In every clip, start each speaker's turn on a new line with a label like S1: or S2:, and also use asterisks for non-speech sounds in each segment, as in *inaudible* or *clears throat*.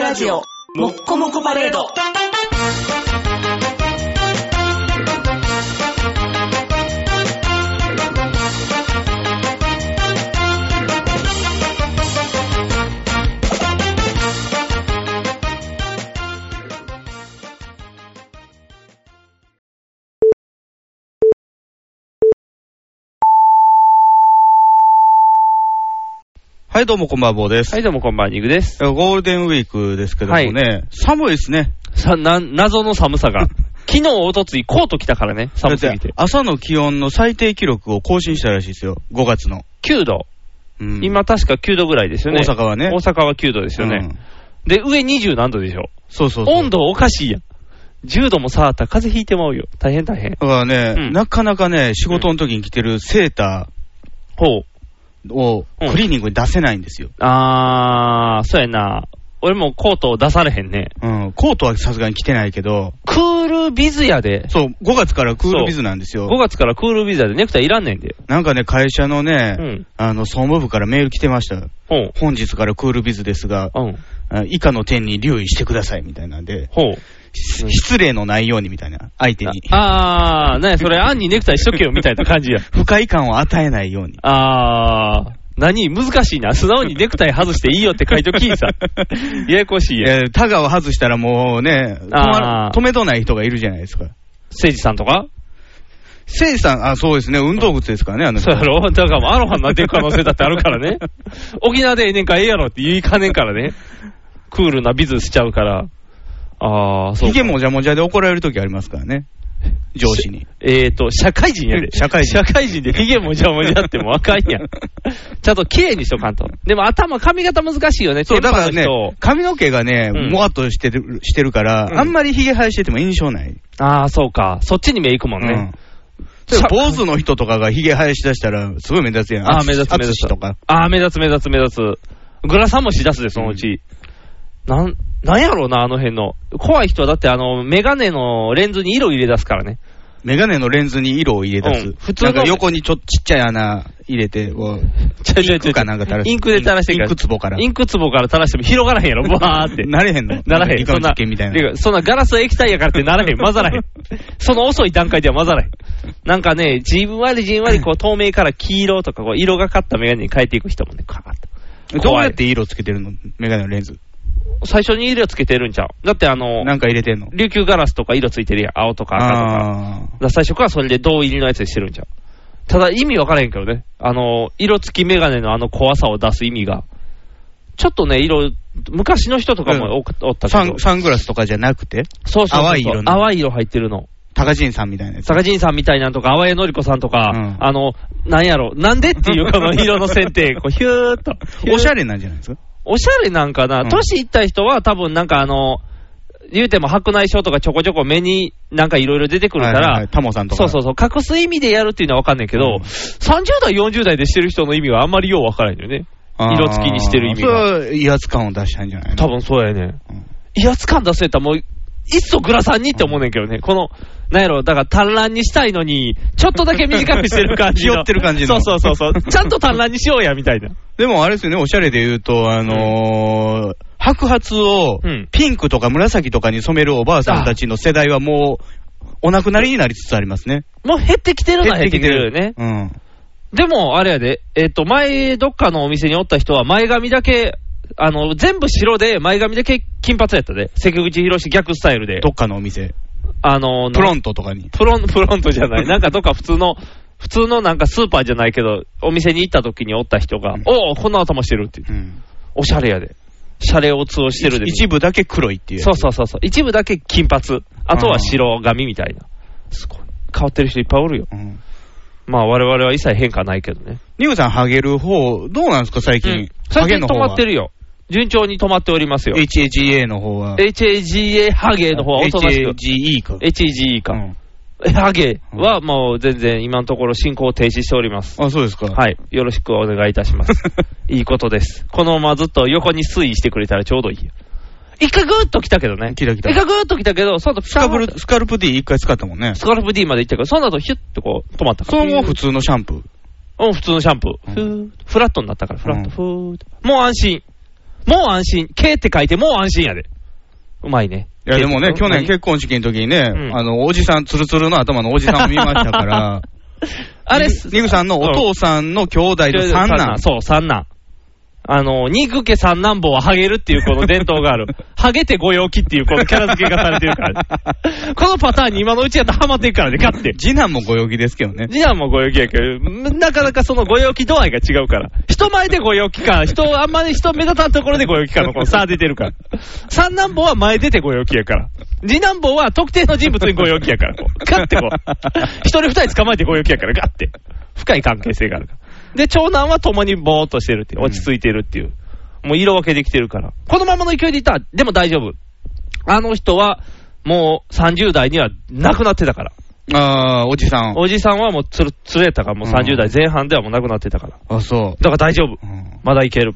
S1: ラジオ、もっこもこパレード。
S2: はい、どうもこんばんぼうです。
S3: はい、どうもこんばんは、ニグです。
S2: ゴールデンウィークですけどもね、寒いですね。
S3: さ、な、謎の寒さが。 *laughs* 昨日、おとつい、コート着たからね、寒すぎ。
S2: だって朝の気温の最低記録を更新したらしいですよ、5月の。
S3: 9度。
S2: うん
S3: 今、確か9度ぐらいですよね。
S2: 大阪はね
S3: 大阪は9度ですよ
S2: う
S3: ね
S2: ん。
S3: で、上20何度でしょ。
S2: そうそうそう。
S3: 温度おかしいやん。10度も下がったら風邪ひいてまうよ。大変大変。
S2: だからね、
S3: うん
S2: なかなかね、仕事の時に着てるセータ
S3: ほう。
S2: ーを
S3: うん
S2: クリーニングに出せないんですよ。
S3: あー、そうやな。俺もコートを出されへんね。
S2: うん、コートはさすがに着てないけど、
S3: クールビズやで。
S2: そう、5月からクールビズなんですよ
S3: 5。月からクールビズやでネクタイいらんねんで。
S2: なんかね、会社のね、
S3: うん
S2: あの、総務部からメール来てましたよ。
S3: ほう。
S2: 本日からクールビズですが、
S3: うん。
S2: あ以下の点に留意してくださいみたいなんで、
S3: ほう。
S2: し失礼のないようにみたいな、相手に。
S3: ああー、なにそれ、案にネクタイしとけよ、みたいな感じや。
S2: 不快感を与えないように。
S3: あー、何難しいな。素直にネクタイ外していいよって書いとき
S2: *laughs*
S3: んさ。ややこしい
S2: い
S3: やん。
S2: や、タガを外したらもうね、止ま
S3: あー
S2: 止めどない人がいるじゃないですか。
S3: せいじさんとか
S2: せいさん、あ、そうですね、運動靴ですからね、あの人
S3: そうやろだからもうアロハになっていく可能性だってあるか
S2: *laughs*
S3: らね。沖縄でええねんからええやろって言いかねんからね。クールなビズしちゃうから。あー、そう
S2: ヒ
S3: か
S2: ゲ。もじゃもじゃで怒られる時ありますからね、上司に。。
S3: えーと、社会人やで
S2: 社会人
S3: 社会人でヒゲもじゃもじゃってもわか
S2: *laughs*
S3: んやん。ちゃんと綺麗にしとかんと。でも頭、髪型難しいよね。
S2: そう、だから
S3: テンパの
S2: ね
S3: 人、
S2: 髪の毛がね、
S3: うん
S2: もわっとしてるしてるから、
S3: うん
S2: あんまりヒゲ生やしてても印象ない。
S3: ああ、そうか。そっちに目行くもん
S2: う
S3: ね
S2: ん。で坊主の人とかがヒゲ生やしだしたら、すごい目立つやん。
S3: ああ、目立つ目立
S2: 淳
S3: つ。
S2: とか。
S3: ああ、目立つ目立つ目立つ。グラサンもしだすで、そのうち。なん、なんやろうな、あの辺の。怖い人はだって、あの、メガネのレンズに色入れ出すからね。
S2: メガネのレンズに色を入れ出す。
S3: うん普通の
S2: なんか横にちょっとちっちゃい穴入れて、こう
S3: ちょいちょいち
S2: インク
S3: ょいちょ
S2: か
S3: い
S2: なんか垂らして。
S3: インクで垂らして
S2: イン
S3: く
S2: ク壺から。
S3: インク壺から垂らしても広がらへんやろ、
S2: *laughs*
S3: バーって。
S2: なれへん
S3: *laughs*
S2: の
S3: ならへん。
S2: 理科
S3: そん
S2: の
S3: な
S2: 実験みたいな。
S3: てかそんなガラス液体やからってならへん。混ざらへん。その遅い段階では混ざらへん。なんかね、じんわりじんわりこう透明から黄色とかこう色がかったメガネに変えていく人もね、カーッと。
S2: どうやって色つけてるのメガネのレンズ。
S3: 最初に色つけてるんちゃうだってあの、
S2: なんか入れてんの
S3: 琉球ガラスとか色ついてるやん。青とか赤とか。だか
S2: ああ。
S3: ら最初からそれで銅入りのやつにしてるんじゃん。ただ意味わからへんけどね。あの、色付きメガネのあの怖さを出す意味が。ちょっとね、色、昔の人とかもお,、おったけ
S2: サ
S3: ど。
S2: ンサングラスとかじゃなくて、
S3: そうそうそう
S2: 淡い色の
S3: 淡い色入ってるの。
S2: 高人さんみたいなやつ。
S3: 坂陣さんみたいなんとか、淡江のり子さんとか、
S2: うん
S3: あの、なんやろ、なんでっていうこの色の
S2: *laughs*
S3: 選定、こうヒューっと。
S2: おしゃ
S3: れ
S2: れなんじゃないですか
S3: おしゃれなんかな、
S2: うん
S3: 年いった人は多分なんかあの、言うても白内障とかちょこちょこ目になんかいろいろ出てくるから、
S2: はいはいはいタモさんとか。
S3: そうそうそう、隠す意味でやるっていうのは分かんないけ
S2: う
S3: ど、
S2: ん
S3: 30代、40代でしてる人の意味はあんまりよう分からないよね。
S2: あー
S3: 色付きにしてる意味が
S2: それは威圧感を出したいんじゃないの
S3: 多分そうやね
S2: うん。
S3: 威圧感出せたらもう、いっそグラさんにって思うねんけどね。この、なんやろ、だから短乱にしたいのに、ちょっとだけ短くしてる感 *laughs* じの。
S2: ひよってる感じの
S3: そうそうそうそう。ちゃんと短乱にしようや、みたいな。
S2: でもあれですよね、おしゃれで言うと、あのー白髪を
S3: うん
S2: ピンクとか紫とかに染めるおばあさんたちの世代はもう、お亡くなりになりつつありますね。
S3: *laughs* もう減ってきてるのは減ってきてるよね。
S2: うん。
S3: でも、あれやで、えっ、と、前、どっかのお店におった人は、前髪だけ、あの、全部白で、前髪だけ金髪やったで。関口博士逆スタイルで
S2: ど。っかのお店。
S3: あの、
S2: プロントとかに。
S3: プロン、プロントじゃない。なんかどっか普通の、普通のなんかスーパーじゃないけど、お店に行った時におった人が、
S2: うん
S3: おお、こんな頭してるって言って、
S2: うん。
S3: おしゃれやで。シャレオツをしてるで。
S2: 一部だけ黒いっていうやつ。
S3: そうそうそうそう。一部だけ金髪。あとは白髪みたいな。すごい。変わってる人いっぱいおるよ。
S2: うん。
S3: まあ我々は一切変化ないけどね。
S2: ニムさん、ハゲる方、どうなんですか、最
S3: うん
S2: 近。。ハ
S3: 最
S2: ゲ
S3: 近
S2: の
S3: 止
S2: 方は
S3: まってるよ。順調に止まっておりますよ。
S2: HAGA の方は。
S3: HAGA ハゲの方はおとなしく。
S2: HAGE か。
S3: HAGE
S2: う
S3: か。
S2: ん
S3: ハゲはもう全然今のところ進行停止しております。
S2: あ、そうですか。 *laughs*
S3: はい。よろしくお願いいたします。いいことです。このままずっと横に推移してくれたらちょうどいいよ。一回ぐーっと来たけどね。
S2: 来た来た
S3: 一回ぐーっと来たけど、その後ピ
S2: ス
S3: タ
S2: カ
S3: ンと
S2: ブル、スカルプ D 一回使ったもんね。
S3: スカルプ D まで行ったけど、その後ヒュッとこう止まったか
S2: そ
S3: ら。
S2: の後普通のシャンプー。
S3: うん、普通のシャンプー。
S2: うん
S3: ふーっとフラットになったから、フラッ
S2: うん
S3: ト、ふーっと。もう安心。もう安心。K って書いて、もう安心やで。うまいね。
S2: いや、でもね、
S3: K
S2: 去年
S3: うん
S2: 結婚式の時にね、
S3: うん
S2: あの、おじさん、ツルツルの頭のおじさんを見ましたから、
S3: *laughs* あれ、
S2: ニグさんのお父さんの兄弟の三男。
S3: そう、三男。あの、肉家三男坊はハゲるっていうこの伝統がある。ハゲて御用気っていうこのキャラ付けがされてるから。このパターンに今のうちやったらハマっていくからね、勝って。
S2: 次男もご陽気ですけどね。
S3: 次男も御用気やけど、なかなかその御用気度合いが違うから。人前で御用気か、人、あんまり人目立たんところで御用気かのこの差は出てるから。三男坊は前出て御用気やから。次男坊は特定の人物に御用気やから、こう。ガッてこう。一人二人捕まえて御用気やから、ガッて。深い関係性があるから。で、長男は共にぼーっとしてるっていう、落ち着いてるっていう。もう色分けできてるから。このままの勢いでいたら、でも大丈夫。あの人は、もう30代には亡くなってたから。
S2: ああ、おじさん。
S3: おじさんはもうつる、つれたから、もう
S2: うん
S3: 30代前半ではもうなくなってたから。
S2: あ、そう。
S3: だから大丈夫。
S2: うん
S3: まだいける。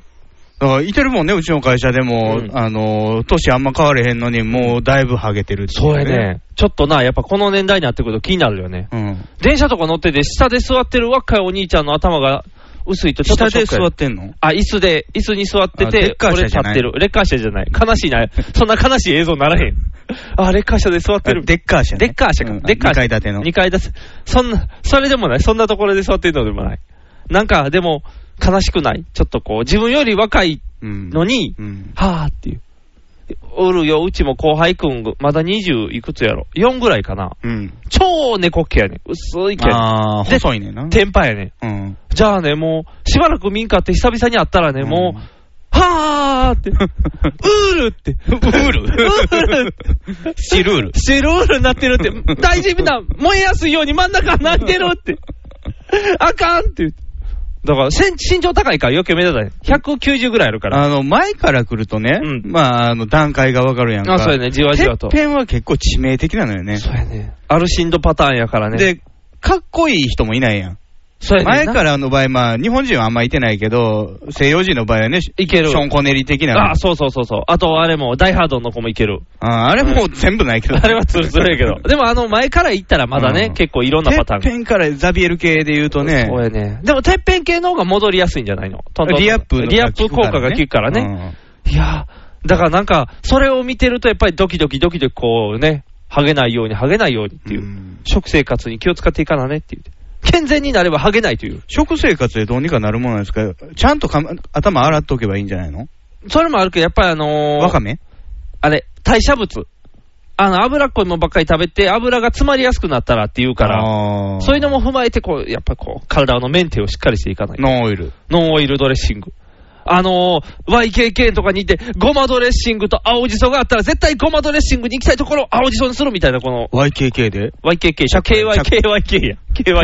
S2: だからいてるもんね、うちの会社でも、
S3: うん
S2: あの、年あんま変われへんのに、もうだいぶハゲてるってい
S3: そうや。ね。ちょっとな、やっぱこの年代になってくると気になるよね。
S2: うん。
S3: 電車とか乗ってて、下で座ってる若いお兄ちゃんの頭が薄いとちょっと
S2: 下
S3: ショ
S2: で
S3: ックや
S2: 座ってんの
S3: あ、椅子で、椅子に座って
S2: あレ
S3: て
S2: ッ、カー車
S3: 俺立
S2: じゃない
S3: ってる。レッカー車じゃない。悲しいな。そんな悲しい映像にならへん。あ、レッカー車で座ってる。
S2: デッカー車、
S3: でっかい車か。でっかい
S2: 2階建ての。
S3: 2階建て。そんな、それでもない。そんなところで座ってるのでもない。なんか、でも、悲しくない。ちょっとこう、自分より若い
S2: うん
S3: のに、
S2: うん
S3: はぁっていう。おるよ、うちも後輩くん、まだ20いくつやろ。4ぐらいかな。
S2: うん。
S3: 超猫っ毛やねん。薄い毛や
S2: ああ、
S3: で
S2: 細いねんな
S3: ねん。。天パやねん。
S2: うん。
S3: じゃあね、もう、しばらく民家って久々に会ったらね、もう、
S2: うん
S3: はぁーって、ウールって、ウールウール
S2: シルール
S3: シルールになってるって、大事な、燃えやすいように真ん中泣いてるって、あかんって言って。だから、せん身長高いから余計目立たない。190ぐらいあるから。
S2: あの、前から来るとね、
S3: うん
S2: まあ、あの、段階がわかるやんか。
S3: あ、そうやね、じわじわ
S2: て
S3: と
S2: っ。ぺんは結構致命的なのよね。
S3: そうやね。アルシンドパターンやからね。
S2: で、かっこいい人もいないやん。
S3: そうやね
S2: 前
S3: んな
S2: からの場合、まあ、日本人はあんまいてないけど、西洋人の場合はね、シ
S3: いける。
S2: ョーン・コネリー的な
S3: あ
S2: の。
S3: そうそうそうそう。あと、あれも、ダイハードの子もい
S2: *laughs*
S3: ける。
S2: ああれもう全部ないけど。
S3: *laughs* あれはツルツルやけ
S2: *laughs*
S3: ど。でも、あの、前から行ったらまだね、
S2: うん
S3: 結構いろんなパターン
S2: てっ
S3: が。
S2: ぺんからザビエル系で言うとね、
S3: そうやね。でも、てっぺん系の方が戻りやすいんじゃないのトントントン
S2: リアップのが効くからね
S3: リアップ効果が効くからね。いやー、だからなんか、それを見てると、やっぱりドキドキドキドキこうね、ハゲないように、ハゲないようにっ
S2: う
S3: て
S2: ん
S3: いう、
S2: うん
S3: 食生活に気を使っていかなねっていう。健全になればハゲないという。
S2: 食生活でどうにかなるものなんですかちゃんとかま頭洗っとけばいいんじゃないの
S3: それもあるけど、やっぱりあのー
S2: わかめ
S3: あれ、代謝物。あの、油っこいもんばっかり食べて、油が詰まりやすくなったらっていうから、
S2: ら
S3: そういうのも踏まえて、こう、やっぱこう、体のメンテをしっかりしていかないと。
S2: ノンオイル。
S3: ノンオイルドレッシング。あのー、YKK とかにいて、ごまドレッシングと青じそがあったら、絶対ごまドレッシングに行きたいところを青じそにするみたいな、この
S2: YKK で
S3: YKK、
S2: チャック
S3: KYKYK や。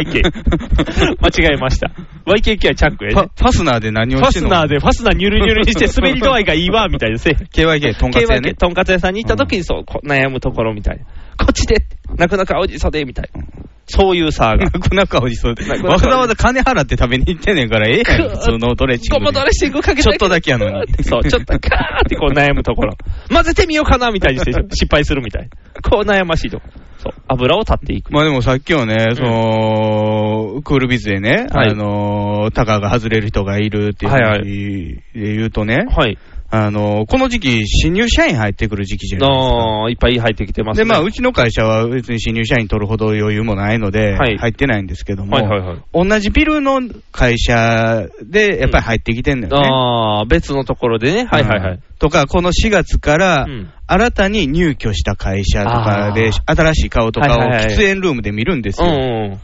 S3: KYK。間
S2: *laughs*
S3: 違えました。YKK はチャックや
S2: ファ
S3: ね。
S2: ファスナーで何
S3: フ
S2: をし
S3: ァ
S2: て
S3: ス
S2: んの
S3: ナーで、ファスナーニュルニュル
S2: *laughs*
S3: にして滑り度合いがいいわ、みたいなせい。
S2: KYK、とんかつやね
S3: KYK、。とんかつ屋さんに行った時にそう、こ悩むところみたいな。こっちで、泣く泣く青じそで、みたいな。そういう差が
S2: な。くなくおじそう。
S3: なくなく
S2: わざわざ金払って食べに行ってんねんから、ええやん、
S3: *laughs*
S2: 普通のドレッシン
S3: ご
S2: グ
S3: ま
S2: で
S3: ドレッシングかけて
S2: ちょっとだけやのに
S3: そう、ちょっ *laughs* とカーってこう悩むところ。混ぜてみようかな、みたいにして、失敗するみたいな。こう悩ましいとこ。そう、油を立ってい
S2: *laughs*
S3: く。
S2: まあでもさっきはね、その、クールビズでね、
S3: はい
S2: あのー、タカが外れる人がいるっていう
S3: はいはい
S2: 話で言うとね、
S3: はい。
S2: あのー、この時期、新入社員入ってくる時期じゃないですか。
S3: あーいっぱい入ってきてますね。
S2: で、まあ、うちの会社は別に新入社員取るほど余裕もないので、
S3: はい
S2: 入ってないんですけども、
S3: はいはいはい。
S2: 同じビルの会社でやっぱり入ってきてんだよね。
S3: ああ、別のところでね。はいはいは
S2: うん
S3: い。。
S2: とか、この4月から
S3: うん
S2: 新たに入居した会社とかで、新しい顔とかを
S3: はいはいはい
S2: 喫煙ルームで見るんです
S3: う
S2: よ。
S3: んうん。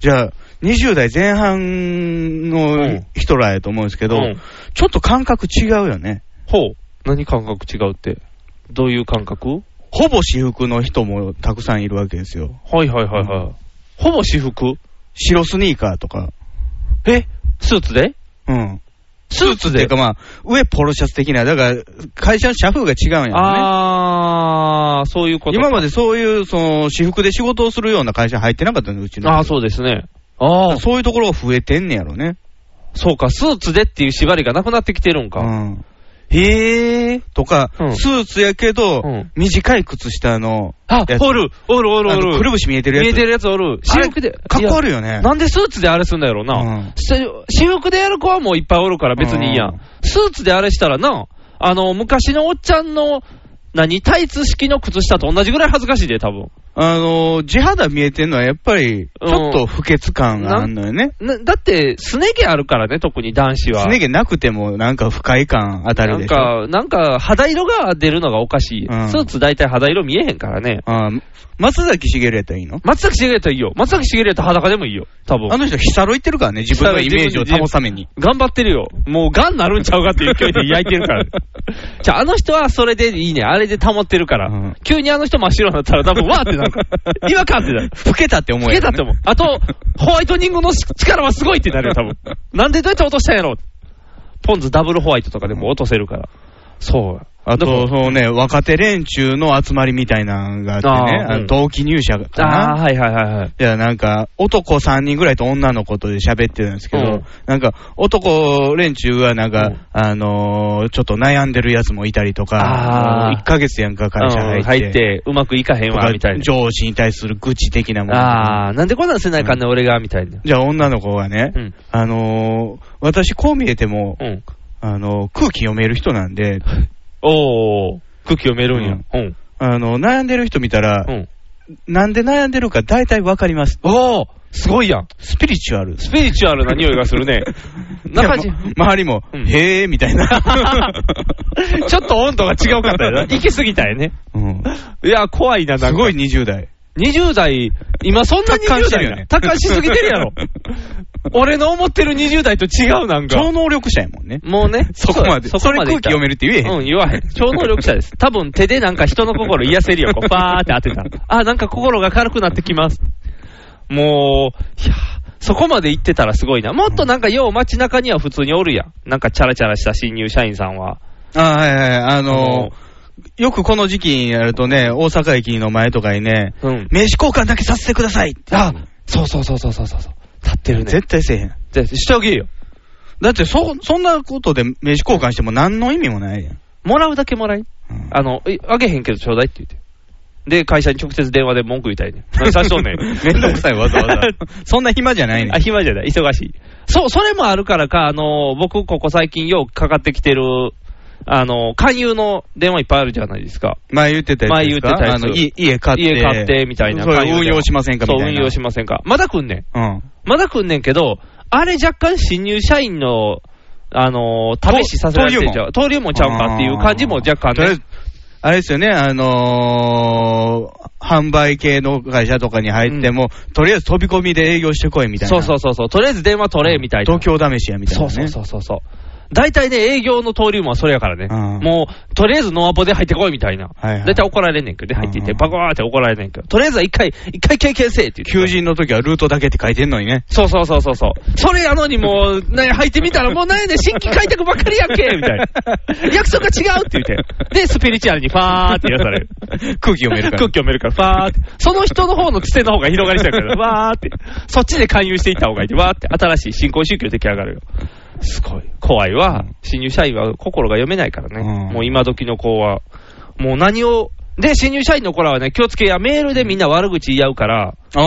S2: じゃあ、20代前半の人らやと思うんですけど、
S3: うん
S2: ちょっと感覚違うよね。
S3: ほう。何感覚違うって。どういう感覚
S2: ほぼ私服の人もたくさんいるわけですよ。
S3: はいはいはいはい。ほぼ私服
S2: 白スニーカーとか。
S3: えスーツで
S2: うん。
S3: スーツ
S2: ってい
S3: で
S2: うかまあ、上ポロシャツ的な、だから会社の社風が違うんやろね。
S3: ああ、そういうこと。
S2: 今までそういう、その、私服で仕事をするような会社入ってなかったの、うちの。
S3: ああ、そうですね。ああ、
S2: そういうところが増えてんねやろね。
S3: そうか、スーツでっていう縛りがなくなってきてるん
S2: う
S3: か。
S2: ん。
S3: へえ。
S2: とか、
S3: うん
S2: スーツやけど、
S3: うん
S2: 短い靴下の、
S3: あ
S2: や、つ
S3: おる、おる、おる、
S2: あ
S3: お
S2: の
S3: る。
S2: くるぶし見えてるやつ。
S3: 見えてるやつおる。私服で。
S2: かっこ
S3: いや
S2: 悪いよね。
S3: なんでスーツであれすんだやろな、
S2: うん
S3: せ私服でやる子はもういっぱいおるから別にいいやん。
S2: うん
S3: スーツであれしたらな、あの、昔のおっちゃんの、何、タイツ式の靴下と同じぐらい恥ずかしいで、多分。
S2: あのー、地肌見えてんのはやっぱり、ちょっと不潔感があるのよね。
S3: なだって、すね毛あるからね、特に男子は。
S2: すね毛なくてもなんか不快感あたる
S3: な
S2: で
S3: ん
S2: しょ。
S3: か、なんか、肌色が出るのがおかしい。
S2: うん
S3: スーツ大体肌色見えへんからね。
S2: あー松崎しげるやったらいいの
S3: 松崎しげるやったらいいよ。松崎しげるやったら裸でもいいよ。多分
S2: あ。の人、ヒサロ行ってるからね、自分のイメージを保つために。
S3: 頑張ってるよ。もう、ガンなるんちゃうかっていう勢いで焼いてる
S2: *laughs*
S3: から。じゃあ、あの人はそれでいいね。あれで保ってるから。
S2: うん
S3: 急にあの人真っ白になったら、多分わーってな
S2: *laughs*
S3: るから。違和感ってなる。
S2: 老けたって思
S3: つ
S2: う
S3: け
S2: やろ
S3: たって
S2: ね
S3: 思う。
S2: *laughs*
S3: あと、ホワイトニングの力はすごいってなるよ、多分。なんでどうやって落としたんやろポンズダブルホワイトとかでも落とせるから。そう。
S2: あ
S3: で
S2: と、
S3: も
S2: そうね、若手連中の集まりみたいなのがあってね、
S3: あー
S2: あ
S3: うん
S2: の同期入社か
S3: ああ、
S2: な。
S3: はいはいはいはい。
S2: いや、なんか、男3人ぐらいと女の子とで喋ってるんですけど、
S3: うん
S2: なんか、男連中はなんか、
S3: うん
S2: あのーちょっと悩んでるやつもいたりと
S3: あ
S2: か、
S3: ー
S2: 1ヶ月やんか会社入
S3: う
S2: っ
S3: ん
S2: て。
S3: 入って、うまくいかへん
S2: と
S3: わ、
S2: か
S3: みたいな。
S2: 上司に対する愚痴的なもの。
S3: ああ、なんでこんなんせないかんね、俺が、みたいな。
S2: じゃあ、女の子がね、
S3: うん。
S2: あのー私こう見えても、
S3: うん。
S2: あのー空気読める人なん
S3: *laughs*
S2: で、
S3: おー、空気読めるんや。うん。
S2: あの悩んでる人見たら、
S3: うん。
S2: なんで悩んでるか大体わかります。
S3: おー、すごいやん。
S2: スピリチュアル。
S3: スピリチュアルな匂いがする *laughs* ね。中島。
S2: いやま周りも、
S3: うん
S2: へーみたい *laughs* な。
S3: ちょっと温度が違うかった *laughs* よな。行き過ぎたよね。
S2: うん
S3: いや、怖いな、な
S2: す
S3: んか
S2: ごい20代。
S3: 20代、今そんな
S2: 達観
S3: 20
S2: してる
S3: 代
S2: よ
S3: な
S2: ね
S3: ん達観しすぎてるや *laughs* ろ。俺の思ってる20代と違うなんか
S2: 超。能力者やもんね。
S3: もうね、
S2: そこまで。それ空気読め
S3: る。
S2: るって言えへん。
S3: うん、言わへん。超能力者です。 *laughs* 多分手でなんか人の心癒せるよ。こ *laughs* う、パーって当てたら。あ、なんか心が軽くなってきます。もう、いやそこまで行ってたらすごいな。もっとなんか、よう街中には普通におるやん。なんかチャラチャラした新入社員さんは。
S2: あはいはい。あ
S3: も
S2: のー、よくこの時期になるとね、大阪駅の前とかにね、
S3: ううん。
S2: 名刺交換だけさせてください。
S3: あ、そうそうそうそうそうそう。立ってるね。
S2: 絶対せえへん。
S3: 対。してあげよ。
S2: だって、そ、そんなことで名刺交換しても何の意味もないやん。
S3: もらうだけもらい。
S2: うん。
S3: あの、えあげへんけどちょうだいって言って。で、会社に直接電話で文句言いたいね。何さしとんね *laughs* ん
S2: めんどくさい、わざわざ。そんな暇じゃないねん
S3: あ、暇じゃない。忙しい。そう、それもあるからか、あの、僕、ここ最近よくかかってきてる、あの、勧誘の電話いっぱいあるじゃないですか。
S2: 前言ってたやつですか
S3: 前言ってたやつ
S2: あのい家買って。
S3: 家買って、みたいな。
S2: そ
S3: 勧
S2: れ
S3: 誘電
S2: 運
S3: 話
S2: 用しませんかみたいな。
S3: そう、運用しませんか。まだ来んねん。
S2: うん。
S3: まだ来んねんけど、あれ若干新入社員の、あのー試しさせられてんちゃう。登竜門ちゃうかっていう感じも若干
S2: とりあえ
S3: ね
S2: ず。あれですよね、あのー、販売系の会社とかに入っても、とりあえず飛び込みで営業してこいみたいな。
S3: そうそうそうそう。とりあえず電話取れ、みたいな。
S2: 東京試しやみたいな、
S3: そう
S2: ね。
S3: そうそうそうそう。大体ね、営業の登竜門はそれやからね。
S2: うん
S3: もう、とりあえずノアポで入ってこいみたいな。
S2: はいはい
S3: 大体怒られんねんけどね、入っていって、
S2: うん
S3: バコーって怒られんねんけど。とりあえずは一回、一回経験せえって言
S2: 求
S3: って。
S2: 人の時はルートだけって書いてんのにね。
S3: そうそうそうそうそう。それやのにもう、ね、入ってみた *laughs* らもうなんやねん、新規開拓ばっかりやんけみたい *laughs* な。約束が違うって言って。 *laughs* で、スピリチュアルにファーって癒される。
S2: *laughs* 空気読めるから。
S3: 空気読めるから、ファーって。その人の方の癖の方が広がりそ
S2: *laughs*
S3: うやから、わーって。そっちで勧誘していった方がいいって、わーって。新しい新興宗教出来上がるよ。すごい。怖いわ。新入社員は心が読めないからね。
S2: うん
S3: もう今時の子は。もう何を、で、新入社員の子らはね、気をつけや、メールでみんな悪口言い合うから、
S2: あ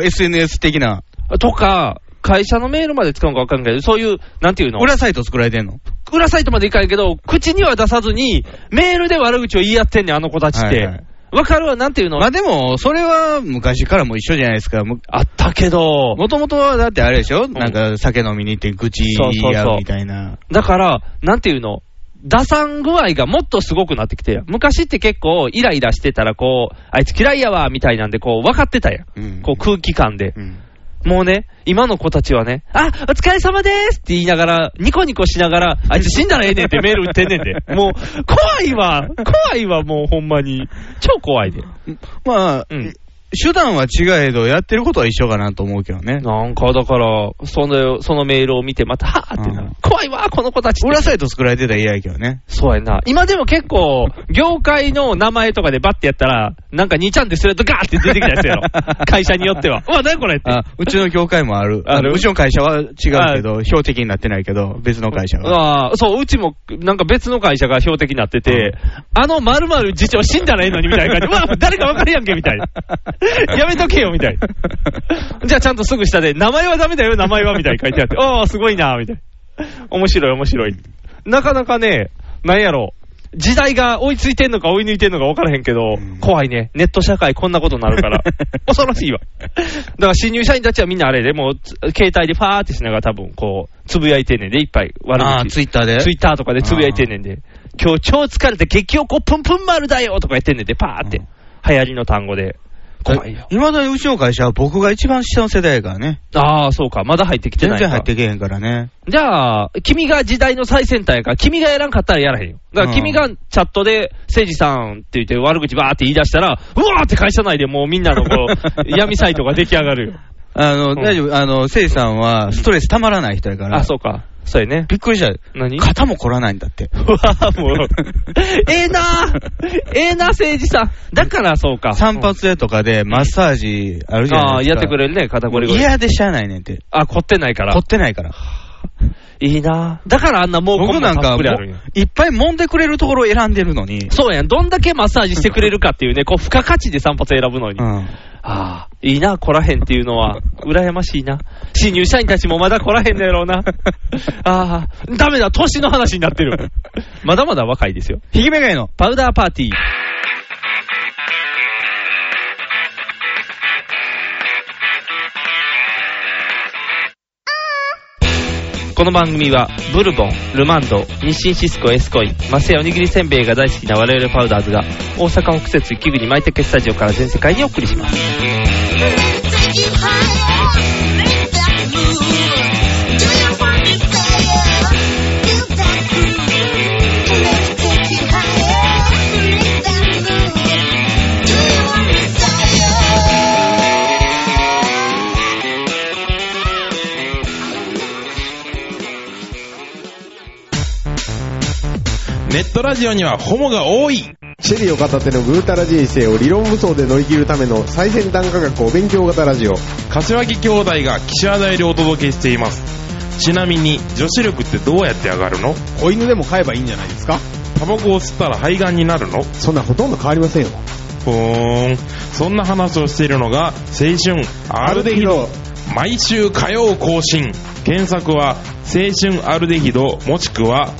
S2: ー、SNS 的な。
S3: とか、会社のメールまで使うのかわかんないけど、そういう、なんていうの
S2: 裏サイト作られてんの
S3: 裏サイトまでいかんけど、口には出さずに、メールで悪口を言い合ってんねん、あの子たちっ
S2: は
S3: て
S2: いはい。
S3: わかるわ、なんていうの
S2: まあでも、それは昔からも一緒じゃないですか。も
S3: あったけど、
S2: ともとはだってあれでしょなんか酒飲みに行って愚痴言い合うみたいな。
S3: だから、なんていうの、打算具合がもっとすごくなってきてやん、昔って結構、イライラしてたら、こう、あいつ嫌いやわ、みたいなんで、こう、分かってたやん。
S2: うん
S3: こう、空気感で。
S2: うん
S3: もうね、今の子たちはね、あ、お疲れ様ですって言いながら、ニコニコしながら、あいつ死んだらええね
S2: *laughs*
S3: んってメール打ってんねんで。もう、怖いわ、怖いわ、もうほんまに。超怖いで。
S2: まあ、
S3: うん
S2: 手段は違えど、やってることは一緒かなと思うけどね。
S3: なんか、だから、その、そのメールを見て、また、はーってな
S2: う
S3: る
S2: ん。
S3: 怖いわ、この子たちって。
S2: 裏サイト作られてたら嫌やけどね。
S3: そうやな。今でも結構、業界の名前とかでバッてやったら、なんか2ちゃんでするとガーって出てきたやつやろ。会社によっては。うわ、何これって。
S2: あ、うちの業界もある。
S3: *laughs* ある
S2: うちの会社は違うけど、標的になってないけど、別の会社は。
S3: ああ、そう、うちも、なんか別の会社が標的になってて、あの〇〇次長死んだらええのにみたい
S2: *laughs*
S3: な感じ。うわ、誰かわかるやんけ、みたいな。やめとけよ、みたいな。じゃあちゃんとすぐ下で、名前はダメだよ、
S2: *laughs*
S3: 名前は、みたいに書いてあって。ああ、すごいな、みたいな。面白い、面白い。なかなかね、なんやろう、時代が追いついてんのか追い抜いてんのか分からへんけ
S2: う
S3: ど、
S2: ん
S3: 怖いね。ネット社会こんなことになる
S2: *laughs*
S3: から。恐ろしいわ。だから新入社員たちはみんなあれで、もう、携帯でファーってしながら多分、こう、つぶやいてんねんで、いっぱい悪口。
S2: あーツイッターで
S3: ツイッターとかでつぶやいてんねんで、今日超疲れて激おこぷんぷん丸だよとか言ってんねんで、パーって、
S2: うん
S3: 流行りの単語で、怖いよ。
S2: いまだにうちの会社は僕が一番下の世代やからね。
S3: ああ、そうか、まだ入ってきてな
S2: 全
S3: いか
S2: 然入ってけへんからね。
S3: じゃあ、君が時代の最先端やから、君がやらんかったらやらへんよ。だから君がチャットで、せいじさんって言って悪口ばーって言い出したら、うわーって会社内でもうみんなのこ
S2: *laughs*
S3: う、闇サイトが出来上がるよ。
S2: あの、
S3: うん
S2: 大丈夫。あの、せいさんはストレスたまらない人やから。
S3: あ、そうか。そうやね。
S2: びっくりした。
S3: 何
S2: 肩も凝らないんだって。
S3: *laughs* うわー
S2: *laughs*
S3: もう、ええなーええな、せいじさん。だからそうか。
S2: 散髪屋とかでマッサージあるじゃ
S3: あ
S2: な
S3: あ
S2: いです
S3: ー、
S2: か。
S3: やってくれるね、肩こりごり。
S2: 嫌でしゃあないねんって。
S3: あ、凝ってないから
S2: 凝っ。てないから。
S3: いいなーだからあんなもう
S2: 僕なん
S3: た
S2: か
S3: っ
S2: も
S3: ぷ
S2: う
S3: りあるんや。
S2: いっぱい揉んでくれるところを選んでるのに。
S3: そうやん。どんだけマッサージしてくれるかっていうね、こう、付加価値で散髪選ぶのに。
S2: うん。
S3: ああ、いいな、来らへんっていうのは、羨ましいな。新入社員たちもまだ来らへんのやろう *laughs* な。ああ、ダメだ、年の話になってる。まだまだ若いですよ。
S2: ひげめがいの。
S3: パウダーパーティー。この番組は、ブルボン、ルマンド、日清シスコエスコイン、マセイおにぎりせんべいが大好きな我々パウダーズが、大阪北節雪国舞茸スタジオから全世界にお送りします。
S4: Take you higher, make that move. Do you want desire? Feel that groove. Let's take you higher, make that move. Do you want desire?
S5: ネットラジオにはホモが多い
S6: シェリーを片手のぐうたら人生を理論武装で乗り切るための最先端科学お勉強型ラジオ。
S5: 柏木兄弟が岸和田よりお届けしていますちなみに女子力ってどうやって上がるの
S6: 子犬でも飼えばいいんじゃないですか
S5: タバコを吸ったら肺がんになるの
S6: そんなんほとんど変わりませんよ。
S5: ふーんそんな話をしているのが青春アルデヒド毎週火曜更新検索は青春アルデヒドもしくは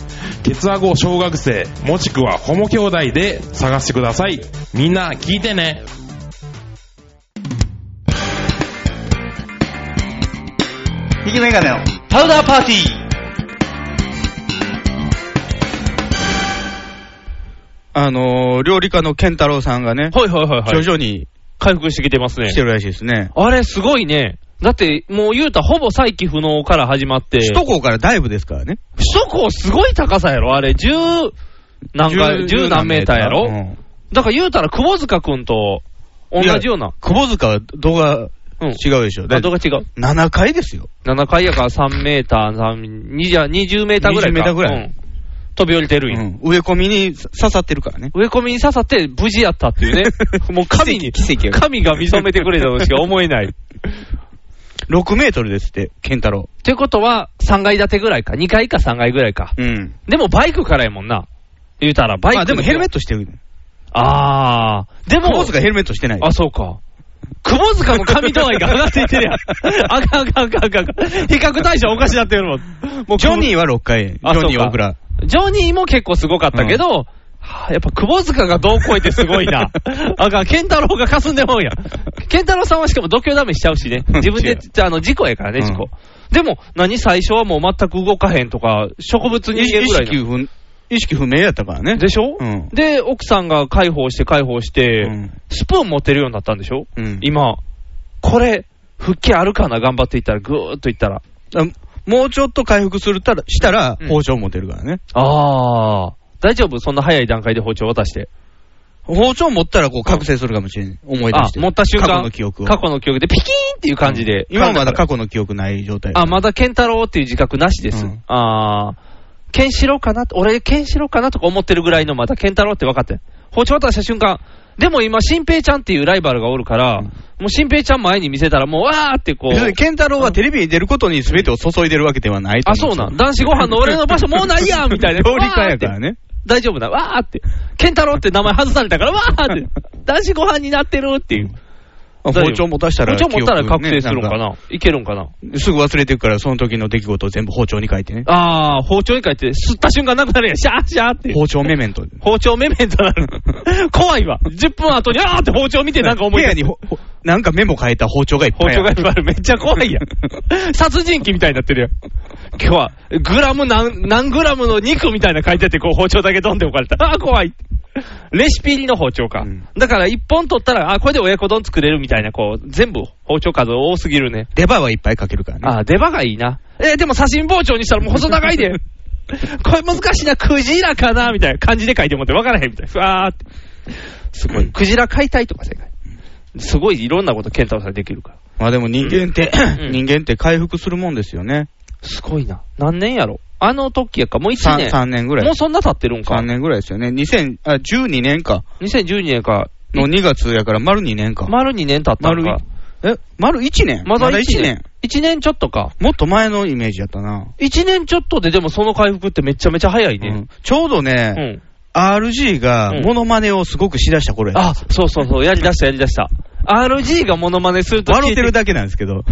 S5: ケツアゴ小学生もしくはホモ兄弟で探してくださいみんな聞いてね
S2: ひげめがいの。
S3: パウダーパーティー
S2: あのー、料理家の健太郎さんがね、
S3: はいはいはいは
S2: 徐
S3: い。
S2: 々に
S3: 回復してきてますね
S2: 来。てるらしいですね。
S3: あれ、すごいね。だって、もう言うたらほぼ再起不能から始まって。
S2: 首都高からだいぶですからね。
S3: 首都高すごい高さやろあれ、十何回、十何メーターやろ、
S2: うん
S3: だから言うたら、窪塚くんと同じような。
S2: 窪塚は動画
S3: うん。
S2: 違うでしょ。だ
S3: あ
S2: っ
S3: と
S2: て
S3: が違う。
S2: 7回ですよ。
S3: 7階やから3メーター、3 20, 20メーターぐら
S2: 20
S3: いか。
S2: メーターぐらい
S3: うん飛び降りてるんや、
S2: うん植え込みに刺さってるからね。
S3: 植え込みに刺さって無事やったっていうね。 *laughs* もう神に、
S2: 奇跡奇跡や
S3: 神が見初めてくれたとしか思えない。っ
S2: 6メートルですって、健太郎。
S3: てことは、3階建てぐらいか。2階か3階ぐらいか。
S2: うん。
S3: でもバイクからやもんな。言うたら、バイク。
S2: まあでもヘルメットしてる。
S3: あー。でも、
S2: 窪塚ヘルメットしてない。
S3: あ、そうか。窪塚の神度合いが上がっていってるや
S2: *laughs*
S3: ん。あかんあかんあかんあかん。比較対象おかしなってるもん。もう
S2: ジョニ
S3: ー。
S2: ーは6回、ジ
S3: あ
S2: ョニ
S3: そう
S2: ー
S3: か
S2: 小倉。
S3: ジョニーも結構すごかったけど、はあやっぱ窪塚がどう超えてすごい
S2: *laughs*
S3: な。あかん、健太郎がかすんでもんや。健太郎さんはしかも度胸ダメしちゃうしね。自分
S2: 違
S3: で
S2: う、
S3: あの、事故やからね、事
S2: う
S3: 故。
S2: ん
S3: でも、何最初はもう全く動かへんとか、植物に
S2: 意
S3: 言えるぐらい
S2: 識
S3: な。
S2: 不意識不明やったからね。
S3: でしょ、
S2: うん
S3: で、奥さんが解放して解放して、
S2: うん
S3: スプーン持てるようになったんでしょ
S2: うん
S3: 今、これ、復帰あるかな、頑張っていったら、ぐーっといったら。
S2: だもうちょっと回復するたらしたら
S3: うん、
S2: 包丁持てるからね。
S3: あー、大丈夫そんな早い段階で包丁渡して。
S2: 包丁持ったらこう覚醒するかもしれん。思い出
S3: あ
S2: し、て。
S3: 持った瞬間、
S2: 過去の記憶を。
S3: 過去の記憶で、ピキーンっていう感じで。
S2: 今はまだ過
S3: 去。
S2: 去の記憶ない状態。
S3: あ、まだ健太郎っていう自覚なしです。
S2: うん
S3: あー、ケンシロウかな俺、ケンシロウかなとか思ってるぐらいの、まだ健太郎って分かってん。包丁渡した瞬間、でも今、新平ちゃんっていうライバルがおるから、もう新平ちゃん前に見せたら、もう、わーってこう。
S2: 別に健太郎はテレビに出ることに全てを注いでるわけではないと
S3: あ、
S2: 思
S3: そう
S2: ですよ
S3: なん。男子ご飯の俺の場所もうないやんみたいな。
S2: 料理家やからね。
S3: 大丈夫
S2: *laughs*
S3: だ、わーって、健太郎って名前外されたから、わーって、男子ご飯になってるっていう。
S2: 包丁持たしたら、
S3: 包丁持ったら
S2: 記憶
S3: 覚
S2: ね
S3: 醒するんかな。いけるんかな
S2: なんかすぐ忘れていくから、その時の出来事を全部包丁に書いてね。
S3: ああ、包丁に書いて、吸った瞬間なくなるやん。シャーシャーって。
S2: 包丁メメント。
S3: 包丁メメントな
S2: *laughs*
S3: る。怖いわ。10分後に、あーって包丁見てなんか思
S2: 部
S3: い出
S2: 屋
S3: す
S2: にほ、ほなんかメモ書いた包丁がいっ
S3: 包
S2: ぱいあ
S3: 丁
S2: る。
S3: がいっぱいある。めっちゃ怖いやん。 *laughs* 殺人鬼みたいになってるやん。今日は、グラム何、何グラムの肉みたいなの書いてあって、こう包丁だけドンって置かれた。ああ、怖い。レシピ入りの包丁か。
S2: うん
S3: だから一本取ったら、ああ、これで親子丼作れるみたいな、こう、全部包丁数多すぎるね。
S2: 出刃はいっぱい書けるからね。
S3: ああ、出刃がいいな。えーでも刺身包丁にしたらもう細長い *laughs* で。これ難しいな、クジラかなみたいな感じで書いてもって分からへんみたいな。ふわーって。すごい。クジラ解体とか正解。すごいいろんなこと、ケンタロウさんできるから。
S2: まあでも人間って、
S3: うん
S2: *clears throat* 人間って回復するもんですよね。
S3: すごいな。何年やろあの時やっか、もう1
S2: 3,
S3: 年。
S2: 三年ぐら
S3: も。
S2: いう
S3: そんな経ってるんか
S2: 3。年ぐらいですよね。2000あ12年か。
S3: 2012年か。
S2: の2月やから丸2年か。
S3: 丸2年経った
S2: 丸
S3: んか。
S2: え、丸1年
S3: まだ1
S2: 一
S3: 年。1年ちょっとか。
S2: もっと前のイメージやったな。
S3: 1年ちょっとででもその回復ってめちゃめちゃ早いうね。
S2: んちょうど
S3: う
S2: ね、
S3: ん。
S2: RG がモノマネをすごくしだした頃や。
S3: あ、そうそうそう、やりだしたやりだした。RG がモノマネすると
S2: 笑ってる
S3: だ
S2: だけなんですけ
S3: *laughs*
S2: ど。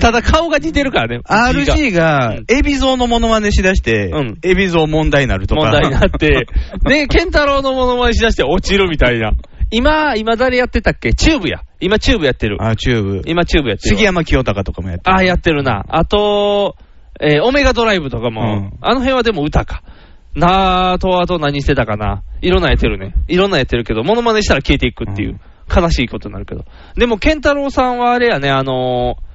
S3: ただ顔が似てるからね。
S2: RG が
S3: うん、
S2: エビゾウのモノマネしだして
S3: うん、
S2: エビゾウ問題になるとか。
S3: 問題に
S2: *laughs*
S3: なって、 *laughs* で、ケンタロウのモノマネしだして落ちるみたいな。今、今誰やってたっけチューブや。今チューブやってる。
S2: あ、チューブ。
S3: 今チューブやってる。
S2: 杉山清隆とかもやってる
S3: ああ、やってるな。あと、えーオメガドライブとかも、
S2: うん
S3: あの辺はでも歌か。なあと、あと何してたかな。いろんなやってるね。いろんなやってるけど、モノマネしたら消えていくっていうう、悲しいことになるけど。でも、ケンタロウさんはあれやね、あのー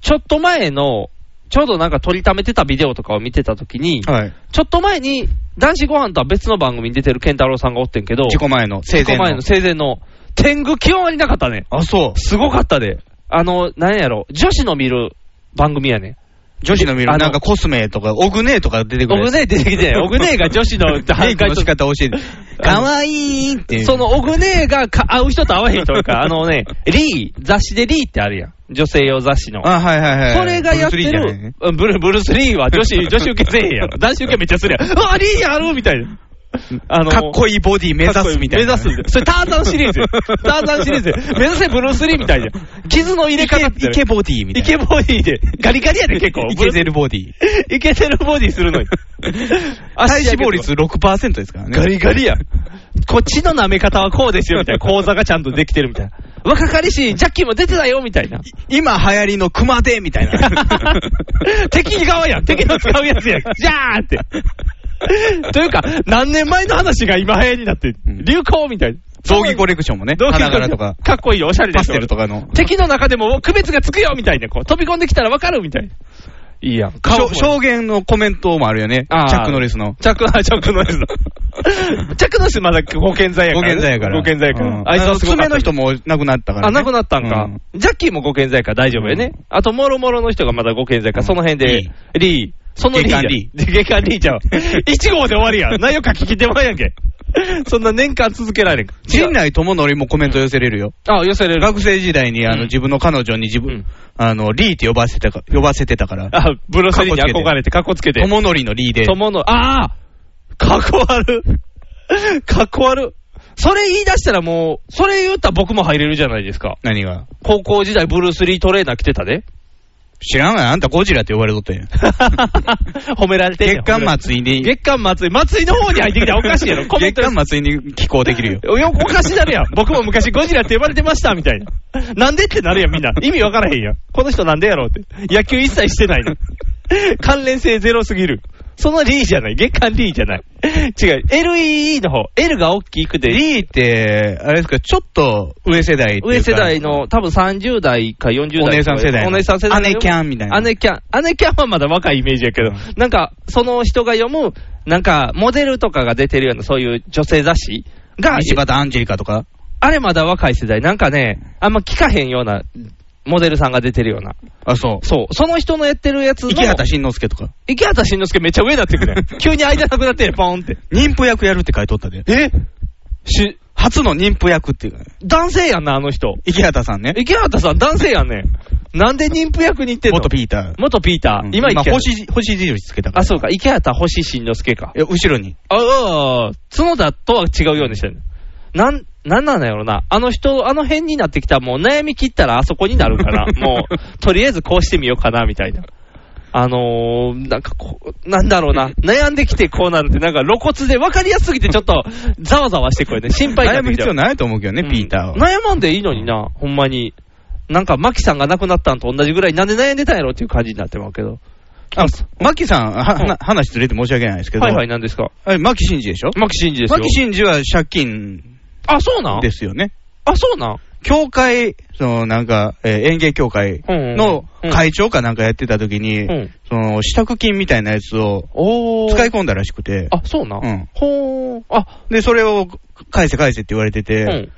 S3: ちょっと前の、ちょうどなんか撮りためてたビデオとかを見てたときに、
S2: はい。
S3: ちょっと前に、男子ご飯とは別の番組に出てるケンタロウさんがおってんけど、
S2: 事故前の、生
S3: 事
S2: 前
S3: 故前の
S2: の。
S3: 生前の、天狗極まりなかったね。
S2: あ、そう。
S3: すごかったで。あの、なんやろ、女子の見る番組やね。
S2: 女子の見る、
S3: あの
S2: なんかコスメとか、オグネーとか出て
S3: オ
S2: くるや
S3: グ
S2: つ。
S3: ネー出てきて、
S2: *laughs*
S3: オグネーが女子の
S2: メイクの仕
S3: と、
S2: 方教えて。かわいいっていう。
S3: そのオグネーがか会う人と会わへん人か、あのね、リー、雑誌でリーってあるやん。女性用雑誌の。
S2: あ、はいはいはい。
S3: それがやって
S2: ブルースリーじゃないね
S3: る、うんブルブルース・リーは女子、女子受けせえへんやろ。男子受けめっちゃするやん。うわ、リーやるみたいな。あ
S2: かっこいいボディ目指すみたいな。
S3: 目指すみたいな。それターザン
S2: *laughs*
S3: シリーズ。ターザンシリーズ。目指せブルース・リーみたいじゃん。傷の入れ方って
S2: イケボディみた
S3: イ
S2: いな。
S3: ケボディで、ガリガリやで結構。
S2: *laughs* イケゼルボディ。
S3: イケてるボディするのに。
S2: *laughs* 体脂肪率6%ですからね。
S3: ガリガリや。こっちの舐め方はこうですよ、みたいな。講座がちゃんとできてるみたいな。若かりし、ジャッキーも出てたよ、みたい
S2: *laughs*
S3: な。
S2: 今流行りの熊手みたいな。
S3: 敵側やん。敵の使うやつやん。じゃーって。というか、何年前の話が今流行りになって、
S2: うん
S3: 流行みたいな。
S2: 雑着コレクションもね。
S3: 同級
S2: 花
S3: 生
S2: 柄とか、
S3: かっこいいよ、おしゃれで
S2: パ
S3: しょ
S2: ステルとかの。
S3: 敵の中でも区別がつくよみたいな、こう飛び込んできたらわかるみたいな。いいやん。
S2: しょ
S3: も
S2: 証言のコメントもあるよね。チ
S3: あ
S2: ャ
S3: ー
S2: ック・ノリスの。
S3: チャック、あチャック
S2: *laughs*
S3: ノリスだ。チャックノリスまだご健在やか
S2: ご
S3: ら、
S2: 健在やから。
S3: ご健在やから
S2: う。ん
S3: あいつ
S2: あ
S3: は
S2: の
S3: すごかっ
S2: 爪
S3: た
S2: の人も亡くなったからね。
S3: あ、なくなったんか。
S2: うん
S3: ジャッキーもご健在やから大丈夫やね。あと、もろもろの人がまだご健在やから、その辺で、
S2: リ
S3: リー。そのリーじゃん。
S2: 月
S3: 月間リーちゃう。1号で終
S2: *laughs*
S3: わりやん。内容書き切ってまうやんけ。そんな年間続けられんか。
S2: 陣内智則もコメント寄せれるよ。
S3: あ、寄せれる。
S2: 学生時代にあ
S3: うん
S2: の自分の彼女に自分、
S3: うん
S2: あの、リーって呼ばせてたか、呼ばせてたから。
S3: あ、ブロスリーに憧れて、かっこつけて。
S2: 智則のリーで。
S3: 友の、ああかっこ悪いかっこ悪いそれ言い出したらもう、それ言ったら僕も入れるじゃないですか。
S2: 何が
S3: 高校時代ブルース・リートレーナー着てたで。 *laughs*
S2: 知らんがなあんたゴジラって呼ばれとったやん。
S3: 褒められてんね
S2: 月
S3: ん
S2: 刊松井に、
S3: 月刊祭り。祭りの方に入ってきたらおかしいやろ。コメ
S2: *laughs*
S3: ン
S2: 月
S3: ト
S2: 刊松井に寄稿できるよ。
S3: よ *laughs* おかしなるやん。僕も昔ゴジラって呼ばれてました、みたいな。なんでってなるやん、みんな。意味わからへんやん。この人なんでやろうって。野球一切してないの。関連性ゼロすぎる。そのリーじゃない。月間リーじゃない。違う。LEE の方。L が大きくて、
S2: リーって、あれですか、ちょっと上世代っていうか
S3: 上世代の、多分30代か40代とか
S2: お姉さん世代の
S3: お姉さん世代の。
S2: 姉キャンみたいな
S3: 姉キャン。姉キャンはまだ若いイメージやけど、なんか、その人が読む、なんか、モデルとかが出てるような、そういう女性雑誌が、
S2: 道端アンジェリカとか。
S3: あれまだ若い世代、なんかね、あんま聞かへんような、モデルさんが出てるような。
S2: あ、そ
S3: そう。その人のやってるやつ
S2: う。
S3: の。
S2: 池畑慎之介とか。
S3: 池畑慎之介めっちゃ上になって
S2: *laughs*
S3: くる。急に間なくなって、ポーンって。
S2: 妊婦役やるって書いとったで。
S3: えし、
S2: 初の妊婦役っていうか、
S3: 男性やんな、あの人。
S2: 池畑さんね。
S3: 池畑さん男性やんね。なんで妊婦役に行ってんの
S2: 元ピーター。
S3: 元ピーター。今
S2: 今
S3: 池畑。
S2: 星、星印つけたから。
S3: あ、そうか。池畑星慎之介か。
S2: え後ろに。
S3: ああ、角田とは違うようにしてる。なん、なんなんだろうな。あの人、あの辺になってきたらもう悩み切ったらあそこになる *laughs* から、もう、とりあえずこうしてみようかな、みたいな。あのー、なんかこう、なんだろうな。悩んできてこうなるって、なんか露骨で分かりやすすぎてちょっと、ざわざわしてくれて、心配にな
S2: 悩
S3: って
S2: む
S3: きちゃ
S2: 必要
S3: う
S2: ないと思うけどね、ピーターは。
S3: うん悩まんでいいのにな、ほんまに。なんか、マキさんが亡くなったんと同じぐらい、なんで悩んでたんやろっていう感じになってまうけど。
S2: あ、マキさん、は
S3: うん
S2: は話ずれて申し訳ないですけど、
S3: はいはい、なんですか。
S2: あれマキシンジでしょ
S3: マキシンジですよ。
S2: マキシンジは借金
S3: あ、そうなん
S2: ですよね。
S3: あ、そうなん
S2: 教会、そのなんか、えー園芸協会の
S3: うんうん
S2: 会長かなんかやってた時に、
S3: うん
S2: その、支度金みたいなやつを
S3: おー。
S2: 使い込んだらしくて、
S3: あ、そうなん
S2: うん
S3: ほー。あ、
S2: で、それを返せ返せって言われてて、
S3: うん。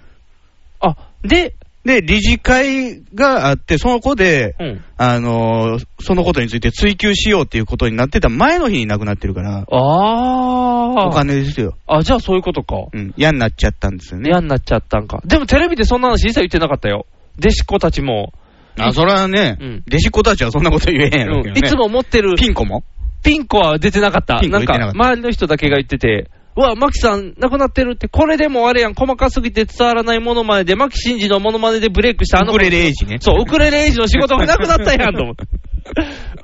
S3: あ、で、
S2: で、理事会があって、その子で、
S3: うん。
S2: あのーそのことについて追及しようっていうことになってた前の日に亡くなってるから、
S3: あー。
S2: お金ですよ。
S3: あ、じゃあそういうことか。
S2: うん。嫌になっちゃったんですよね。
S3: 嫌になっちゃったんか。でもテレビでそんな話一切言ってなかったよ。弟子っ子たちも、
S2: あ、それはね、
S3: うん
S2: 弟子っ子たちはそんなこと言えへんやろうけ
S3: う
S2: ど
S3: ん
S2: ね。
S3: いつも持ってる
S2: ピンコも
S3: ピンコは出てなかった。
S2: ピンコ
S3: な
S2: は
S3: ん
S2: 出て
S3: か
S2: なかった
S3: 周りの人だけが言ってて、うわ、マキさん亡くなってるって、これでもあれやん、細かすぎて伝わらないモノマネで、マキシンジのモノマネでブレイクしたあの
S2: ウクレレエイジね
S3: そう、ウクレレエイジの仕事がなくなったやん
S2: *laughs*
S3: と思って。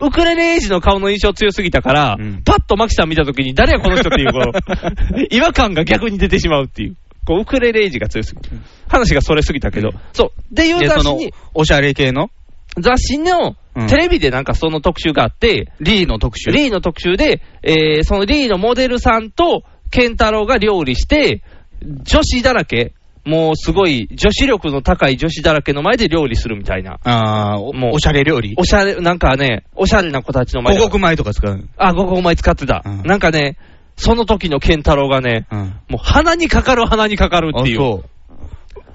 S3: ウクレレエイジの顔の印象強すぎたから、
S2: うん
S3: パッとマキさん見たときに、誰やこの人っていう、この、 *laughs* 違和感が逆に出てしまうっていう。こう、ウクレレエイジが強すぎて。話がそれすぎたけど。そう。で、いう
S2: で、そ
S3: 雑誌
S2: の
S3: に、、
S2: おしゃれ系の
S3: 雑誌の
S2: うん、
S3: テレビでなんかその特集があって、
S2: リーの特集。
S3: リーの特集で、えーそのリーのモデルさんと健太郎が料理して、女子だらけ、もうすごい女子力の高い女子だらけの前で料理するみたいな、
S2: あーお
S3: もう
S2: おしゃれ料理。
S3: おしゃれ、なんかね、おしゃれな子たちの前
S2: 五
S3: で、
S2: 穀米とか使う。
S3: あ、五穀米使ってた、
S2: うん
S3: なんかね、その時の健太郎がね、
S2: うん。
S3: もう鼻にかかる、鼻にかかるっていう。
S2: そう。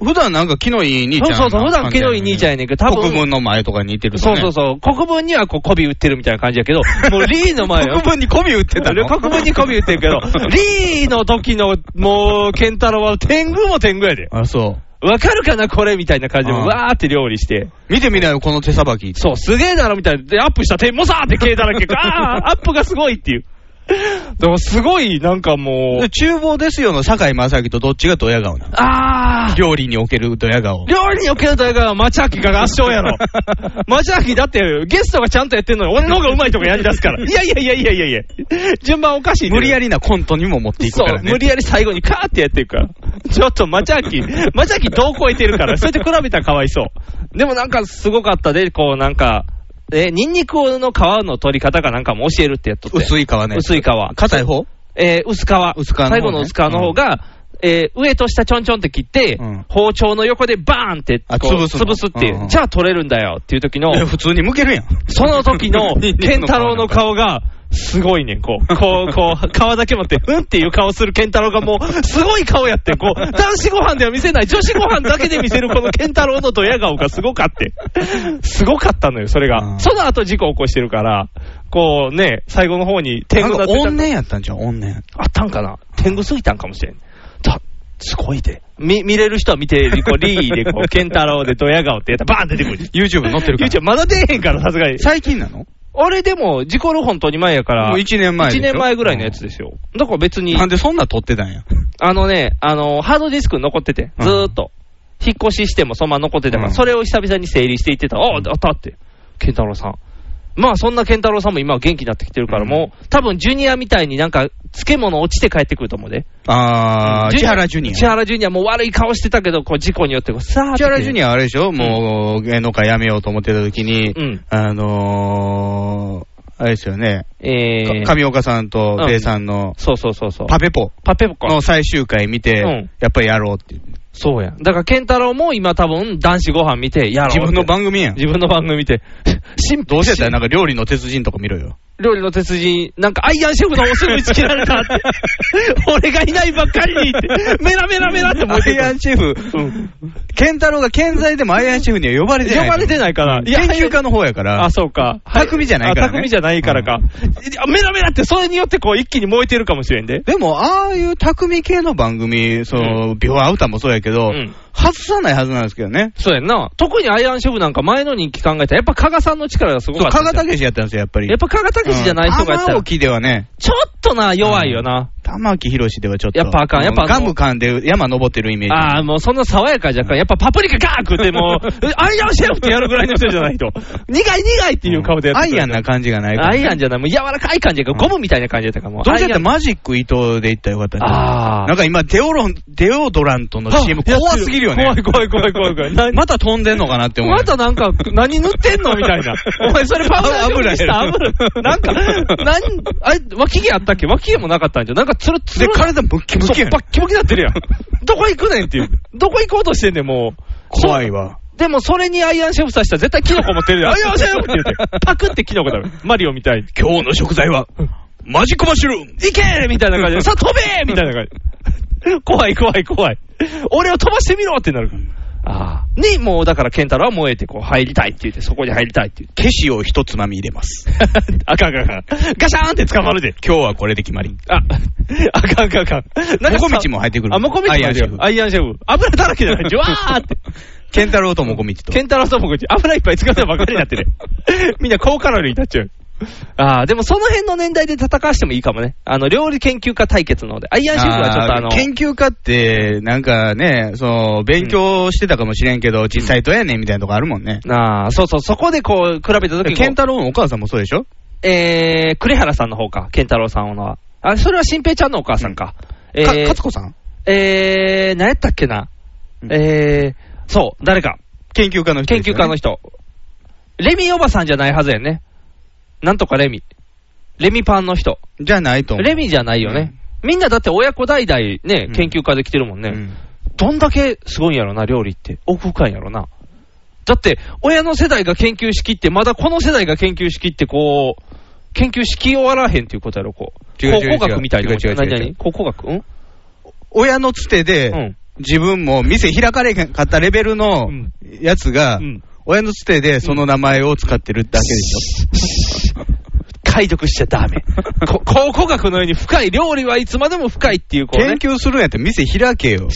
S2: 普段なんか気のいい兄ちゃん
S3: そ
S2: な
S3: うそ
S2: 感じ
S3: うそう
S2: やね。
S3: 普段気のいい兄ちゃんやねんけど多分
S2: 国分の前とかにいてると
S3: そう
S2: ね。
S3: そうそう、国分にはこう、媚び売ってるみたいな感じ
S2: *laughs*
S3: やけど、もうリーの前は
S2: 国分に媚び売ってたの
S3: 国分に媚び売っ
S2: *laughs*
S3: てるけど、リーの時のもう、健太郎は天狗も天狗やで。
S2: あ、そう。
S3: わかるかな、これみたいな感じで、
S2: うん
S3: わーって料理して、
S2: 見てみなよ、この手さばき。
S3: そう、すげえだろみたいな、で、アップした手もさーって消えたら
S2: *laughs*
S3: 結構、あー、アップがすごいっていう。でも、すごい、なんかもう
S2: で、厨房ですよの堺正明とどっちがドヤ顔なの
S3: あー、
S2: 料理におけるドヤ顔。
S3: 料理における大会は町秋が圧勝や *laughs* ろ。町秋だって、ゲストがちゃんとやってんのに、俺の方が上手いとこやり出すから。いやいやいやいやいやいや、順番おかしいで。
S2: 無理やりなコントにも持っていくから
S3: そう、
S2: ね。
S3: 無理やり最後にカーってやってるから。ちょっとマチャキ、マチャキどう超えてるから、それと比べたらかわいそう。でもなんかすごかったで、こうなんか、え、ニンニクの皮の取り方かなんかも教えるってやっとって。
S2: 薄い皮ね。
S3: 薄い皮。
S2: 硬い方
S3: えー薄皮。
S2: 薄皮の方ね
S3: 最後の薄皮の方が、えー上と下ちょんちょんって切って、
S2: うん
S3: 包丁の横でバーンって
S2: あ
S3: こう
S2: 潰すの
S3: 潰すっていう、
S2: うんうん
S3: じゃあ取れるんだよっていう時の
S2: い、や普通に剥けるやん。
S3: その時の
S2: 人間
S3: 健
S2: の
S3: 太
S2: 顔
S3: 郎の顔が、すごいねん、こ
S2: *laughs*
S3: う、こう、こう、顔だけ持って、うんっていう顔する健太郎がもう、すごい顔やってん、こう、男子ご飯では見せない、女子ご飯だけで見せるこの健太郎のドヤ顔がすごかって、すごかったのよ、それ
S2: う
S3: が。
S2: ん
S3: その後事故起こしてるから、こうね、最後の方に天
S2: なん
S3: 狗
S2: か
S3: だってた
S2: 怨念やったんじゃん、怨念。
S3: あったんかな天狗すぎたんかもしれん。だすごいで。見、見れる人は見て、こう、リーで、こう、健太郎で、ドヤ顔ってやったら、バーン出てくる。
S2: YouTube 載ってるから
S3: YouTube まだ出えへんから、さすがに。
S2: 最近なの
S3: 俺でも、事故る本当に前やから、
S2: もう1年前でしょ
S3: 1年前ぐらいのやつですよ。だから別に
S2: な、んでそんな撮ってたんや。
S3: あのね、あの、ハードディスク残ってて、ずーっと。引っ越ししてもそのまま残ってたから、
S2: うん
S3: それを久々に整理していってた。ああ、あったって。健太郎さん。まあそんな健太郎さんも今は元気になってきてるから、
S2: うん
S3: もう、多分ジュニアみたいになんか、漬物落ちて帰ってくると思うね。
S2: あー、千原ジュニア。
S3: 千原ジュニアもう悪い顔してたけど、こう事故によってこう、さあ
S2: 千原ジュニ
S3: ア。
S2: アあれでしょもう芸能界やめようと思ってた時に、
S3: うん
S2: あのー、あれですよね、
S3: えー、
S2: か上岡さんと
S3: うん
S2: ベイさんの
S3: そうそうそうそう。
S2: パペポ
S3: パペポか。
S2: の最終回見て、
S3: うん
S2: やっぱりやろうって言って
S3: そうやん。だから健太郎も今多分男子ご飯見て、やろうって
S2: 自分の番組やん。
S3: 自分の番組見 *laughs* て、新
S2: どうしてたらなん
S3: か
S2: か料理の鉄人とか見ろよ。
S3: 料理の鉄人、なんかアイアンシェフのお尻につけられた *laughs* って、俺がいないばっかりにって、メラメラメラって思っ
S2: ア
S3: て
S2: イ
S3: た
S2: アンシェフ、
S3: うん
S2: 健太郎が健在でもアイアンシェフには呼ばれてない。
S3: 呼ばれてないから
S2: うん
S3: いや
S2: 研究家の方やから。
S3: あ、そうか。
S2: 匠じゃないからね
S3: あ匠じゃないからか。いやメラメラって、それによってこう一気に燃えてるかもしれんで。
S2: でも、ああいう匠系の番組、その、ビフォーアウターもそうやけど、
S3: うん
S2: 外さないはずなんですけどね。
S3: そうやんな。特にアイアンシェフなんか前の人気考えたら、やっぱ加賀さんの力がすご
S2: そ
S3: か
S2: う、
S3: っ
S2: 加
S3: たんじ
S2: 賀
S3: ゃん。
S2: 武史やったんですよ、やっぱり。
S3: やっぱ加賀武士じゃない人がやった
S2: うん天、
S3: ら
S2: 沖ではね、
S3: ちょっとな、弱いよな。
S2: 玉木宏ではちょっと。
S3: やっぱあかんやっぱあの
S2: ガム噛んで山登ってるイメージ。
S3: ああ、もうそんな爽やかじゃかん。やっぱパプリカガー食ってもう、 *laughs* アイアンシェルフってやるぐらいの人じゃないと。苦い苦いっていう顔でやって
S2: ア
S3: くる
S2: イアンな感じがないから
S3: アイアンじゃない。もう柔らかい感じやから、ゴムみたいな感じやったから、もう。
S2: どうせやったら
S3: アイ
S2: マジック伊藤で行ったらよかったんじゃない
S3: あー
S2: なんか今、デオロン、デオドラントの CM
S3: あやってる
S2: 怖すぎるよね。
S3: 怖い怖い怖い怖い怖い何
S2: また飛んでんのかなって
S3: アン
S2: 思う。
S3: またなんか、何塗ってんのみた *laughs* いな。お前、それパウダー状にした油
S2: 油。
S3: なんか、なん、あれ、脇毛あったっけ脇毛もなかったんじゃん。なんかつるつ
S2: で、
S3: る。
S2: 体ムッキムキ
S3: そう
S2: やね
S3: バッキバキなってるやん。どこ行くねんっていう。どこ行こうとしてんねん、もう。
S2: 怖いわ。
S3: でもそれにアイアンシェフさしたら絶対キノコ持ってるやん。アイアンシェフって言って、パクってキノコだよ。マリオみたいに。
S2: 今日の食材は、マジックマッシュルーム
S3: いけーみたいな感 *laughs* じで、さあ飛べーみたいな感じ。怖い怖い怖い。俺を飛ばしてみろってなるから。ああ。に、もうだからケンタロウは燃えてこう入りたいって言って、そこに入りたいって言って。
S2: ケシを一つまみ入れます。
S3: あかんあかんあかん。ガシャーンって捕まるで。
S2: 今日はこれで決まり。
S3: あ、あかんあかんあかん。なん
S2: モ
S3: かさ
S2: コミチも入ってくる
S3: あ、モコミチも入ってくる。ア
S2: ア
S3: イアンシェフ。油だらけじゃない。ジュワー
S2: *laughs*
S3: って。
S2: ケンタロウとモコミチと。
S3: ケンタロウともこっち、油いっぱい使ったばっかりになっ
S2: *laughs*
S3: てね。みんな高カロリーになっちゃう。ああ、でもその辺の年代で戦わしてもいいかもね。あの、料理研究家対決なので。アイアンシェフはちょっとあの、
S2: ー研究家って、なんかね、その、勉強してたかもしれんけど、実際どうやねんみたいなとこあるもんね。
S3: ああ、そうそう、そこでこう、比べたとき
S2: ケンタロウのお母さんもそうでしょ
S3: えー、栗原さんの方か、ケンタロウさんのは。あ、それは新平ちゃんのお母さんか。え
S2: か、
S3: ー、
S2: かつこさん
S3: えー、何やったっけな。
S2: うん
S3: えー、そう、誰か。
S2: 研究家の人
S3: 研
S2: ですよね、
S3: 究家の人。レミおばさんじゃないはずやね。なんとかレミ。レミパンの人。
S2: じゃないと思う。
S3: レミじゃないよね。みんなだって親子代々ね
S2: うん、
S3: 研究家で来てるもんね。
S2: うん
S3: どんだけすごいんやろな、料理って。奥深いんやろな。だって、親の世代が研究しきって、まだこの世代が研究しきって、こう、研究しき終わらへんっていうことやろ、こう。
S2: 違う違う違う
S3: 考古学みたいなも
S2: 違
S3: ん。
S2: う違う違う
S3: 何々考古学うん
S2: 親のつてで、
S3: うん。
S2: 自分も店開かれへんかったレベルの
S3: うん
S2: やつが、
S3: うん
S2: 親のつてでその名前を使ってるだけでしょ。
S3: 解読しちゃダ *laughs* メ。こ考古学のように深い、料理はいつまでも深いっていう、こうね。
S2: 研究するんやったら店開けよ。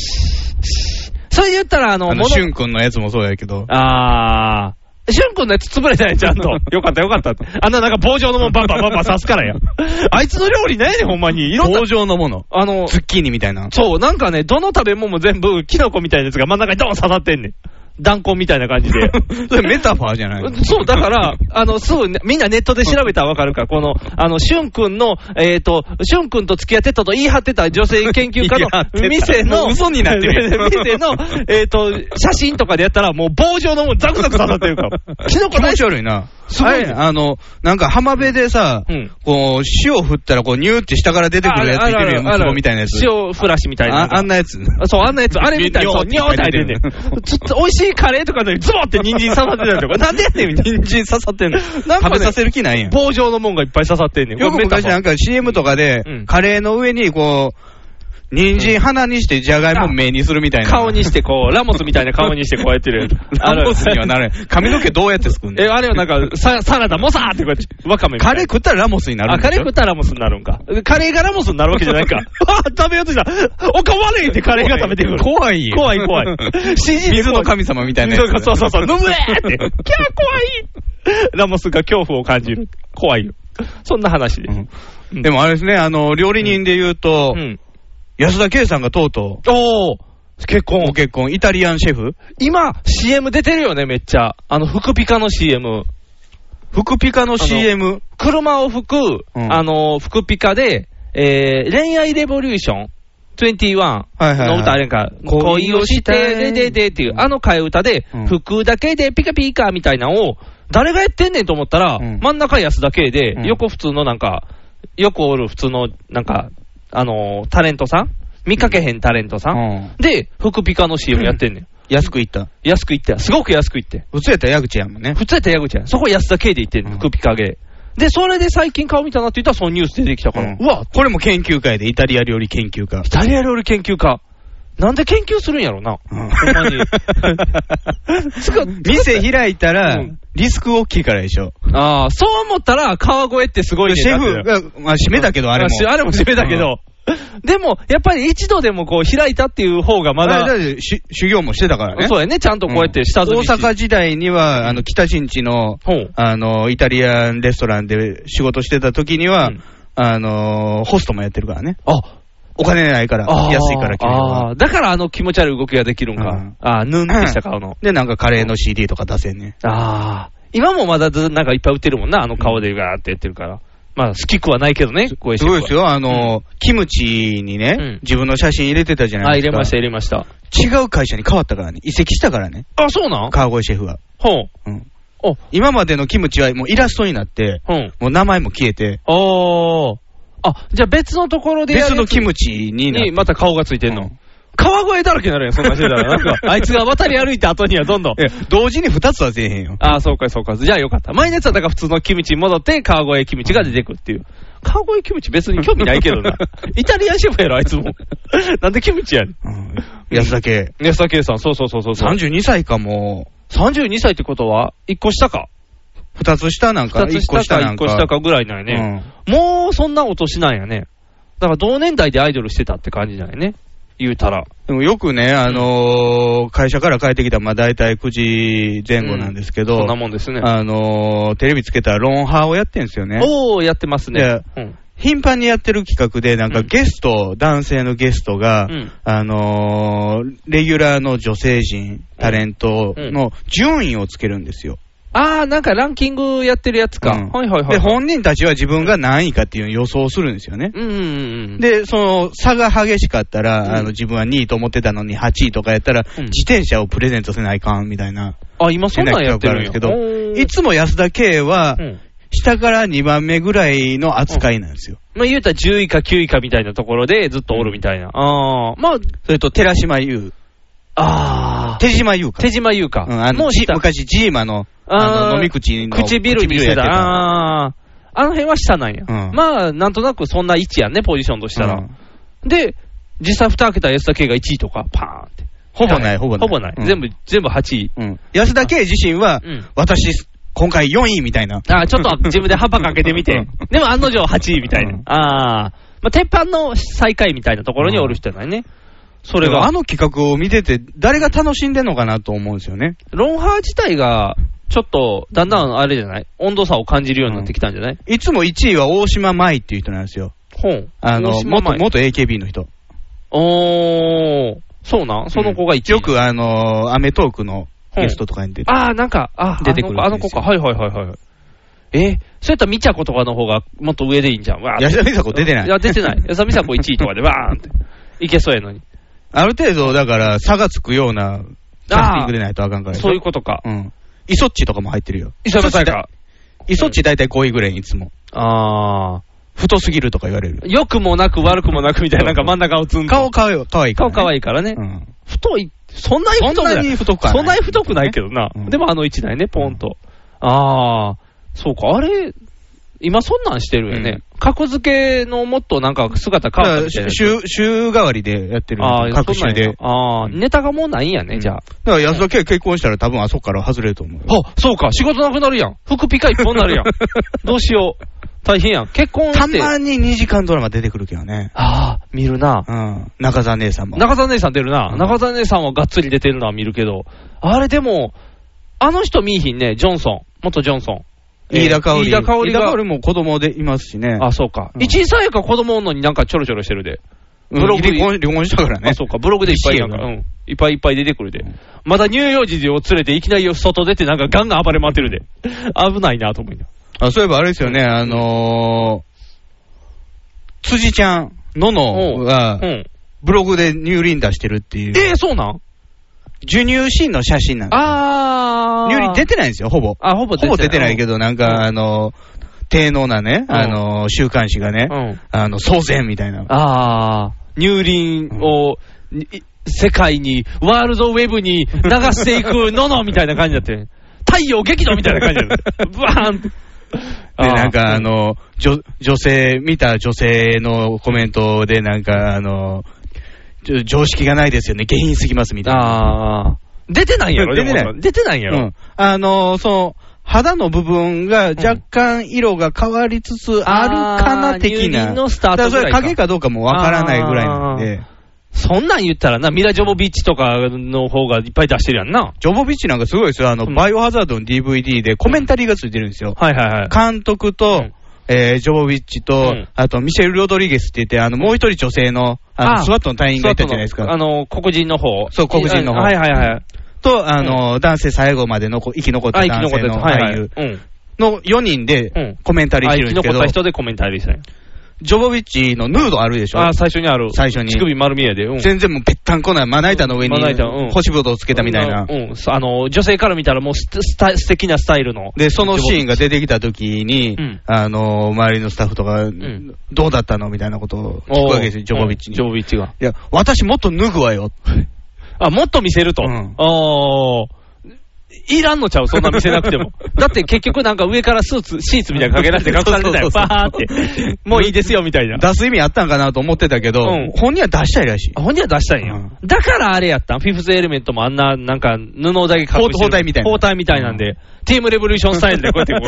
S3: それで言ったら、あ
S2: あ
S3: の、
S2: の、
S3: もの
S2: しゅんくんのやつもそうやけど。
S3: あー。シュン君のやつ潰れたやん、ちゃんと。 *laughs* よかった、よかった。あんななんか棒状のもんバンバンバンバン刺すからや。 *laughs* あいつの料理ねやねん、ほんまに。いろんな
S2: 棒。状のもの。
S3: あの、
S2: ズッキーニみたいな。
S3: そう、なんかね、どの食べ物も全部、キノコみたいなやつが真ん中にドーン刺さってんねん。 *laughs* 弾痕みたいな感じ *laughs* で。
S2: それメタファーじゃないの
S3: そう、だから、あの、すぐね、みんなネットで調べたらわかるから、この、あの、しゅんくんの、えっ、と、しゅんくんと付き合ってたと言い張ってた女性研究家
S2: 言い張って
S3: の
S2: た
S3: 店の、
S2: もう嘘になってるやん
S3: *laughs* 店の、えっ、と、写真とかでやったら、もう棒状のもんザクザク刺さって
S2: *laughs*
S3: るから。キノコ
S2: 気持
S3: 大好
S2: ち
S3: き
S2: 悪いな。
S3: すごいね
S2: あれあの、なんか浜辺でさ、
S3: うん
S2: こう、塩振ったらこう、ニューって下から出てくるやついてるやん、
S3: ああああああ
S2: ウツボみたいなやつ。
S3: 塩フラシみたいな。
S2: ああんなやつ。
S3: そう、あんなやつ、あれみたいに、
S2: 尿
S3: そう、にょーって入ってんねん。ちょっと美味しいカレーとかのにズボンって人参刺さってたりとか、なんでやねんみたいな。人参刺さってんの。なん
S2: 食
S3: か、ね、
S2: べさせる気ないやん。
S3: 棒状のもんがいっぱい刺さってんねん。
S2: よく昔なん
S3: か、
S2: か CM とかで、
S3: うん
S2: カレーの上にこう、人参鼻にして、じゃがいも目にするみたいな。
S3: 顔にしてこう、ラモスみたいな顔にしてこうやってる。 *laughs*
S2: ラモスにはなれん。髪の毛どうやってすくん
S3: あれ
S2: ね
S3: え、あれはなんか、ササラダもさーってこうやって、わかめみた
S2: カ
S3: いな
S2: レー食ったらラモスになる
S3: あ、
S2: んで
S3: カレ
S2: し
S3: ー
S2: ょ
S3: 食ったらラモスになるんか。カレーがラモスになるわけじゃ *laughs* ないか。あ食べようとした。おかわれってカレーが食べてくる。
S2: 怖いよ
S3: 怖い怖
S2: *laughs*
S3: い。CG で
S2: 水
S3: 怖
S2: の
S3: い
S2: 神様みたいなやつ。
S3: そうそうそう、飲むれーって。キャー怖い *laughs* ラモスが恐怖を感じる。怖いよ。そんな話で。
S2: うんでもあれですね、あの、料理人で言うと、
S3: うん。
S2: 安田圭さんがとうと
S3: おー結
S2: う、
S3: 婚
S2: ご。結婚、イタリアンシェフ
S3: 今、CM 出てるよね、めっちゃ。あの、福ピカの CM。
S2: 福ピカの CM。
S3: 車を吹く、
S2: ん
S3: あの、福ピカで、えー、恋愛レボリューション21
S2: いはいはい
S3: の歌あれんか、恋をして、でででっていう、あの替え歌で
S2: うん、
S3: 服だけでピカピカみたいなのを、誰がやってんねんと思ったら、
S2: うん
S3: 真ん中安だけで、
S2: うん
S3: 横普通のなんか、横おる普通のなんか、あのータレントさん見かけへんタレントさん、
S2: うん
S3: で、福ピカの CM やってんねん。
S2: 安く行った。
S3: 安くいって、すごく安くいって。
S2: 普通やったら矢口やもんね。
S3: 普通やったら矢口やん。そこ安田圭で行ってん
S2: う
S3: の、
S2: ん
S3: クピカゲ。で、それで最近顔見たなって言ったら、そのニュース出てきたから。
S2: うん
S3: うわ、
S2: これも研究会で、イタリア料理研究家
S3: イ。タリア料理研究家。なんで研究するんやろな。
S2: *laughs* うん
S3: ほんまに。
S2: *laughs*
S3: つか
S2: 店開いた
S3: う
S2: ら
S3: ん、
S2: リスク大きいからでしょ。
S3: ああ、そう思ったら、川越ってすごいね
S2: シェ
S3: だって
S2: フが、まあ、締めたけど、あれも。
S3: しあれも締めたけど。でも、やっぱり一度でもこう開いたっていう方がま
S2: あれだ
S3: だ、
S2: ってし修行もしてたからね。
S3: そうやね、ちゃんとこうやって下積みし
S2: 大阪時代には、あの、北新地の、
S3: ほう
S2: あの、イタリアンレストランで仕事してた時には、
S3: うん
S2: あのーホストもやってるからね。
S3: あ、
S2: お金ないから、
S3: あー
S2: 安いから給料が
S3: あーだからあの気持ち悪い動きができるんか。
S2: うん
S3: ああ、ぬんってした顔の。
S2: で、なんかカレーの CD とか出せんね。
S3: ああ。今もまだずなんかいっぱい売ってるもんな、あの顔でガーってやってるから。まあ、好きくはないけどね、こういう
S2: す
S3: 人
S2: ご
S3: はい
S2: ですよ。あのーキムチにね、
S3: うん
S2: 自分の写真入れてたじゃ
S3: あ、
S2: ないで
S3: 入
S2: す
S3: れ
S2: か。
S3: ました、入れました。
S2: 違う会社に変わったからね。移籍したからね。
S3: あ、そうなん
S2: 川越シェフは。
S3: ほう。
S2: うん
S3: お、
S2: 今までのキムチはもうイラストになって、
S3: ほう。
S2: もう名前も消えて、
S3: おー。あ、じゃあ別のところでやる
S2: 別のキムチになっ
S3: に
S2: て
S3: また顔がついてんの。
S2: うん
S3: 川越だらけになるやん、そんなしてたら。なん
S2: *laughs*
S3: か、あいつが渡り歩いた後にはどんどん。
S2: いや同時に2つはせえへんよ。
S3: ああ、そうか、そうか。じゃあよかった。前のやつはだから普通のキムチに戻って、川越キムチが出てくるっていう。川越キムチ別に興味ないけど
S2: *laughs*
S3: な。イタリアンシェフやろ、あいつも。なんでキムチやね
S2: う
S3: ん。
S2: ん安田圭。
S3: 安田圭さん、そうそうそうそうそう。
S2: 32歳かも
S3: 32歳ってことは、1個下か。
S2: う、2つ下なんか、
S3: 2
S2: 1
S3: つ
S2: 個
S3: 下
S2: 下
S3: か
S2: な
S3: 1
S2: ん
S3: 個
S2: か。
S3: 下かぐらいなんやね。もうそんなお年なんやね。だから同年代でアイドルしてたって感じなんやね。言うた
S2: う
S3: ら。
S2: んでもよくね、あのー会社から帰ってきたら、まあ大体9時前後なんですけど、
S3: そんなもんですね。
S2: あのーテレビつけたらロンハーをやってんですよね。
S3: おー、やってますね。うん
S2: 頻繁にやってる企画で、なんか
S3: うん
S2: ゲスト、男性のゲストが、
S3: うん
S2: あのーレギュラーの女性陣、タレントの順位をつけるんですよ。
S3: あー、なんかランキングやってるやつか。
S2: うん
S3: はいはいはい。
S2: で、本人たちは自分が何位かっていうのを予想するんですよね。
S3: うんうんうんうん。
S2: で、その差が激しかったら、
S3: ん
S2: あの自分は2位と思ってたのに8位とかやったら、
S3: うん
S2: 自転車をプレゼントせないかんみたいな、
S3: あ、今そんなんやってるん
S2: 変な
S3: や
S2: 企画があるんですけど、い
S3: いつ、
S2: つも安田圭は
S3: う、ん
S2: 下から2番目ぐらいの扱いなんですよ。
S3: まあ、言うたら10位か9位かみたいなところでずっとおるみたいな。ああ、まあ、
S2: それと寺島優、
S3: あ
S2: 手島優か。
S3: 手島優か。
S2: うん、あの
S3: もう
S2: じ
S3: 下
S2: 昔、ジーマの
S3: あ
S2: あ
S3: ー
S2: の飲み口の
S3: 唇にし
S2: や
S3: て
S2: って
S3: た。
S2: た。
S3: ああ。あの辺は下なんや。
S2: うん
S3: まあ、なんとなくそんな位置やんね、ポジションとしたら。
S2: うん
S3: で、実際2桁安田圭が1位とか、パーンって。
S2: ほぼないほぼない
S3: ほぼない。
S2: うん
S3: 全部、全部8位。
S2: うん安田圭自身は、
S3: うん
S2: 私、今回4位みたいな。
S3: ああ、ちょっと自分で幅かけてみ
S2: う
S3: て
S2: ん。
S3: でも案の定8位みたいな。
S2: うん
S3: ああ。まあ、鉄板の最下位みたいなところにおる人やないね。そ
S2: そ
S3: れ
S2: れ
S3: が
S2: が、あ。の企画を見てて、誰が楽しんでんのかなと思うんですよね。
S3: ロンハー自体が、ちょっと、だんだんあれじゃない温度差を感じるようになってきたんじゃない
S2: いつも1位は大島舞っていう人なんですよ。
S3: 本。
S2: あの、元、
S3: もっ
S2: 元 AKB の人。
S3: おー、そうなんその子が一応
S2: よく、あの、アメトークのゲストとかに出て。
S3: ああ、なんか、ああ、
S2: 出てくる
S3: あの
S2: ん
S3: 子
S2: です
S3: か。
S2: よ
S3: はいはいはいはい。え、そうやったらみちゃことかの方がもっと上でいいんじゃん。わー
S2: 安田美佐子出てない
S3: いや、出てない。安田美佐子1位とかでわーんって。いけそうやのに。
S2: *laughs* ある程度、だから、差がつくような、キャスティングでないとあかんから。
S3: そういう
S2: こ
S3: ことか。
S2: と。うん。イソッチとかも入ってるよ。
S3: 磯山大会。
S2: イソッチ大体5位ぐらいにいつも。
S3: ああ。
S2: 太すぎるとか言われる。
S3: 良くもなく悪くもなくみたいな、なんか真ん中をつん
S2: 顔かわいい
S3: 顔可
S2: い
S3: 愛いからね
S2: う。ん。
S3: 太い、そんなに太
S2: そん
S3: くない。
S2: なに太くは
S3: そんなに太くないけどな。
S2: うん
S3: でもあの位置だよね、ポンと。ああ、そうか、あれ、今そんなんしてるよね。格付けのもっとなんか姿変わったみたい
S2: だから
S3: な。
S2: 週、週替わりでやってる
S3: ああ、
S2: 各
S3: そんな
S2: 週
S3: んや
S2: で。
S3: ああ、ネタがもうないんやね、じゃあ。
S2: だから安田圭結婚したら多分あそこから外れると思うよ。
S3: あ、そうか、仕事なくなるやん。服ピカ一本になるやん。 *laughs* どうしよう。大変やん。結婚
S2: た
S3: して。あ
S2: まに2時間ドラマ出てくるけどね。
S3: あ、見るな。
S2: うん。中澤姉さんも。
S3: 中澤姉さん出るな。
S2: うん
S3: 中澤姉さんはがっつり出てるのは見るけど。あれでも、あの人見いひんね、ジョンソン。元ジョンソン。
S2: 飯田香織。
S3: えー飯田香織が
S2: 飯田も子供でいますしね。
S3: あ、そうか。
S2: うん
S3: 一、歳か子供おんのになんかちょろちょろしてるで。
S2: うん、
S3: ブログ
S2: 離婚、離婚したからね
S3: あ、。そうか。ブログでいっぱいなんか、
S2: う
S3: うん。いっぱいいっぱい出てくるで。まだ乳幼児を連れていきなり外出てなんかガンガン暴れ回ってるで。 *laughs* 危ないなと思いな。
S2: あ、そういえばあれですよね、あのー、辻ちゃん、ののが
S3: う、ん。
S2: ブログで乳輪出してるっていう。
S3: えー、そうなん
S2: 授乳シーンの写真なんですよ
S3: あー。
S2: 乳輪出てないんですよ、ほぼ。
S3: あ、ほぼ出
S2: ほ
S3: て
S2: ぼ出
S3: ない。
S2: てないけど、なん
S3: うん
S2: か、あの、低能なね、あの、週刊誌がね
S3: う、ん。
S2: あの、騒然みたいな。
S3: あー、乳輪を、に世界に、ワールドウェブに流していくののみたいな感じだって。太陽激怒みたいな感じだ
S2: *laughs*
S3: って。ブワーンって。
S2: で、なん
S3: あ
S2: か、
S3: ー
S2: あの、女、女性、見た女性のコメントで、なんか、あの、じょ常識がないですよね、下品すぎますみたいな。
S3: あー。出てないんやろ
S2: 出てない
S3: でも出てないんや
S2: う
S3: ろ、
S2: ん。あの、その、肌の部分が若干色が変わりつつあるか
S3: あー
S2: な的
S3: 乳
S2: な。
S3: 輪のスタート
S2: だから
S3: ぐらい
S2: そ
S3: か
S2: れ影かどうかもわからないぐらいなんで。
S3: そんなん言ったらな、ミラ・ジョボビッチとかの方がいっぱい出してるやんな。
S2: ジョボビッチなんかすごいですよ。あの、
S3: うん
S2: バイオハザードの DVD でコメンタリーがついてるんですよ。
S3: はいはいはい。
S2: 監督と、
S3: うん
S2: えージョボウィッチと、
S3: うん
S2: あとミシェル・ロドリゲスって言って、あの、もう一人女性の、あの
S3: あ
S2: スワットの隊員がいたじゃないですか。
S3: あの、黒人の方。
S2: そう黒人の方
S3: はいはいはい。
S2: と、あの、男性最後までの生き残った
S3: あ、生き
S2: 男
S3: 残
S2: 性
S3: った人。
S2: の
S3: はいは
S2: 俳
S3: い。
S2: 優
S3: うん。
S2: の4人
S3: うん
S2: でコメンタリー
S3: あ
S2: して
S3: 生
S2: る
S3: き
S2: んですけ
S3: 残
S2: ど
S3: った、人でコメンタリーしたんや
S2: ジョボウィッチのヌードあるでしょ
S3: あ、最初にある。
S2: 最初に
S3: 乳首丸見えで。うん。
S2: 全然もうぺったんこなまな板の上に
S3: まな板うん
S2: 干しぶどうつけたみたいな
S3: う。ん。うんあの、女性から見たらもうススタ素敵なスタイルの。
S2: で、そのシーンが出てきた時に
S3: うん、
S2: あの、周りのスタッフとか
S3: ん、
S2: どうだったのみたいなことを聞く
S3: おー
S2: わけですよ、ジョボビッチに。
S3: うんジョボビッチが。
S2: いや、私もっと脱ぐわよ。
S3: あ、もっと見せると。
S2: うん
S3: あーいらんのちゃう、そんな見せなく
S2: *laughs*
S3: ても。だって結局なんか上からスーツ、シーツみたいなのかけられて隠されてたよ。
S2: そうそう
S3: バーって。もういいですよ、みたいな。
S2: 出す意味あったんかなと思ってたけど
S3: うん、
S2: 本人は出したいらしい。
S3: ほんには出したんや。
S2: うん
S3: だからあれやったんフィフスエレメントもあんな、なんか、布だけ隠してる。
S2: 包帯みたいな
S3: 包帯みたいなんで、ティームレボリューションスタイルでこうやってこ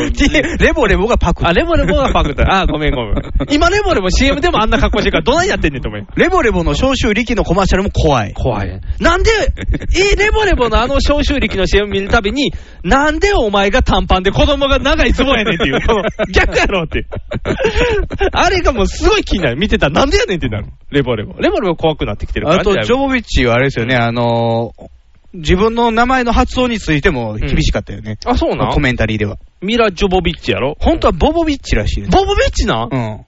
S2: *laughs*
S3: う。
S2: レボレボがパク
S3: あ、。レボレボがパクった。あ、ごめ
S2: *laughs*
S3: んごめん。今レボレボ CM でもあんな格好してるから、どないやってんねんと思うよ
S2: レボレボの消臭力のコマーシャルも怖い。
S3: 怖い。なんで、え、レボレボのあの消臭力の CM 見るたびに、なんでお前が短パンで子供が長いズボンやねんっていう、この逆やろって。あれがもうすごい気になる。見てたらなんでやねんってなる。レボレボ。レボレボ怖くなってきてるから
S2: あ
S3: ね。
S2: と
S3: だい、ぶ
S2: ジョボビッチはあれですよね、あのー、自分の名前の発音についても厳しかったよね。
S3: あ、そうなん
S2: コメンタリーでは。
S3: ミラ・ジョボビッチやろ
S2: 本当はボボビッチらしいです。
S3: ボボビッチなん、
S2: うん。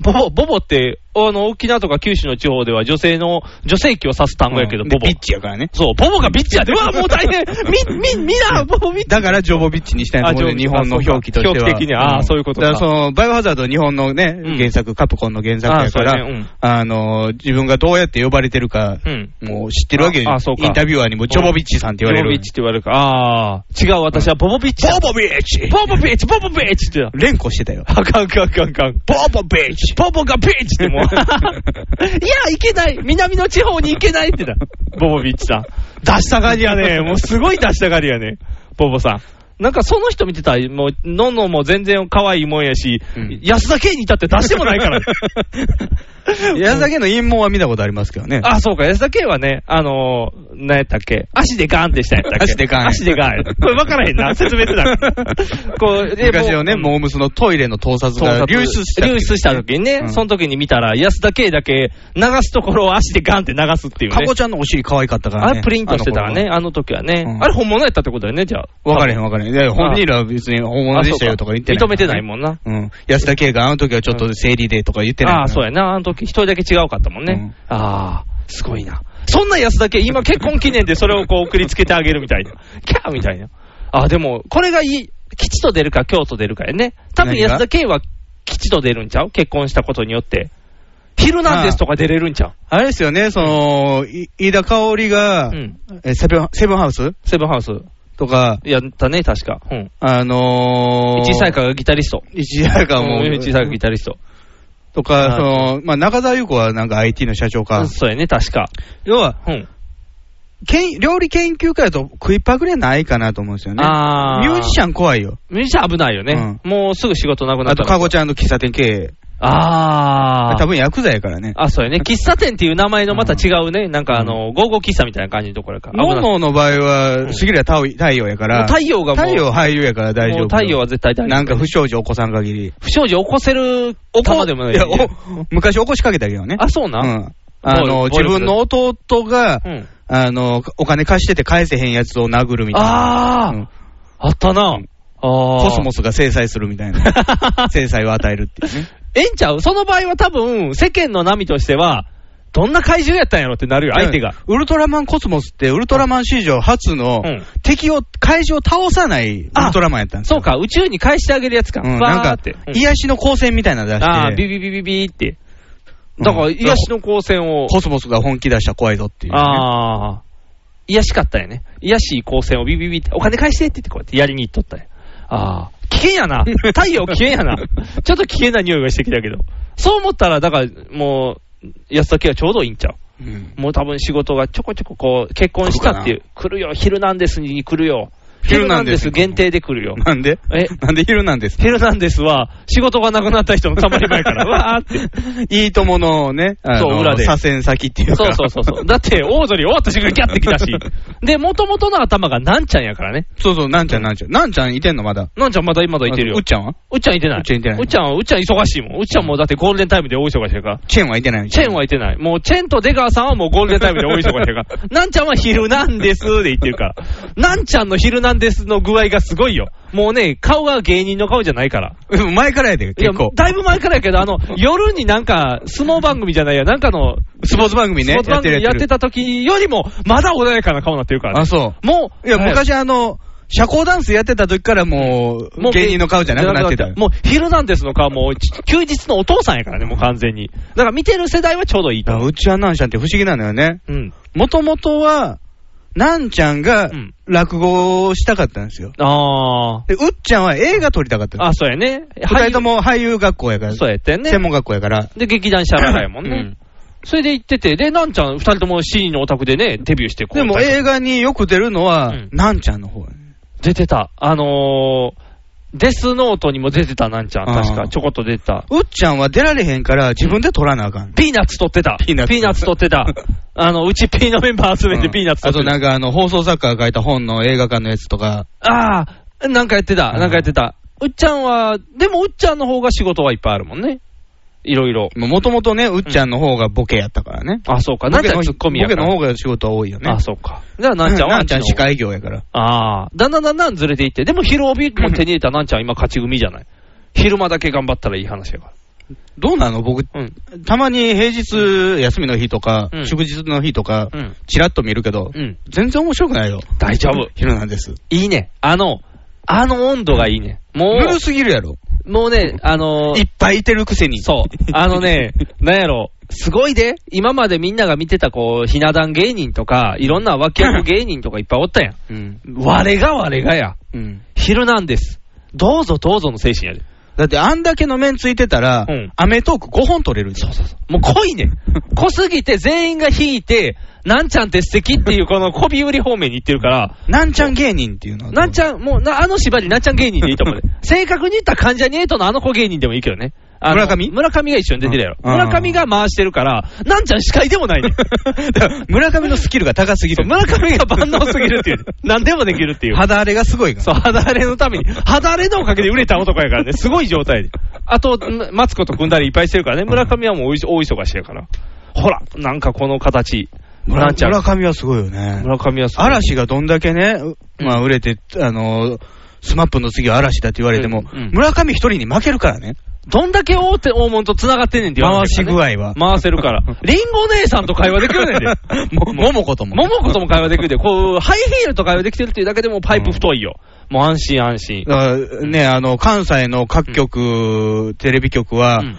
S3: ボボ、ボボって、あの、沖縄とか九州の地方では女性の、女性器を指す単語やけど、
S2: うんで
S3: ボボ
S2: ビッ。チやからね。
S3: そう、ボボがビッチやで。うわ、もう大変。み、み、みな、ボボビッチ。
S2: だからジョボビッチにしたいと思う
S3: あ
S2: ね
S3: ジ
S2: 日
S3: ョボビッ
S2: 本
S3: チ
S2: の表記としては。
S3: 表記的にはあー
S2: ん
S3: そういうことか
S2: だからその、バイオハザード日本のね
S3: うん、
S2: 原作、カプコンの原作やか
S3: あーそうやね
S2: ら、あのー、自分がどうやって呼ばれてるか
S3: う、ん。
S2: もう知ってるわけで
S3: ああそうか
S2: インタビュアーにもジョボビッチさんって言われ
S3: ボボビ
S2: る
S3: ッ。チって言われるから。ああー。違う、私はボボビッチ。
S2: ボビッチ
S3: ボボビッチ、ボボビッチって言う。
S2: 連呼して *laughs* たよ。
S3: あかんあかんあかんあかん。
S2: ボボビッチ
S3: ボボがビーチってもう。いや、行け *laughs* ない南の地方に行けないってだ。ボボビーチさん。出したがりやね。もうすごい出したがりやね。ボボさん。なんかその人見てたら、もう、のんのんも全然可愛いもんやし、
S2: うん
S3: 安田圭に至って出してもない *laughs* から。
S2: 安田家の陰謀は見たことありますけどね。
S3: あ、そうか、安田圭はね、あのー、なんやったっけ足でガーンってしたんやったっけ
S2: 足でガーン
S3: 足でガーン。これ分からへんな、説明ってな。
S2: *laughs*
S3: こう、で
S2: 昔のね、
S3: もう
S2: モームスのトイレの盗撮が流出した。
S3: 流出した時にね、
S2: うん
S3: その時に見たら、安田圭だけ流すところを足でガンって流すっていう
S2: カ
S3: ね
S2: ゴ。ちゃんのお尻可愛かったから
S3: あ
S2: ね。
S3: れプリントしてたらね、あの時はね。
S2: うん
S3: あれ本物やったってことだよね、じゃあ。
S2: わかれへんわかれへん。いや本人らは別に本物でしたよとか言ってない。
S3: 認めてないもんな。
S2: うん。安田圭があの時はちょっと生理でとか言ってない。
S3: ああ、そうやな。あの時一人だけ違うかったもんね。ああ、すごいな。そんな安田圭、今結婚記念でそれをこう送りつけてあげるみたいな。 *laughs* キャーみたいな。ああ、でも、これがいい。吉と出るか京と出るかやね。多分
S2: 何が
S3: 安田圭は吉と出るんちゃう結婚したことによって。ヒルナンデスとか出れるんちゃう
S2: あれですよね、その、い飯田香織が、
S3: うん
S2: えセブン、セブンハウス
S3: セブンハウス。
S2: とか、
S3: やったね、確か。うん。
S2: あのー、
S3: 一歳かがギタリスト。
S2: 一歳かもう、
S3: 一歳かギタリスト。
S2: とか、
S3: あ
S2: その、まあ、中澤優子はなんか IT の社長か。
S3: そうやね、確か。
S2: 要は、
S3: うん。
S2: けん料理研究会だと食いっぱぐれないかなと思うんですよね。
S3: あ
S2: ミュージシ
S3: ャン。
S2: ャン怖いよ。
S3: ミュージシャン危ないよね。もうすぐ仕事なくな
S2: あ
S3: った
S2: と、
S3: から
S2: かごちゃんの喫茶店経営。
S3: ああ。
S2: 多分ヤクザやからね。
S3: あ、そうやね。喫茶店っていう名前のまた違うね。なんかあの、ゴーゴー喫茶みたいな感じのところやから。
S2: モ
S3: も
S2: ノの場合は、杉浦太太陽やか
S3: う
S2: ら、
S3: 太陽がもう。
S2: 太陽俳優やから大丈
S3: も
S2: 夫。
S3: う太陽は絶対大丈夫。
S2: なんか不祥事起こさん限り。
S3: 不祥事起こせる玉でもない。
S2: いや、お昔起こしかけたけどね。
S3: あ、そう
S2: う
S3: な。
S2: ん。あの、
S3: 暴力暴力
S2: 自分の弟が、
S3: うん。
S2: あの、お金貸してて返せへんやつを殴るみたいな。
S3: あ
S2: う
S3: あ
S2: ん。
S3: あったな。ああ。
S2: コス
S3: *laughs*
S2: モスが制裁するみたいな。制裁を与えるっていうね。
S3: ええんちゃうその場合は多分、世間の波としては、どんな怪獣やったんやろってなるよ、相手が。。
S2: ウルトラマンコスモスって、ウルトラマン史上初の
S3: うん
S2: 敵を、怪獣を倒さないウルトラマンやったんです
S3: そ
S2: よ。
S3: うか、宇宙に返してあげるやつか。
S2: うん、
S3: バ
S2: なん
S3: ー
S2: か
S3: って。、
S2: 癒しの光線みたいなの出して、
S3: ああ、ビビビビビって。
S2: うん
S3: だから、癒しの光線を。
S2: コスモスが本気出したら怖いぞっていう、ね。
S3: ああ。癒やしかったよね。癒やしい光線をビビビって、お金返してって言ってこうやってやりに行っとったんや。ああ。危険や
S2: *laughs*
S3: な。太陽危険やな。ちょっと危険な匂いがしてきたけど。そう思ったら、だから、もう、安田家はちょうどいいんちゃう
S2: うん
S3: もう多分仕事がちょこちょここう、結婚したっていう。来るよ、ヒルナンデスに来るよ。
S2: ヒルナンデス
S3: 限定で来
S2: *laughs*
S3: るよ。
S2: なんで
S3: え
S2: なんでヒルナンデス
S3: ヒルナンデスは、仕事がなくなった人のたまり
S2: *laughs*
S3: 前から、わーって。
S2: いいとものね、あ
S3: そう
S2: の
S3: 裏で
S2: 左遷先っていう
S3: そ
S2: か。
S3: うそうそう *laughs* そう。だって、オードリー終わった瞬間キャッて来 *laughs* たし。で、元々の頭がなんちゃんやからね。
S2: そうそう、なんちゃんなんちゃん。なんちゃんいてんのまだ。
S3: なんちゃんまだ今だいてるよ。
S2: うっちゃんは
S3: うっちゃんいてない。
S2: うっちゃんいてないう
S3: っちゃんは、うっちゃん忙しいもん。うっちゃんもうだってゴールデンタイムで大忙しやから。
S2: チェーンはいてない
S3: チェンはいてない。もうチェンと出川さんはもうゴールデンタイムで大忙しや *laughs* から。なんちゃんは昼なんですで言ってるから。なんちゃんの昼なんですの具合がすごいよ。もうね、顔が芸人の顔じゃないから。
S2: うん前からやで、
S3: いや
S2: 結構、。
S3: だいぶ前からやけど、あの、夜になんか、相撲番組じゃないや、なんかの、
S2: スポーツ番組ね。
S3: スポーツ番組やってた時よりも、まだ穏やかな顔になってるから
S2: あ、
S3: ね。
S2: そ
S3: もう、
S2: う。いや、
S3: はい
S2: 昔あの、社交ダンスやってた時からもう、芸人の顔じゃなくなってた。
S3: もう、ヒルナンデスの顔も、ち休日のお父さんやからね、もう完全に。だから見てる世代はちょうどいいと
S2: あ
S3: 思う。
S2: うちはなんちゃんって不思議なのよね。
S3: うん。
S2: もともとは、なんちゃんが
S3: うん
S2: 落語をしたかったんですよ。
S3: あ
S2: で、うっちゃんは映画撮りたかった
S3: ー。あ、そうやね。
S2: 二人とも俳優学校やから、
S3: そうやったよね
S2: 専。門学校やから。
S3: で、劇団シャララやもんね。それで行ってて、で、なんちゃん、二人とも C のお宅でね、デビューしてこう
S2: でも映画によく出るのは、
S3: うん
S2: なんちゃんの方やね
S3: 出てた。あのー、デスノートにも出てた、なんちゃん。確
S2: あ
S3: か、
S2: ー
S3: ちょこっと出てた。
S2: うっちゃんは出られへんから自分で撮らなあかん。
S3: ピーナッツ撮ってた。
S2: ピーナッツ
S3: 撮ってた。あの、うちピーのメンバー集めてピーナッツ撮
S2: あ
S3: って
S2: と
S3: た。
S2: なんかあの、放送作家が書いた本の映画館のやつとか、
S3: ああ、なんかやってた、なんかやってた。うっちゃんは、でもうっちゃんの方が仕事はいっぱいあるもんね。いろいろ。
S2: もともとね、うっちゃんの方がボケやったからね。
S3: あ、そうか。
S2: ボ
S3: なん
S2: ケ
S3: ちゃん
S2: の
S3: ツッコミや
S2: ボ
S3: か
S2: ケ
S3: ら。
S2: の方が仕事は多いよね。
S3: あ、そうか。だからなんちゃんは。
S2: なんちゃん司。会業やから。
S3: ああ。だんだんだんだんずれていって。でも昼帯も手に入れたなんちゃんは今勝ち組じゃない。昼間だけ頑張ったらいい話やか
S2: どうなの僕、
S3: ら。うん。
S2: たまに平日休みの日とか、
S3: うん
S2: 祝日の日とか、
S3: うん。
S2: チラッと見るけど、
S3: うん。
S2: 全然面白くないよ。
S3: 大丈夫。
S2: ヒルナンデス。
S3: いいね。あの、あの温度がいいね。も
S2: ぬる
S3: う、
S2: すぎるやろ。
S3: もうね、あのー
S2: いっぱいいてるくせに。
S3: そう。あ
S2: *laughs*
S3: のね、なんやろ、すごいで、今までみんなが見てた、こう、ひな壇芸人とか、いろんな脇役芸人とかいっぱいおったやん。
S2: うん。
S3: 我が我がや。
S2: うん。
S3: 昼なんです。どうぞどうぞの精神やで。
S2: だってあんだけの面ついてたら、
S3: うん
S2: アメトーク5本取れるそうそうそう。
S3: もう濃いねん。濃すぎて全員が引いて、なんちゃんって素敵っていうこの媚び売り方面に行ってるから、
S2: なんちゃん芸人っていうのはどう
S3: なんちゃん、もうな、あの縛りなんちゃん芸人でいいと思
S2: *laughs*
S3: うで。正確に言ったら関ジャニエトのあの子芸人でもいいけどね。あの
S2: 村上
S3: 村上が一緒に出てるやろ。
S2: うん
S3: 村上が回してるから、なんちゃん司会でもな
S2: *laughs*
S3: いねん。
S2: だから村上のスキルが高すぎ
S3: そう
S2: る。
S3: 村上が万能すぎるっていう、 *laughs* 何でもできるっていう、
S2: 肌荒れがすごいから。
S3: そう肌荒れのために、肌荒れのおかげで売れた男やからね、すごい状態で、あと、んマツコと組んだりいっぱいしてるからね、村上はもう大忙しやから、ほら、なんかこの形、な
S2: 村
S3: んちゃん
S2: 村上はすごいよね。
S3: 村上はすごい
S2: 嵐がどんだけね、うまあ、売れて、あのー、スマップの次は嵐だって言われても、
S3: うんうん
S2: 村上一人に負けるからね。
S3: どんだけ大手大物と繋がってんねんって言わ
S2: 回
S3: れて
S2: し
S3: る
S2: 具
S3: からね
S2: 合は。
S3: 回せる *laughs* から、リンゴ姉さんと会話できる *laughs* ねんで。
S2: も、ももことも。
S3: 桃子とも会話できるで、こう、ハイヒールと会話できてるっていうだけでもうパイプ太いよ。もう安心安心。
S2: だからね、あの、関西の各局、テレビ局は、
S3: うん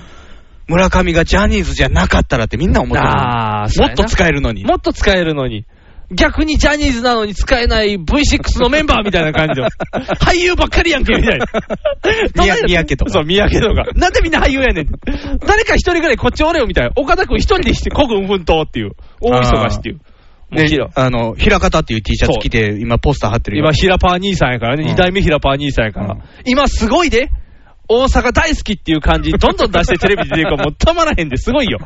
S2: 村上がジャニーズじゃなかったらってみんな思ってる。
S3: あーそうや
S2: もっ
S3: な
S2: と使えるのに。
S3: もっと使えるのに。逆にジャニーズなのに使えない V6 のメンバーみたいな感じ
S2: *laughs*
S3: の。俳優ばっかりやんけ、みたいな。
S2: みや三宅とか
S3: そう、三宅とか。なんでみんな俳優やねんって。誰か一人ぐらいこっちおれよ、みたいな。岡田君一人でして、孤軍奮闘っていう。大忙しっていう。もう
S2: ね
S3: ひら、
S2: あの、平方っていう T シャツ着て、今ポスター貼ってるよ
S3: 今、平パー兄さんやからね。
S2: うん
S3: 二代目平パー兄さんやから。
S2: うん
S3: 今、すごいで。大阪大好きっていう感じ、どんどん出してテレビで出るからもうたまらへんで、すごいよ。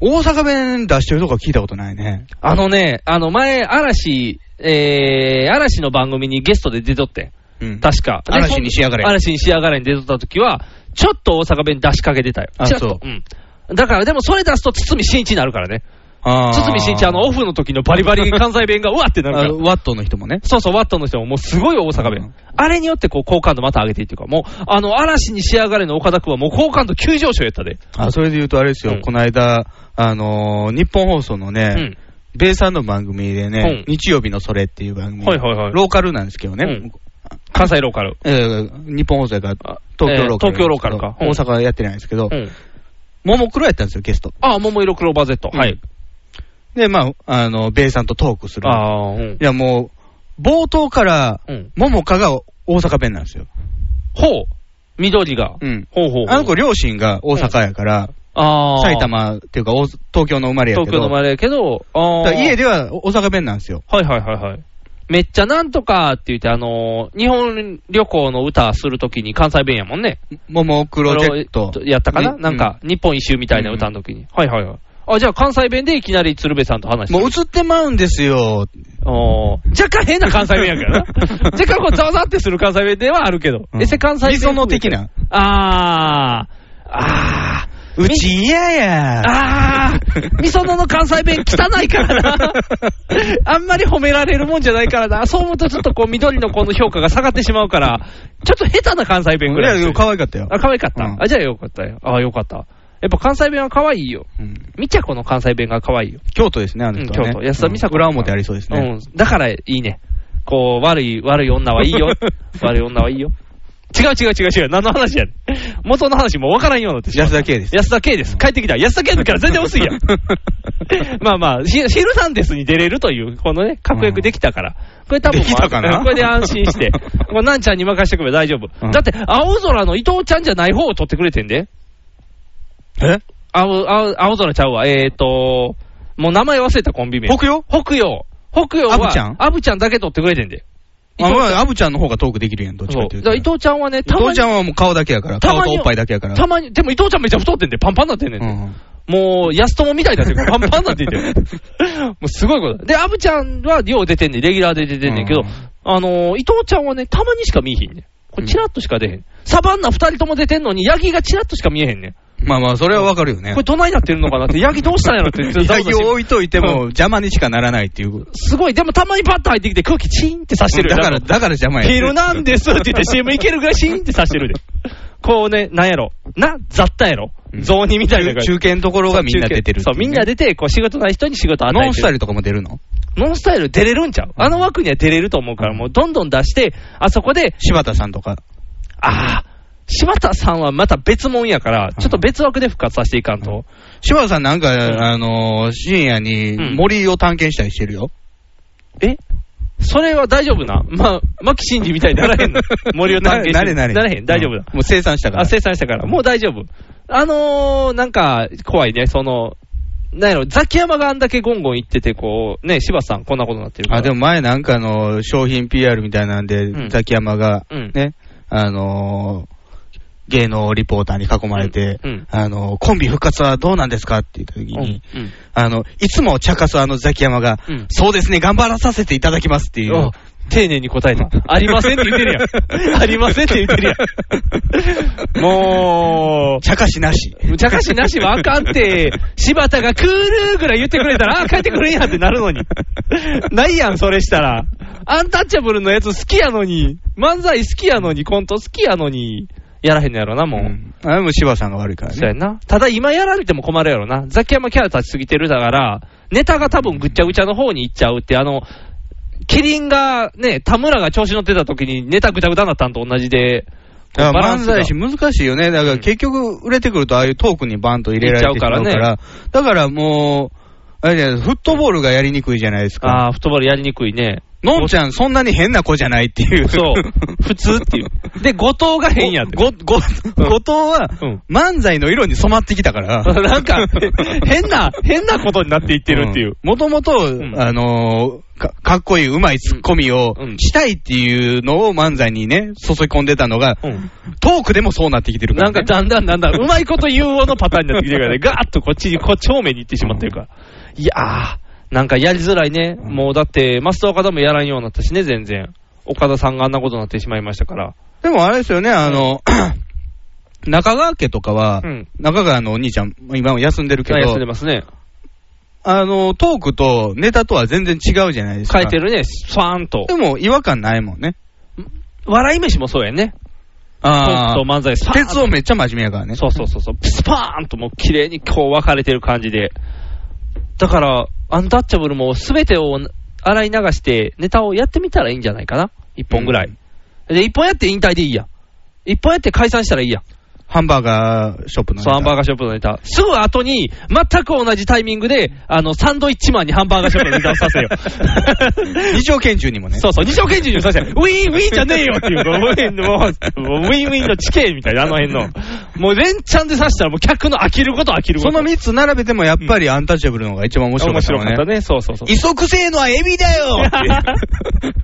S2: 大阪弁出してるとか聞いたことないね。
S3: あのね、あの前、嵐、えー、嵐の番組にゲストで出とってん。
S2: うん
S3: 確か。で
S2: 嵐に仕上がれ
S3: そん嵐に仕上がれに出とった時は、ちょっと大阪弁出しかけてたよ。
S2: あ
S3: ちらっと
S2: そう
S3: うん。だから、でもそれ出すと、堤真一になるからね。
S2: あー
S3: 堤真一、あの、オフの時のバリバリ関西弁が、うわってなるか
S2: あ
S3: ら
S2: の。ワットの人もね。
S3: そうそう、ワットの人ももうすごい大阪弁。
S2: うん
S3: あれによって、こう、好感度また上げていっていうか、もう、あの、嵐に仕上がれの岡田君はもう好感度急上昇やったで。
S2: あ、それで言うとあれですよ、
S3: うん
S2: この間、あのー日本放送のね、
S3: うん。
S2: ベイさんの番組でね、
S3: うん
S2: 日曜日のそれっていう番組、
S3: はいはいはい。
S2: ローカルなんですけどね、
S3: うん関西ローカル。
S2: えー日本放送やから
S3: あ、
S2: 東京ローカル、
S3: えー東京ローカルかうん
S2: 大阪はやってないんですけど、
S3: うん。
S2: ももクロやったんですよ、ゲスト。
S3: ああ、桃色クローバー Z。
S2: うん
S3: はい。
S2: で、まあ、あの、ベイさんとトークする。
S3: ああ、うん
S2: い。や、もう、冒頭から、
S3: うん。
S2: ももかが大阪弁なんですよ。
S3: ほう。緑が。
S2: うん。
S3: ほうほうほう。
S2: あの子、両親が大阪やから、
S3: あー
S2: 埼玉っていうか、お東京の生まれやけど、
S3: 東京の生まれやけど、あ
S2: だから家
S3: で。
S2: では大阪弁なんですよ。
S3: はいはいはいはい。めっちゃなんとかって言って、あのー日本旅行の歌するときに関西弁やもんね。
S2: ももクロテッド。
S3: やったかな、
S2: ね
S3: なんか、日本一周みたいな歌のときに、はいはいはい。あ、じゃあ関西弁でいきなり鶴瓶さんと話して
S2: もう映ってまうんですよ。
S3: おー若干変な関西
S2: *laughs*
S3: 弁やからな。若干こう、ざわざわってする関西弁ではあるけど。
S2: うん
S3: え、せ関西弁。
S2: 理想の的な。
S3: あー。あー。
S2: うち嫌や。
S3: あー、みそのの関西弁汚いから
S2: *laughs*
S3: な。あんまり褒められるもんじゃないからな。そう思うとちょっとこう緑の子の評価が下がってしまうから、ちょっと下手な関西弁ぐ
S2: い
S3: ら
S2: や
S3: いにし
S2: い
S3: と
S2: や、可
S3: いて。
S2: 愛かったよ。
S3: あ、可愛かった。
S2: うん
S3: あ、じゃあよかったよ。あ、よかった。やっぱ関西弁は可愛いよ。
S2: うん
S3: みちゃこの関西弁が可愛いよ。
S2: 京都ですね、あの人はね。
S3: うん京都安田美沙子
S2: 裏表ありそうですね。
S3: うん。だからいいね。こう、悪い、悪い女はいい
S2: *laughs*
S3: よ。悪い女はいいよ。違う違う違う違う。何の話やねん。元の話もわからんようになってしまっ
S2: 安
S3: た
S2: 田圭です。
S3: 安田圭です。帰ってきた。安田圭のキャラ全然薄いや
S2: *laughs*
S3: ん。まあまあ、ヒヒルナンデスに出れるという、このね、確約できたから。これ多分、
S2: できたかな
S3: これで安心
S2: *laughs*
S3: して。これ、なんちゃんに任せておけば大丈夫。
S2: うん
S3: だって、青空の伊藤ちゃんじゃない方を取ってくれてんで。
S2: え
S3: 青、青、青空ちゃうわ。えーと、もう名前忘れたコンビ名。
S2: 北洋
S3: 北洋。北洋は、
S2: アブちゃん
S3: アブちゃんだけ取ってくれてんで。
S2: あ、まあ、アブちゃんの方がトークできるやん、どっち
S3: そ
S2: か
S3: う。
S2: ってい
S3: だ
S2: う
S3: か
S2: と。
S3: ら伊藤ちゃんはね、
S2: 伊
S3: たま
S2: 藤
S3: に
S2: ちゃ、んはもう顔だけやから。
S3: た
S2: 顔
S3: まに
S2: とおっぱいだけやから。
S3: たまに、でも伊藤ちゃんめっちゃ太ってんで、パンパンなってんねんで。
S2: うん
S3: もう、安友みたいだっ
S2: *laughs*
S3: て、パンパンなって言ってる。もうすごいこと。で、アブちゃんはよう出てんねんレギュラーで出てんねんけど、
S2: うん
S3: あのー伊藤ちゃんはね、たまにしか見えへんねん。これ、チラッとしか出へん。サバンナ二人とも出てんのに、ヤギがチラッとしか見えへんねん。
S2: まあまあ、それはわかるよね
S3: これ、。どないなってるのかなって、ヤギどうしたん
S2: *laughs*
S3: やろって言って、
S2: ヤギを置いといて
S3: うん
S2: も邪魔にしかならないっていう。
S3: すごい、でもたまにパッと入ってきて、空気チーンってさしてるよ
S2: だから、だから邪魔や。
S3: ヒルナンデス
S2: *laughs*
S3: って言って CM いけるぐらいシーンってさしてるで。こうね、なんやろ。な、雑多やろ
S2: う。ん
S3: 雑煮みたいな
S2: 中
S3: 感じ。
S2: 中堅のところがみんな出てるって
S3: そ、
S2: いうね
S3: みんな出て、こう仕事ない人に仕事与えてる。
S2: ノンスタイルとかも出るの
S3: ノンスタイル出れるんちゃうあの枠には出れると思うから、もうどんどん出して、あそこで、
S2: 柴田さんとか。
S3: ああ、柴田さんはまた別もんやから、ちょっと別枠で復活させていかんと。
S2: 柴田さんなんか、
S3: ん
S2: あのー、深夜に
S3: うん
S2: 森を探検したりしてるよ。
S3: えそれは大丈夫なまあ、牧真治みたいになら
S2: *laughs*
S3: へんの森を探検して
S2: なれなれ。
S3: なれへん。大丈夫だ。
S2: うんもう生産したから。
S3: あ、生産したから。もう大丈夫。あのー、なんか、怖いね、その、なんやろ、ザキヤマがあんだけゴンゴン言ってて、こう、ね、柴田さんこんなことになってるから。
S2: あ、でも、前なんかの商品 PR みたいなん
S3: う
S2: で
S3: ん、
S2: ザキヤマが
S3: うん、
S2: ね、あのー、芸能リポーターに囲まれて
S3: うんうん、
S2: あのー、コンビ復活はどうなんですかって言った時
S3: うん、
S2: に、あの、いつも茶化すあのザキヤマが、
S3: うん
S2: そうですね、頑張らさせていただきますってい
S3: お
S2: う。
S3: 丁寧に答
S2: *laughs*
S3: えた。ありませんって言ってるやん。ありませんって言ってる
S2: *laughs*
S3: やん。も
S2: 茶化しなし。
S3: う、むちゃかしなしはあかんって、柴田がクールーぐらい言ってくれたら、あー帰ってくれんやんってなるのに。ないやん、それしたら。アンタッチャブルのやつ好きやのに、漫才好きやのに、コント好きやのに、やらへんのやろな、もう。
S2: うんあれも柴さんが悪いから
S3: そうや
S2: ね。
S3: な。ただ今やられても困るやろな。ザキヤマキャラ立ちすぎてるだから、ネタが多分ぐっちゃぐちゃの方に行っちゃうって、あの、キリンがね、田村が調子乗ってた時にネタぐちゃぐちゃになったんと同じで、
S2: だか
S3: バラ
S2: ら
S3: ン
S2: 漫
S3: スが
S2: 才師難しいよね。だか
S3: うん
S2: ら結局売れてくるとああいうトークにバンと入れられてしまう
S3: いっ
S2: か
S3: ちゃうから
S2: ら、だからもう、あれじゃないフットボールがやりにくいじゃないですか。
S3: ああ、フットボールやりにくいね。
S2: のんちゃんそんなに変な子じゃないっていう。
S3: そう。普通って
S2: *laughs*
S3: いう。で、後藤が変やって。
S2: ご、ご、ご、後藤は
S3: うん *laughs*
S2: 漫才の色に染まってきたから。
S3: なん *laughs* か、変な、変なことになっていってるっていう。
S2: もともと、
S3: ん
S2: あのーか、かっこいい、うまいツッコミを
S3: うん
S2: したいっていうのを漫才にね、注ぎ込んでたのが、
S3: うん
S2: トークでもそうなってきてるか
S3: な
S2: ら、
S3: んか
S2: ね。
S3: だんだんだんだん、うまいこと言うおのパターンになってきてるからね、ガーッとこっちに、こっち方面に行ってしまってるから。いやー、なんかやりづらいね。もうだって、マスター岡田もやらんようになったしね、全然。岡田さんがあんなことになってしまいましたから。
S2: でもあれですよね、あ
S3: *clears throat*
S2: の、中川家とかは、
S3: うん
S2: 中川のお兄ちゃん、今も休んでるけど、
S3: 休んでますね。
S2: あの、トークとネタとは全然違うじゃないですか。
S3: 書いてるね、ファーンと
S2: で。も違和感ないもんね。
S3: 笑い飯もそうやね。
S2: あ
S3: トークと漫才スパーンと
S2: 鉄をめっちゃ真面目やからね。
S3: そうそうそうそう、スパーンともう綺麗にこう分かれてる感じで。だから、アンタッチャブルも全てを洗い流して、ネタをやってみたらいいんじゃないかな。一本ぐらい。で、一本やって引退でいいや。一本やって解散したらいいや。
S2: ハンバーガーショップの。
S3: そう、ハンバー
S2: ガー。。
S3: ガーショップのネタ。すぐ後に、全く同じタイミングで、あの、サンドイッチマンにハンバーガーショップのネタをさせよ *laughs*
S2: *laughs* 二条拳銃にもね。
S3: そうそう、二条拳銃にさ *laughs* せよ。ウィンウィンじゃねえよっていう、もうウィンもうウィンウィンの地形みたいな、あの辺の。 *laughs* もう連チャンで刺したら、もう客の飽きること飽きるこ
S2: そ
S3: と。
S2: の3つ並べてもやっぱりアンタッチャブルの方が一番面白か
S3: 面
S2: った
S3: 白
S2: もん
S3: かったね。そうそうそう。
S2: 磯くせえのはエビだ
S3: *laughs*
S2: よっていう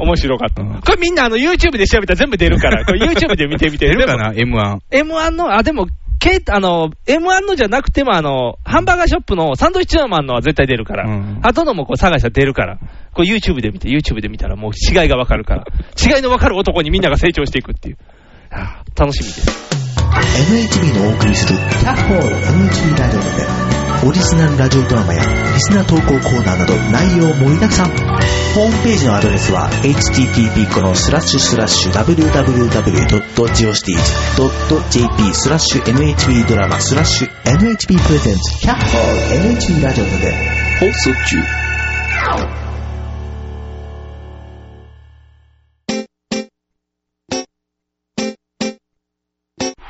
S3: 面白かった。
S2: うん
S3: これみんなあの YouTube で調べたら全部出るから、これ YouTube で見てみて。
S2: 出るか
S3: でも
S2: な ?M1。
S3: M1 の、あ、でも、けあの、M1 のじゃなくても、あの、ハンバーガーショップのサンドイッチマンのは絶対出るから、
S2: うん
S3: 後のもこう探したら出るから、これ YouTube で見て、YouTube で見たらもう違いがわかるから、違いのわかる男にみんなが成長していくっていう。あー楽しみです。
S7: NHB のお送りする「キャッホール NHB ラジオ」でオリジナルラジオドラマやリスナー投稿コーナーなど内容盛りだくさんホームページのアドレスは http このスラッシュスラッシュ www.geocities.jp スラッシュ NHB ドラマスラッシュ NHB プレゼンツキャッホール NHB ラジオで放送中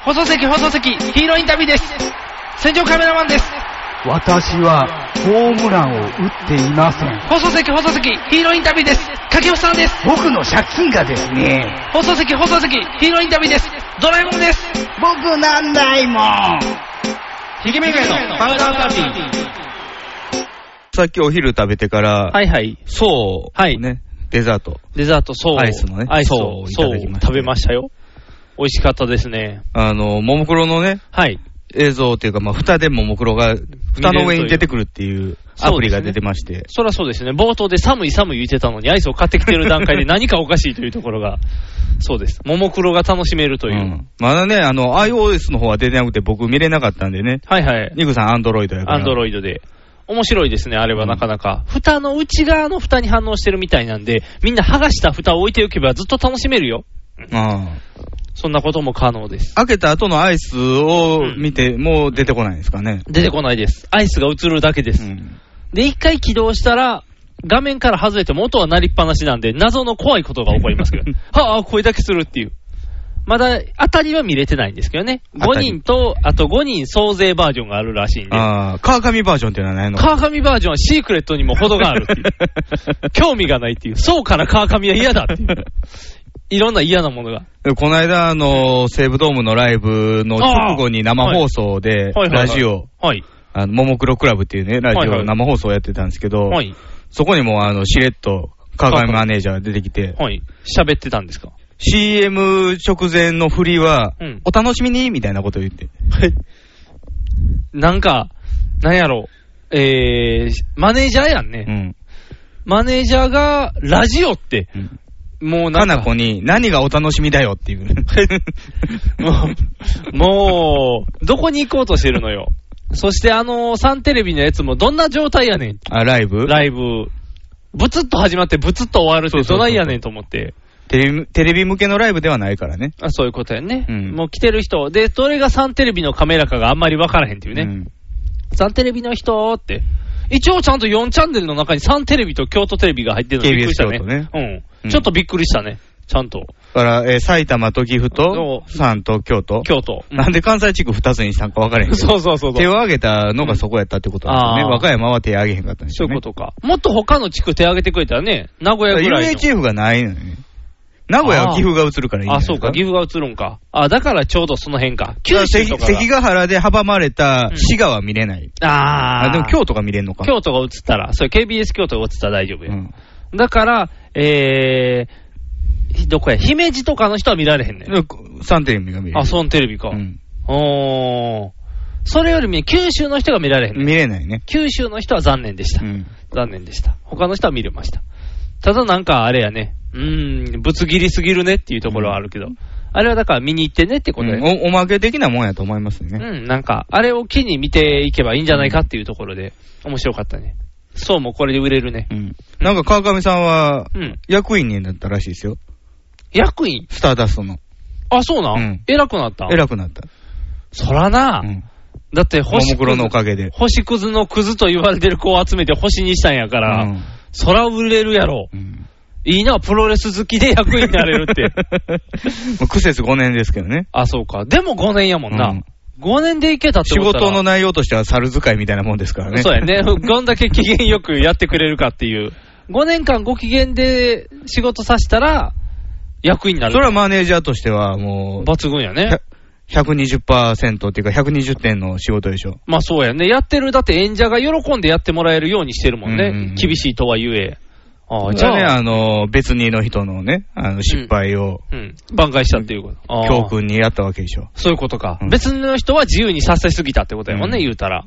S3: 放送席、放送席、ヒーローインタビューです。戦場カメラマンです。
S8: 私はホームランを打っていません。
S3: 放送席、放送席、ヒーローインタビューです。掛布さんです。
S8: 僕の借金がですね、
S3: 放送席、放送席、ヒーローインタビューです。ドラえもんです。
S8: 僕なんないもん。
S3: ひげめがえのパウダーパーティー。
S2: さっきお昼食べてから、
S3: はいはい。
S2: そう。
S3: はい
S2: ね。デザート。
S3: デザート、そう。
S2: アイスのね
S3: アイス
S2: そ
S3: を
S2: う、いた
S3: そ
S2: だ
S3: う
S2: きましたね
S3: 食べましたよ。美味しかったですね。
S2: あの、ももクロのね、
S3: はい。
S2: 映像っていうか、まあ、蓋でももクロが、蓋の上に出てくるっていうアプリが出てまして。
S3: そりゃそうですね。冒頭で寒い寒い言ってたのに、アイスを買ってきてる
S2: *laughs*
S3: 段階で何かおかしいというところが、そうです。ももクロが楽しめるという。
S2: んまだね、あの、iOS の方は出てなくて僕見れなかったんでね。
S3: はいはい。
S2: ニグさん、アンドロイドやから。
S3: アンドロイドで。面白いですね、あれはなかなか。蓋の内側の蓋に反応してるみたいなんで、みんな剥がした蓋を置いておけばずっと楽しめるよ。
S2: あ
S3: そんなことも可能です。
S2: あ開けた後のアイスを見て、もう出てこないんですかね。
S3: 出てこないです。アイスが映るだけです。
S2: うん
S3: で、一回起動したら、画面から外れても音は鳴りっぱなしなんで、謎の怖いことが起こ
S2: *laughs*
S3: りますけど、はあ、声だけするっていう。まだ、当たりは見れてないんですけどね。
S2: 当
S3: 5
S2: たり
S3: 人と、あと5人総勢バージョンがあるらしいんで、
S2: ああ、川上バージョンっていうのはないの
S3: 川上バージョンはシークレットにも程があるって
S2: *laughs*
S3: いう。興味がないっていう。そうから川上は嫌だっていう。いろんな嫌なものが。
S2: でこの間、あの、西武ドームのライブの直後に生放送で、
S3: はいはいはいは
S2: ラ
S3: い
S2: ジオ、
S3: はい。
S2: あの、ももクロクラブっていうね、ラジ
S3: はいは
S2: オ
S3: い
S2: 生放送やってたんですけど、
S3: はい。
S2: そこにもあの、しれっと、川上マネージャーが出てきて、
S3: はい。喋ってたんですか
S2: CM 直前の振りは、
S3: うん
S2: お楽しみにみたいなこと言って。
S3: なんか、なんやろう。えー、マネージャーやんね。
S2: うん。
S3: マネージャーが、ラジオって、
S2: うん
S3: もうな
S2: か
S3: んか
S2: な、こに、何がお楽しみだよっていう。
S3: *laughs* もう、もう、どこに行こうとしてるのよ。そしてあの、サンテレビのやつもどんな状態やねん。
S2: あ、ライブ
S3: ライブ。ブツッと始まって、ブツッと終わるってどないやねんと思って。
S2: テレビテレビ向けのライブではないからね。
S3: あ、そういうことやね。
S2: うん
S3: もう来てる人。で、どれがサンテレビのカメラかがあんまりわからへんっていうね。
S2: ん
S3: サンテレビの人って。一応ちゃんと4チャンネルの中にサンテレビと京都テレビが入ってるのびっくりしたね。
S2: KBS 京都う
S3: うんん。ちょっとびっくりしたね。ちゃんと。
S2: だから、えー埼玉と岐阜と、
S3: そう
S2: 山と京都。
S3: 京都。うん
S2: なんで関西地区二つにしたんか分からへんけど。
S3: *laughs* そうそうそうそう。
S2: 手を挙げたのがそこやったってことなんですよ
S3: うん
S2: ね。
S3: あー
S2: 和歌山は手挙げへんかったんです
S3: そう
S2: よ
S3: いう
S2: ね
S3: こ。とか。もっと他の地区手挙げてくれたらね、名古屋ぐらいの。
S2: UHF がないのよね。名古屋は岐阜が映るからいいんじゃない
S3: あ、
S2: です
S3: そうか、岐阜が映るんか。あ、だからちょうどその辺か。九州と
S2: だ
S3: か
S2: から関
S3: が。
S2: ヶ原で阻まれた滋賀は見れない。
S3: あ
S2: あ、
S3: ー
S2: でも京都が見れんのか。
S3: 京都が映ったら、それ KBS 京都が映ったら大丈夫
S2: う
S3: よ。
S2: ん
S3: だから、えー、ひどこや、姫路とかの人は見られへんねん。
S2: でサンテレビが見れる。
S3: あ、そのテレビか。
S2: うん
S3: おー。それよりも九州の人が見られへんねん。
S2: 見れないね。
S3: 九州の人は残念でした
S2: う。ん
S3: 残念でした。他の人は見れました。ただなんかあれやね、うーん、ぶつ切りすぎるねっていうところはあるけど、あれはだから見に行ってねってことで、ね
S2: おおまけ的なもんやと思います
S3: うん、
S2: ね。
S3: なんか、あれを機に見ていけばいいんじゃないかっていうところで、面白かったね。そうもこれで売れるね
S2: う。んなんか川上さんは
S3: うん、
S2: 役員になったらしいですよ。
S3: 役員
S2: スターダストの。
S3: あ、そうなん、
S2: うん
S3: 偉くなった
S2: 偉くなった。
S3: そらな、
S2: うん
S3: だって
S2: も
S3: 星
S2: もクロ
S3: 屑
S2: のおかげで。
S3: 星屑のクズと言われてる子を集めて星にしたんやから、
S2: うん
S3: そら売れるやろ。
S2: うん
S3: いいな、プロレス好きで役員になれるって。
S2: *laughs* もう苦節5年ですけどね。
S3: あ、そうか。でも5年やもん
S2: う。
S3: なん5年でいけたって
S2: 仕
S3: こと
S2: 事の
S3: ね。
S2: 内容としては猿使いみたいなもんですからね。
S3: そうやね。どんだけ機嫌よくやってくれるかっていう。5年間ご機嫌で仕事させたら、役員になる。
S2: それはマネージャーとしてはもう、
S3: 抜群やね。
S2: 120%っていうか120点の仕事でしょ。
S3: まあそうやね。やってる、だって演者が喜んでやってもらえるようにしてるもん
S2: うんうんう
S3: ね
S2: ん。
S3: 厳しいとはゆえ。ああ、
S2: じ
S3: じ
S2: ゃあね、
S3: ゃあ、
S2: あの、別にの人のね、あの、失敗を
S3: うん。挽回したっていうこと。ああ
S2: 教訓にやったわけでしょ。
S3: そういうことか
S2: う。ん
S3: 別の人は自由にさせすぎたってことやもんね、
S2: うん
S3: 言うたら。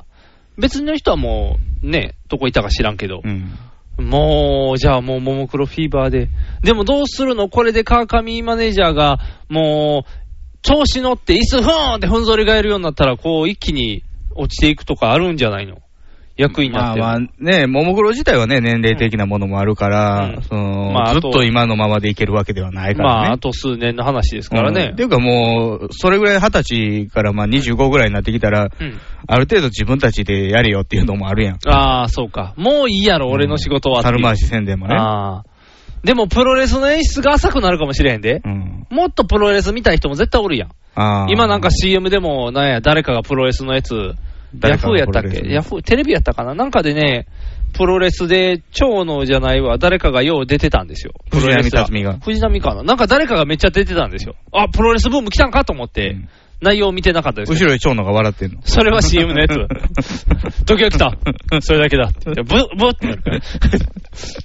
S3: 別の人はもう、ね、どこいたか知らんけど
S2: う。ん。
S3: もう、じゃあもう、ももクロフィーバーで。でもどうするのこれで川上マネージャーが、もう、調子乗って椅子ふーんってふんぞり返るようになったら、こう、一気に落ちていくとかあるんじゃないの役員にな
S2: まあ
S3: ってる。
S2: まあね、ももクロ自体はね、年齢的なものもあるから、
S3: うん
S2: その、
S3: まああ
S2: ず
S3: と
S2: っと今のままでいけるわけではないか
S3: ま
S2: らね。
S3: あ、あと数年の話ですから
S2: うん
S3: ね
S2: って。いうかもう、それぐらい二十歳からまあ25ぐらいになってきたら、
S3: うん。
S2: ある程度自分たちでやれよっていうのもあるやん。
S3: ああ、そうか。もういいやろ、俺の仕事はっていう。
S2: 猿回し宣伝もね。
S3: ああ。でも、プロレスの演出が浅くなるかもしれへんで
S2: う。ん。
S3: もっとプロレス見たい人も絶対おるやん。
S2: あー
S3: 今なんか CM でも、なんや、誰かがプロレスのやつ、ヤ
S2: 誰か
S3: フー
S2: が
S3: やったっけ
S2: プロレス
S3: ヤフー、テレビやったかななんかでね、プロレスで、長野じゃないわ、誰かがよう出てたんですよ。プ
S2: 藤
S3: ロレ
S2: 波
S3: スラー
S2: 辰巳が。
S3: 藤波かななんか誰かがめっちゃ出てたんですよ。あ、プロレスブーム来たんかと思って、
S2: うん
S3: 内容見てなかったですけど
S2: 後ろに蝶野が笑ってん
S3: *laughs*
S2: の。
S3: それは CM の
S2: *laughs*
S3: やつ。時々来た。それだけだ。ブッ、ブッってなるから。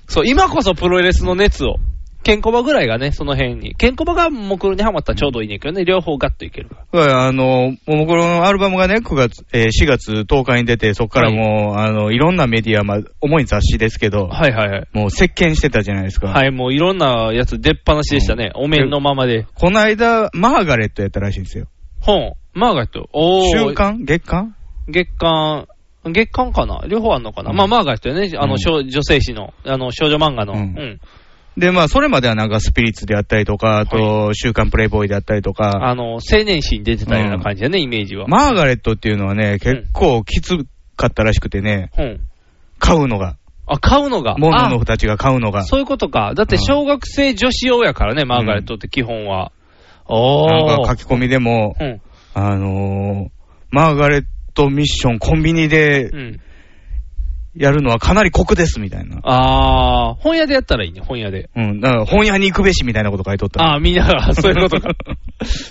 S3: そう、今こそプロレスの熱を。ケンコバぐらいがね、その辺に。ケンコバが目標にハマったらちょうどいいねんけどね、両方ガッといけるから。
S2: だからあの、ももクロのアルバムがね、9月、えー4月10日に出て、そこからもう、い、あの、いろんなメディア、まあ、主に雑誌ですけど、
S3: はいはいはい。
S2: もう席巻してたじゃないですか。
S3: はい、もういろんなやつ出っ放しでしたね。お面のままで。
S2: この間、マーガレットやったらしいんですよ。
S3: 本、マーガレット。おー。
S2: 週刊月刊
S3: 月刊、月刊かな両方あんのかな、
S2: うん
S3: まあマーガレットよね。あ
S2: う
S3: の、
S2: ん
S3: 少女性誌の、あの、少女漫画の。う。
S2: うんんで、まあ、それまではなんかスピリッツであったりとか、あと、週刊プレイボーイであったりとか、
S3: あの、青年誌に出てたような感じだね、イメージは。
S2: マーガレットっていうのはね、結構きつかったらしくてね、
S3: 本。
S2: 買うのが、
S3: あ、買うのが。
S2: モンド
S3: あ
S2: の子たちが買うのが、
S3: そういうことか。だって小学生女子用やからね、マーガレットって基本は。おー。
S2: なんか書き込みでも、
S3: うん。
S2: あのー、マーガレットミッション、コンビニで
S3: うん。
S2: やるのはかなり酷ですみたいな。
S3: あー、本屋でやったらいいね、本屋で。
S2: うん、だから本屋に行くべしみたいなこと書いとった。
S3: あー、みんなが、そういうこと
S2: *laughs*
S3: か。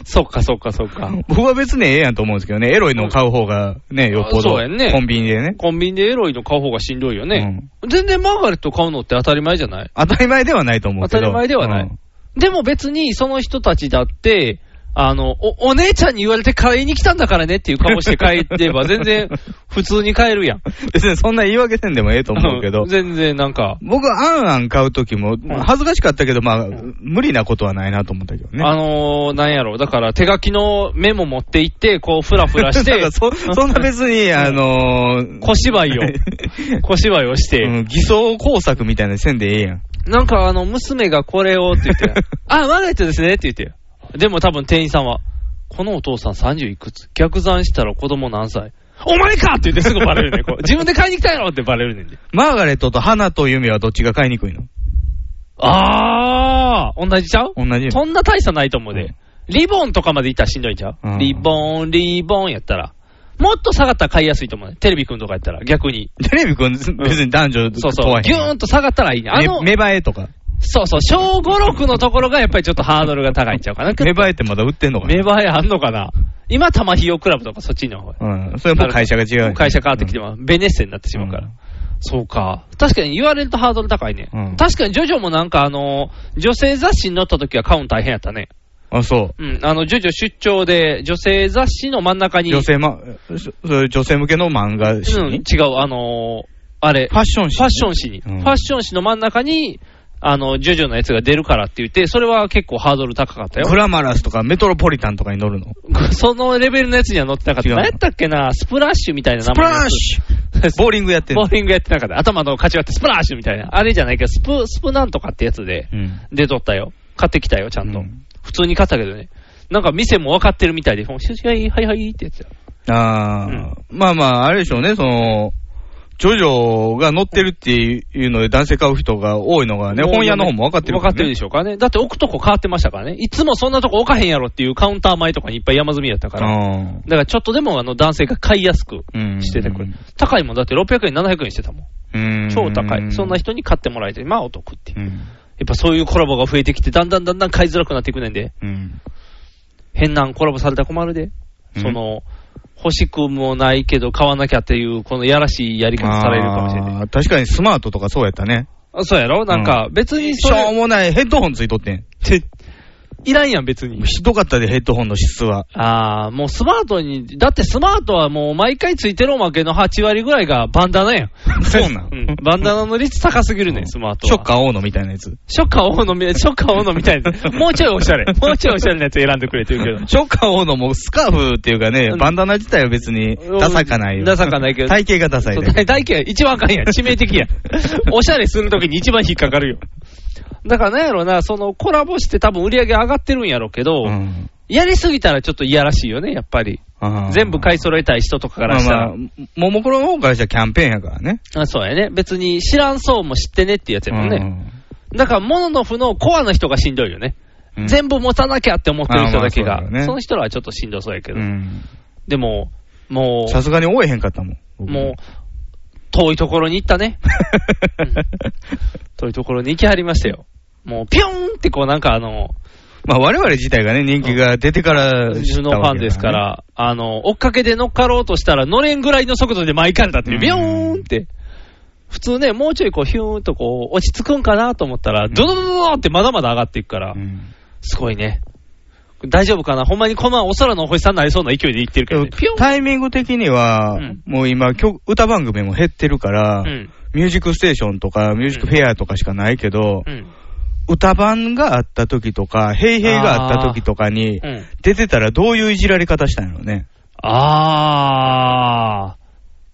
S3: そっか、そっか、そっか。
S2: 僕は別にええやんと思うんですけどね、エロいのを買う方がね、よっぽど、
S3: そうやんね
S2: コンビニでね。
S3: コンビニでエロいの買う方がしんどいよね。
S2: うん
S3: 全然マーガレット買うのって当たり前じゃない
S2: 当たり前ではないと思うけど。
S3: 当たり前ではない
S2: うん
S3: でも別にその人たちだって、あの、お、お姉ちゃんに言われて買いに来たんだからねっていう顔して買え
S2: *laughs*
S3: れば全然普通に買えるやん。
S2: 別にそんな言い訳せんでもええと思うけど。
S3: 全然なんか、
S2: 僕、アンアン買うときも、恥ずかしかったけど、まあ、無理なことはないなと思ったけど *laughs* ね。
S3: あのー、なんやろ、だから手書きのメモ持って行って、こう、ふらふら
S2: だ
S3: し
S2: か
S3: て
S2: ら、 *laughs* そそんな別に、あのー、
S3: 小芝
S2: *laughs*
S3: 居を、小芝居をして、
S2: うん偽装工作みたいな線でええやん。
S3: なんかあの、娘がこれをって言
S2: *laughs*
S3: って、あ、マーガレットですねって言って。でも多分店員さんは、このお父さん30いくつ逆算したら子供何歳お前かって言ってすぐバレるねんこう。自分で買いに来たやろってバレるねんで。
S2: マーガレットと花と弓はどっちが買いにくいの
S3: あー、同じちゃう
S2: 同じよ
S3: そんな大差ないと思う
S2: う
S3: で。リボンとかまでいったらしんどいんちゃ
S2: う
S3: うんリボン、リボンやったら。もっと下がったら買いやすいと思うね。テレビくんとかやったら逆に。
S2: テレビくん、別に男女
S3: そう
S2: 問
S3: そ
S2: わ
S3: う。
S2: へん
S3: ギュ
S2: や
S3: ー
S2: ん。
S3: ンと下がったらいいね。あの、
S2: め芽生えとか。
S3: そうそう、小5、6のところがやっぱりちょっとハードルが高いんちゃうかな。
S2: 芽生えってまだ売ってんのかな
S3: 芽生えあんのかな今、玉ひよクラブとかそっちの方
S2: うん。それもう会社が違うよ
S3: も
S2: ね。
S3: う会社変わってきてます。ベネッセになってしまうから。
S2: うん
S3: そうか。確かに言われるとハードル高いね。
S2: うん
S3: 確かにジョジョもなんかあの、女性雑誌に載った時は買うの大変やったね。
S2: うん。あ、そう。
S3: うん。あの、ジョジョ出張で女性雑誌の真ん中に。
S2: 女性ま、そそういう女性向けの漫画誌
S3: うん、
S2: に、
S3: 違う、あのーあれ。
S2: ファッション誌。
S3: ファッション誌に、
S2: うん
S3: ファッション誌の真ん中に、あの、ジョジョのやつが出るからって言って、それは結構ハードル高かったよ
S2: グ。ラマラスとかメトロポリタンとかに乗るの。
S3: そのレベルのやつには載ってなかった。
S2: 違う
S3: 何やったっけなスプラッシュみたいな名
S2: プ
S3: 前の
S2: ラ
S3: やつ。
S2: ッシュボーリングやってん
S3: *laughs* ボ
S2: の
S3: ー。リングやってなかった。頭の勝ち割ってスプラッシュみたいな。あれじゃないけど、スプ、スプなんとかってやつで
S2: うん。
S3: 出とったよ。買ってきたよ、ちゃんと。
S2: うん
S3: 普通に買ったけどね。なんか店も分かってるみたいで、ほん、はいはいはいってやつや。
S2: あー、まあまあ、あれでしょうね、その、ジョジョが載ってるっていうので男性買う人が多いのがね、本屋の方も分かってる
S3: 分かってるで
S2: し
S3: しょうからね。だって置くとこ変わってましたからね。いつもそんなとこ置かへんやろっていうカウンター前とかにいっぱい山積みやったから。だからちょっとでもあの男性が買いやすく
S2: うん
S3: しててくれる。高いもんだって600円、700円してたもん。
S2: うん。
S3: 超高い。そんな人に買ってもらえて、まあお得っていう。
S2: うん。
S3: やっぱそういうコラボが増えてきて、だんだんだんだん買いづらくなっていくねんで。
S2: うん。
S3: 変なんコラボされたら困るで。
S2: うん
S3: その、欲しくもないけど買わなきゃっていう、このやらしいやり方されるかもしれない。
S2: あー確かにスマートとかそうやったね。
S3: あそうやろなんか、別に
S2: し
S3: そ
S2: ょう
S3: れ、
S2: もないヘッドホンついとってん。
S3: っていらんやん、別に。
S2: ひどかったで、ヘッドホンの質
S3: *laughs*
S2: は。
S3: ああ、もうスマートに、だってスマートはもう毎回ついてるおまけの8割ぐらいがバンダナやん。
S2: そうなん
S3: んバンダナの率高すぎるねん、スマート
S2: シ
S3: は。
S2: ョッカー大野みたいなやつ。
S3: ショッカー大野み、ショッカー大野
S2: *laughs*
S3: みたいな。もうちょいおしゃれ。もうちょいおしゃれなやつ選んでくれって言うけど。
S2: ショッカー大野もスカーフっていうかね
S3: う、ん
S2: バンダナ自体は別にダサかないよ。
S3: ダサかないけど
S2: 体型がダサい
S3: そう
S2: だけ
S3: 大大嫌い一番あかん *laughs* やん。致命的やん。おしゃれするときに一番引っかかるよ。だからなんやろな、そのコラボして多分売り上げ上がってるんやろうけど、
S2: うん
S3: やりすぎたらちょっといやらしいよね、やっぱり。
S2: あー
S3: 全部買い揃えたい人とかからしたら。
S2: まあまあ、ももクロの方からしたらキャンペーンやからね。
S3: あそうやね。別に知らん層も知ってねってやつやもんね。だから、モノノフのコアな人がしんどいよね。
S2: うん
S3: 全部持たなきゃって思ってる人だけ
S2: あまあ
S3: が。そ
S2: そうだよね
S3: の人らはちょっとしんどそうやけど。
S2: うん
S3: でも、も
S2: さすがに追えへんかったもん。
S3: う、
S2: 僕 *laughs*
S3: もう、遠いところに行った *laughs* ね。遠いところに行きはりましたよ。もう、ピョーンってこうなんかあの、
S2: まあ我々自体がね、人気が出てから
S3: 自分のファンですか。ら、あの、追っかけで乗っかろうとしたら、乗れんぐらいの速度で巻いかれたっていうう、
S2: ん
S3: ビョーンって。普通ね、もうちょいこう、ヒューンとこう、落ち着くんかなと思ったら、ドドドドドってまだまだ上がっていくから
S2: う、ん
S3: すごいね。大丈夫かなほんまにこのままお空のお星さんになりそうな勢いでいってるけ
S2: け
S3: ど
S2: ど
S3: ね、ピョーン
S2: タイミング的には、
S3: うん
S2: もう今曲、歌番組も減ってるから、
S3: うん
S2: ミュージックステーションとか、ミュージックフェアとかしかないけど、
S3: うん。
S2: 歌番があった時とか、ヘイヘイがあった時とかに
S3: う、ん。
S2: 出てたらどういういじられ方したんやろうね。
S3: あー。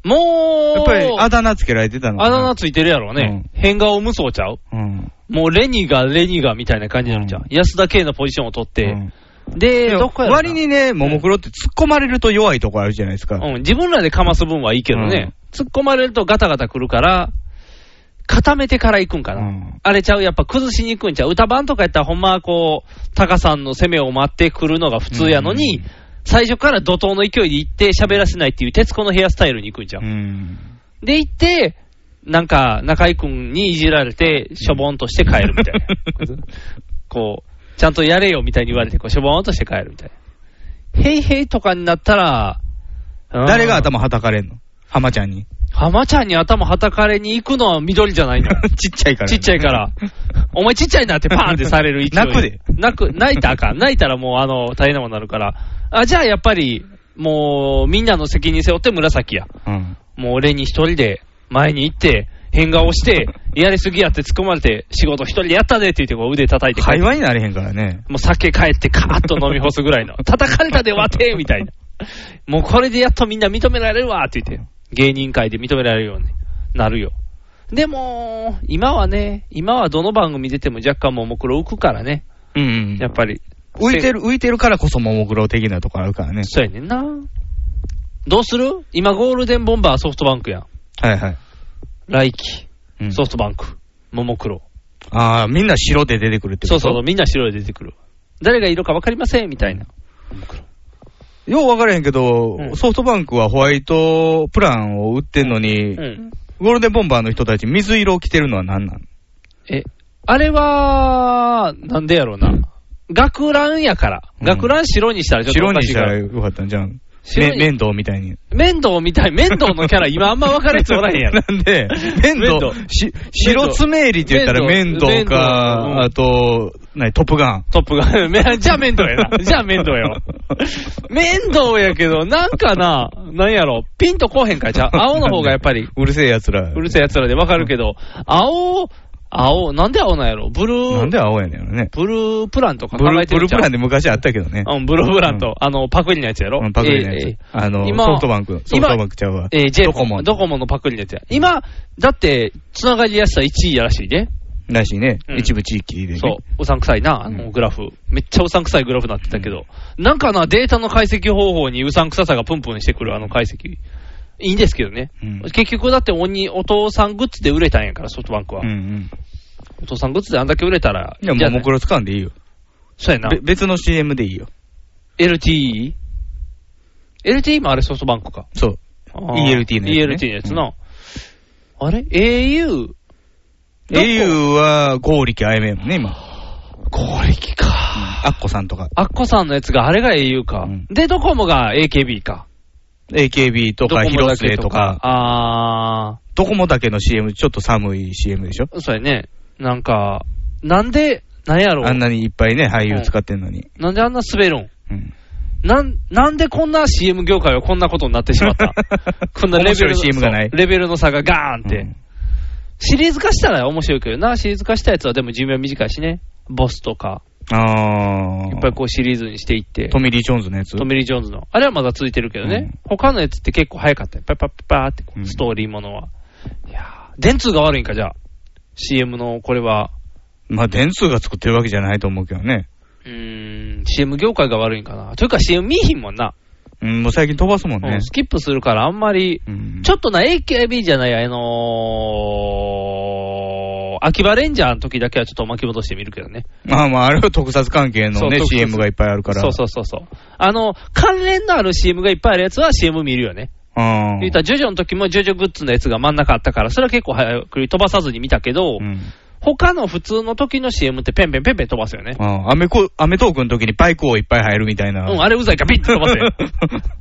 S3: もう、
S2: やっぱりあだ名つけられてたのか
S3: あ
S2: な
S3: だ名ついてるやろね。変顔無双ちゃう
S2: うん。
S3: もうレニがレニがみたいな感じになるじゃん。
S2: うん
S3: 安田圭のポジションを取って、
S2: うん
S3: で、
S2: でも
S3: どこやろな
S2: 割にね、ももクロって突っ込まれると弱いとこあるじゃないですか。
S3: うん、自分らでかます分はいいけどね、突っ込まれるとガタガタくるから、固めてから行くんかな。
S2: うん
S3: あれちゃう、やっぱ崩しに行くんちゃう。歌番とかやったらほんまはこう、タカさんの攻めを待ってくるのが普通やのに、
S2: うん
S3: 最初から怒涛の勢いで行って喋らせないっていう徹子のヘアスタイルに行くんちゃう。
S2: うん。
S3: で、行って、なんか、中居君にいじられて、しょぼんとして帰るみたいな。
S2: *laughs*
S3: こう、ちゃんとやれよみたいに言われて、こう、しょぼんとして帰るみたいな。へいへいとかになったら、うん
S2: 誰が頭はたかれんの浜ちゃんに。
S3: 浜ちゃんに頭はたかれに行くのは緑じ
S2: *laughs*
S3: ゃ *laughs* ないの。
S2: ちっちゃいから、
S3: ちっちゃいから。お前ちっちゃいなってパーンってされる勢い。
S2: *laughs* 泣くで。
S3: 泣く、泣いたらあかん。泣いたらもうあの、大変なもんなるから。あ、じゃあやっぱり、もう、みんなの責任背負って紫や。
S2: うん。
S3: もう俺に一人で前に行って、変顔
S2: *laughs*
S3: して、やりすぎやって突っ込まれて、仕事一人でやったでって言ってこう腕叩いて帰って
S2: 会話になれへんからね。
S3: もう酒帰ってカーッと飲み干す
S2: *laughs*
S3: ぐらいの、叩かれたでわてみたいな。もうこれでやっとみんな認められるわって言って、芸人界で認められるようになるよ。でも、今はね、今はどの番組出ても若干ももクロ浮くからね、
S2: うん、
S3: やっぱり。
S2: 浮いてる、浮いてるからこそももクロ的なとこあるからね。
S3: そうやねんな。どうする今ゴールデンボンバーソフトバンクやん。
S2: はいはい。
S3: 来期、
S2: うん
S3: ソフトバンク、ももクロ。
S2: ああ、みんな白で出てくるってこと
S3: そうそうそう、みんな白い出てくる。誰が色か分かりませんみたいな。
S2: よう分からへんけど、
S3: うん
S2: ソフトバンクはホワイトプランを売ってんのに、
S3: うん。
S2: ゴールデンボンバーの人たち水色を着てるのは何なん
S3: え、あれは、なんでやろうな。学ランやから。
S2: うん
S3: 学ラン白にしたらちょっと
S2: 白
S3: おか
S2: に
S3: しい
S2: し
S3: か
S2: た
S3: ら。
S2: らよかったんじゃん。
S3: 白
S2: め
S3: に
S2: 面倒みたいに。
S3: 面倒みたい。面倒のキャラ
S2: *laughs*
S3: 今あんま分かるやつおらへんやろ。
S2: なんで、面
S3: 面
S2: 倒
S3: 倒、
S2: し白爪襟って言ったら面
S3: 面倒
S2: 倒
S3: 面倒
S2: か、あと、何、トップガン。
S3: トップが。 *laughs* めじゃあ面倒やな。じゃあ面倒よ。面倒やけど、なんかな、なんやろ。ピンとこうへんからちゃう。青の方がやっぱり、
S2: うるせえ奴ら。
S3: うるせえ奴らで分かるけど、青、青、なんで青なんやろ。ブル
S2: なん
S3: ー、
S2: で青やねんやろね。
S3: ブループランとか
S2: ブ
S3: 考
S2: ル
S3: え
S2: ブ
S3: てる
S2: ル
S3: んち
S2: プ
S3: ゃう
S2: ランで昔あったけどね。
S3: うん、ブルーブランと、あの、パクリのやつやろ
S2: うんパクリのやつ
S3: ええええ
S2: あの
S3: 今
S2: ソフトバンクソフトバンクちゃうわ
S3: 今ええ、J
S2: ド
S3: ド
S2: コ
S3: コ
S2: モ
S3: モ。ドコモのパクリのやつや。今、だって、つながりやすさ1位やらしいね。
S2: らしいね。
S3: うん
S2: 一部地域でね。
S3: そう。うさんくさいな、あ
S2: うん
S3: のグラフ。めっちゃうさんくさいグラフになってたけど。なんかな、データの解析方法にうさんくささがプンプンしてくる、あの解析。いいんですけどね。
S2: うん
S3: 結局だっておにお父さんグッズで売れたんやから、ソフトバンクは。
S2: うんうん。
S3: お父さんグッズであんだけ売れたら、
S2: いや、
S3: じ
S2: もう
S3: ゃあね
S2: もうこれ使うんでいいよ。
S3: そうやな
S2: べ。別の CM でいいよ。
S3: LTE?LTE もあれソフトバンクか。
S2: そう。ELT のやつ
S3: ELT のやつな。あれ ?au? どこ
S2: au は、剛力あやめやもんね、今。
S3: 剛力か。
S2: あっこさんとか。
S3: アッコさんのやつが、あれが au か。
S2: うん
S3: で、ドコモが AKB か。
S2: AKB と
S3: ドコ
S2: か、
S3: モだ
S2: 広
S3: け
S2: 末とか、
S3: あ
S2: ドコモだけの CM、ちょっと寒い CM でしょ
S3: ー、そうやね。なんか、なんで、なんやろ
S2: あんなにいっぱいね、俳優使ってんのに。
S3: なんであんな滑るん
S2: うん。
S3: なん、なんでこんな CM 業界はこんなことになってしまった *laughs*
S2: *laughs*
S3: こんなレベ
S2: 面
S3: ルの
S2: 白い CM がない
S3: そうレベルの差がガーンって、
S2: うん
S3: シリーズ化したら面白いけどな、シリーズ化したやつはでも寿命短いしね。ボスとか、
S2: あー。
S3: いっぱいこうシリーズにしていって。
S2: トミー・リー・ジョーンズのやつ
S3: トミリー・ジョーンズの。あれはまだ続いてるけどね。他のやつって結構早かったよ。パッパッパッパーってこう、
S2: うん
S3: ストーリーものは。いやー電通が悪いんか、じゃあ。CM の、これは。
S2: まあ、電通が作ってるわけじゃないと思うけどね。
S3: うーん、CM 業界が悪いんかな。というか CM 見いひんもんな。
S2: うん、もう最近飛ばすもん
S3: う
S2: ね
S3: ん。スキップするからあんまり、
S2: うん
S3: ちょっとな、AKB じゃない、あのー、秋葉レンジャーの時だけはちょっと巻き戻してみるけどね。
S2: まあまあ、あれは特撮関係のね
S3: そう、特撮
S2: CM がいっぱいあるから。
S3: そうそうそうそう。あの、関連のある CM がいっぱいあるやつは CM 見るよね。
S2: うん。
S3: 言ったら、ジョジョの時もジョジョグッズのやつが真ん中あったから、それは結構早く飛ばさずに見たけど、
S2: うん。
S3: 他の普通の時の CM ってペンペンペンペン飛ばすよね。
S2: うんアメコ、アメトークの時にパイクをいっぱい入るみたいな。
S3: うん、あれうざいから、ビッて飛ばすよ。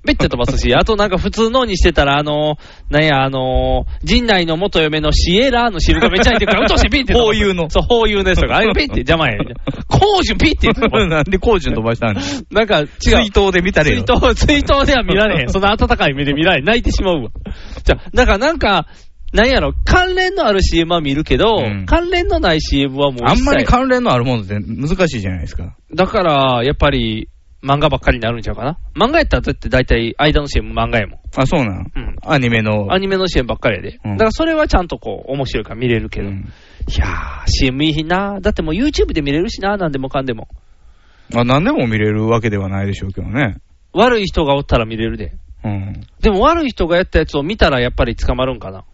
S3: ビッて飛ばすし、あとなんか普通のにしてたら、あのー、なんや、あのー、陣内の元嫁のシエラーの CM がめっちゃ入ってるから、うとうしてビッて飛ばす。
S2: ふうゆうの
S3: そう、ほうゆうのやつとか、あれがビッて
S2: *laughs*
S3: 邪魔やねん。こうじゅんビッて飛ばす。
S2: *laughs* なんでコージュン飛ばしたんです
S3: なん *laughs* か違う。
S2: 水筒で見たれ
S3: 追
S2: よ。
S3: 悼、追悼では見られへ *laughs* ん。その温かい目で見られへん。泣いてしまうわ。じゃあ、だからなんか、なんやろ、関連のある CM は見るけど、
S2: うん
S3: 関連のない CM はもう
S2: あ
S3: 一
S2: ん
S3: 切
S2: まり関連のあるものって難しいじゃないですか。
S3: だから、やっぱり、漫画ばっかりになるんちゃうかな。漫画やったらだって大体、間の CM 漫画やもん。
S2: あ、そうなん。
S3: うん
S2: アニメの。
S3: アニメの CM ばっかりやで。
S2: うん
S3: だからそれはちゃんとこう、面白いから見れるけど。
S2: う
S3: い
S2: ん
S3: やー、CM いいひんな。だってもう YouTube で見れるしな、なんでもかんでも。
S2: あ、何でも見れるわけではないでしょうけどね。
S3: 悪い人がおったら見れるで。
S2: うん。
S3: でも悪い人がやったやつを見たらやっぱり捕まるんかな。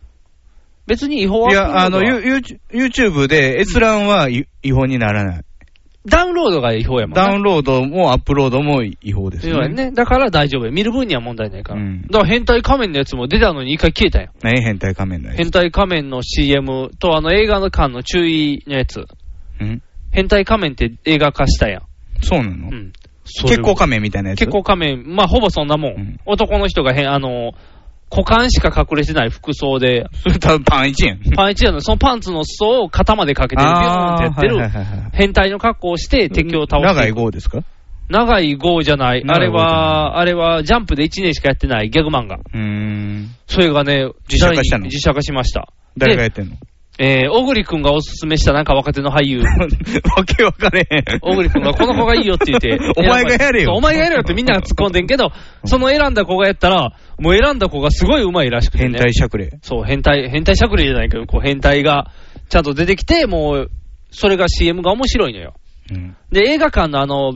S3: 別に違法はい
S2: や、あの、
S3: は
S2: ユユーチュ YouTube で閲覧は違違法にならない。
S3: ダウンロードが違法やもんね。
S2: ダウンロードもアップロードも違法です
S3: そうや
S2: ね。
S3: ね。だから大丈夫や。見る分には問題ないから。
S2: うん
S3: だから変態仮面のやつも出たのに一回消えたんや。
S2: ね変態仮面のやつ
S3: 変態仮面の CM とあの映画の間の注意のやつ。
S2: うん
S3: 変態仮面って映画化したやん。
S2: そうなの、
S3: うん。
S2: 結構仮面みたいなやつ
S3: 結構仮面、まあほぼそんなもん。
S2: うん
S3: 男の人が変、あの、股間しか隠れてない服装で、
S2: それ多分 *laughs* パン1円。
S3: パンイチやの、そのパンツの裾を肩までかけてる、ビューンってやって
S2: あーはい
S3: る、
S2: はいはいはい
S3: 変態の格好をして敵を倒していく。
S2: 長い号ですか
S3: 長い号じゃない。あ
S2: 長
S3: れ
S2: い号じゃない
S3: は、あれはジャンプで1年しかやってないギャグ漫画。
S2: うーん。
S3: それがね、
S2: 実写化したの
S3: 第二実写化しました。
S2: 誰がやってんの
S3: えー、小栗くんがおすすめしたなんか若手の俳
S2: *laughs*
S3: 優。
S2: わけわかれへん。
S3: 小栗くんがこの子がいいよって言って。
S2: *laughs* お前がやれよ
S3: そうお前がやれよってみんなが突っ込んでんけど、その選んだ子がやったら、もう選んだ子がすごい上手いらしくて、ね。
S2: 変態しゃくれ。
S3: そう、変態、変態しゃくりじゃないけど、こう変態がちゃんと出てきて、もう、それが CM が面白いのよ。
S2: うん。
S3: で、映画館のあの、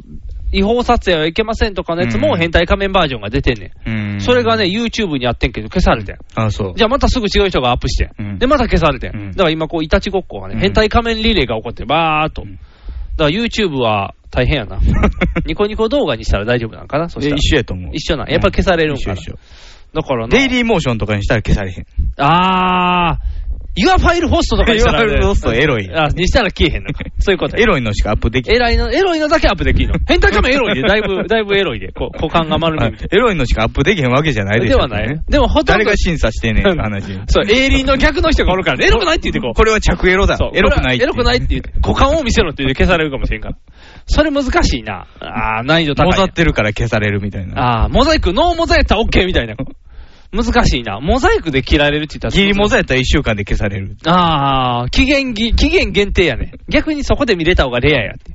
S3: 違法撮影はいけませんとかのやつ
S2: う
S3: も
S2: ん
S3: 変態仮面バージョンが出てんね
S2: うー
S3: ん。
S2: ん
S3: それがね、、YouTube にあってんけど消されてん。
S2: あ、そう。
S3: じゃあまたすぐ違う人がアップして、
S2: うん
S3: で、また消されて、
S2: うん
S3: だから今こう、いたちごっこがね、
S2: うん
S3: 変態仮面リレーが起こって、バーっと。だから YouTube は大変
S2: *laughs*
S3: やな。ニコニコ動画にしたら大丈夫なんかなそした
S2: え
S3: ら。
S2: 一緒やと思う。
S3: 一緒なんやっぱ消されるんか
S2: 一
S3: な
S2: 緒一緒。
S3: だからな。
S2: デイリーモーションとかにしたら消されへん。
S3: あー、Your File Host とかにしたら、
S2: Your File Host エロい
S3: あ、にしたら消えへんの
S2: *laughs*
S3: か。そういうことや
S2: エ。ロいのしかアップでき
S3: エロいの、エロいのだけアップできるの。変態仮面エロいで、だいぶ、だいぶエロいで、こう股間が丸みみたいな
S2: あエロいのしかアップできへんわけじゃないでし
S3: で
S2: ょ。
S3: はない。でもほとん
S2: 誰
S3: ど
S2: が、審査してんねんって話。
S3: そう、エリンの逆の人がおるから、エロくないって言ってこう。
S2: これは着エロだ
S3: そう。
S2: エロくない
S3: これはエロくないって言って、股間を見せろって言って消されるかもしれんから。それ難しいな。ああ、難易度高
S2: 混
S3: いな。
S2: ざってるから消されるみたいな。
S3: ああ、モザイク、ノーモザイクやったら OK みたいな。難しいな。モザイクで切られるって言ったら。
S2: ギリモザやったら1週間で消される。
S3: ああ、期限ぎ、期限限定やね。逆にそこで見れた方がレアやって。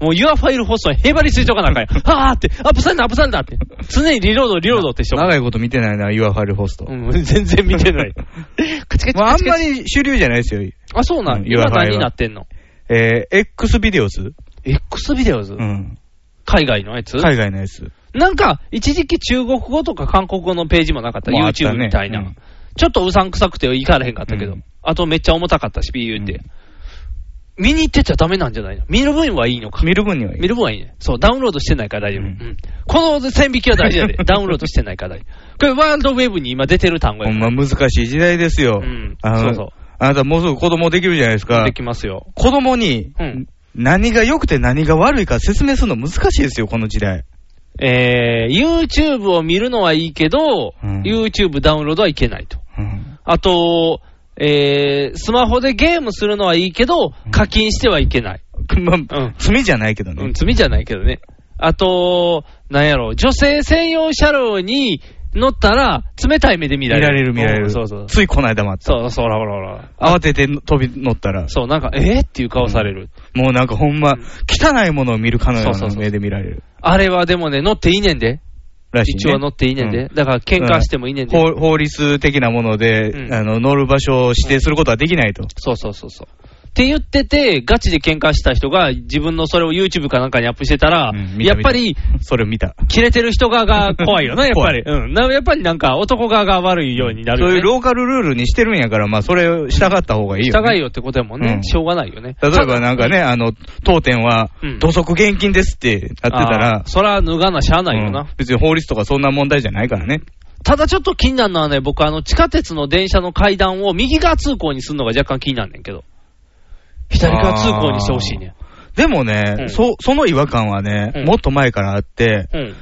S3: もう、ユアファイルホストにへばりついとか
S2: *laughs*
S3: なんかや。はあって、アップされんな、アップされんなって。常にリロード、リロードってしとく
S2: 長いこと見てないな、ユアファイルホスト。
S3: うん、全然見
S2: *laughs*
S3: てない。カチカチカチカチ
S2: まあ、あんまり主流じゃないですよ。
S3: あ、そうなん。
S2: うん
S3: 今
S2: Your File は
S3: 何になってんの
S2: えー、X ビデオズ
S3: ?X ビデオズ、
S2: うん。
S3: 海外のやつ
S2: 海外のやつ。
S3: なんか、一時期中国語とか韓国語のページもなかった、
S2: もうあったね
S3: YouTube みたいな、
S2: うん
S3: ちょっとうさんくさくて行かれへんかったけど、
S2: うん
S3: あとめっちゃ重たかったし、PU って、
S2: うん
S3: 見に行ってちゃダメなんじゃないの見る分はいいのか。
S2: 見る分にはいい。
S3: 見る分はいいね。そう、ダウンロードしてないから大丈夫。
S2: うん
S3: うんこの線引きは大事
S2: *laughs*
S3: だね。ダウンロードしてないから大丈夫。これ、ワールドウェブに今出てる単語
S2: ほ
S3: や
S2: んま難しい時代ですよ。
S3: うん
S2: あの
S3: そうそう
S2: あなたもうすぐ子供できるじゃないですか
S3: で。きますよ。
S2: 子供に
S3: うん
S2: 何が良くて何が悪いか説明するの難しいですよ、この時代。
S3: えー、YouTube を見るのはいいけど、
S2: うん
S3: YouTube ダウンロードはいけないと。
S2: うん
S3: あと、えー、スマホでゲームするのはいいけど
S2: うん、
S3: 課金してはいけない。
S2: ま
S3: うん
S2: あ、罪じゃないけどね。
S3: うん、罪じゃないけどね。あと、なんやろ、女性専用車両に乗ったら、冷たい目で見
S2: 見
S3: ら
S2: られ
S3: れる。
S2: る見られ
S3: う
S2: る。
S3: んそうそう。
S2: ついこの間もあった。
S3: そう、そう、ほらほらほら。
S2: 慌てて飛び乗ったら、
S3: そう、なんか、えー、っていう顔される。
S2: もうなんかほんま、汚いものを見るかのよ
S3: そう
S2: う
S3: そう
S2: な
S3: そう
S2: 目で見られる
S3: あれはでもね、乗っていいねんで。
S2: らしいね。
S3: 一応乗っていいねんで。だから、
S2: うん
S3: 喧嘩してもいいねんで。
S2: 法法律的なもので、
S3: うん
S2: あの乗る場所を指定することはできないと。
S3: そうそうそうそう。って言ってて、ガチで喧嘩した人が、自分のそれを YouTube かなんかにアップしてたら、
S2: うん
S3: やっぱり、、
S2: 見た見たそれを見た。
S3: 切れてる人側が怖いよな、やっぱり。うん。なやっぱりなんか、男側が悪いようになる
S2: そ
S3: よ、
S2: う
S3: ね。
S2: いうローカルルールにしてるんやから、まあ、それを従った方がいいよ、ね。
S3: 従いよってことやもんね。
S2: うん
S3: しょうがないよね。
S2: 例えばなんかね、あの、当店は
S3: うん、
S2: 土足厳禁ですってやってた
S3: あ
S2: ら
S3: ー、そら脱がなしゃあないよな。
S2: うん別に法律とかそんな問題じゃないからね。
S3: ただちょっと気になるのはね、僕、あの、地下鉄の電車の階段を右側通行にするのが若干気になんねんけど。左側通行にしてほしいね
S2: でも
S3: う
S2: ね、
S3: ん
S2: そ、その違和感はね
S3: う、ん
S2: もっと前からあって、
S3: ん。うん。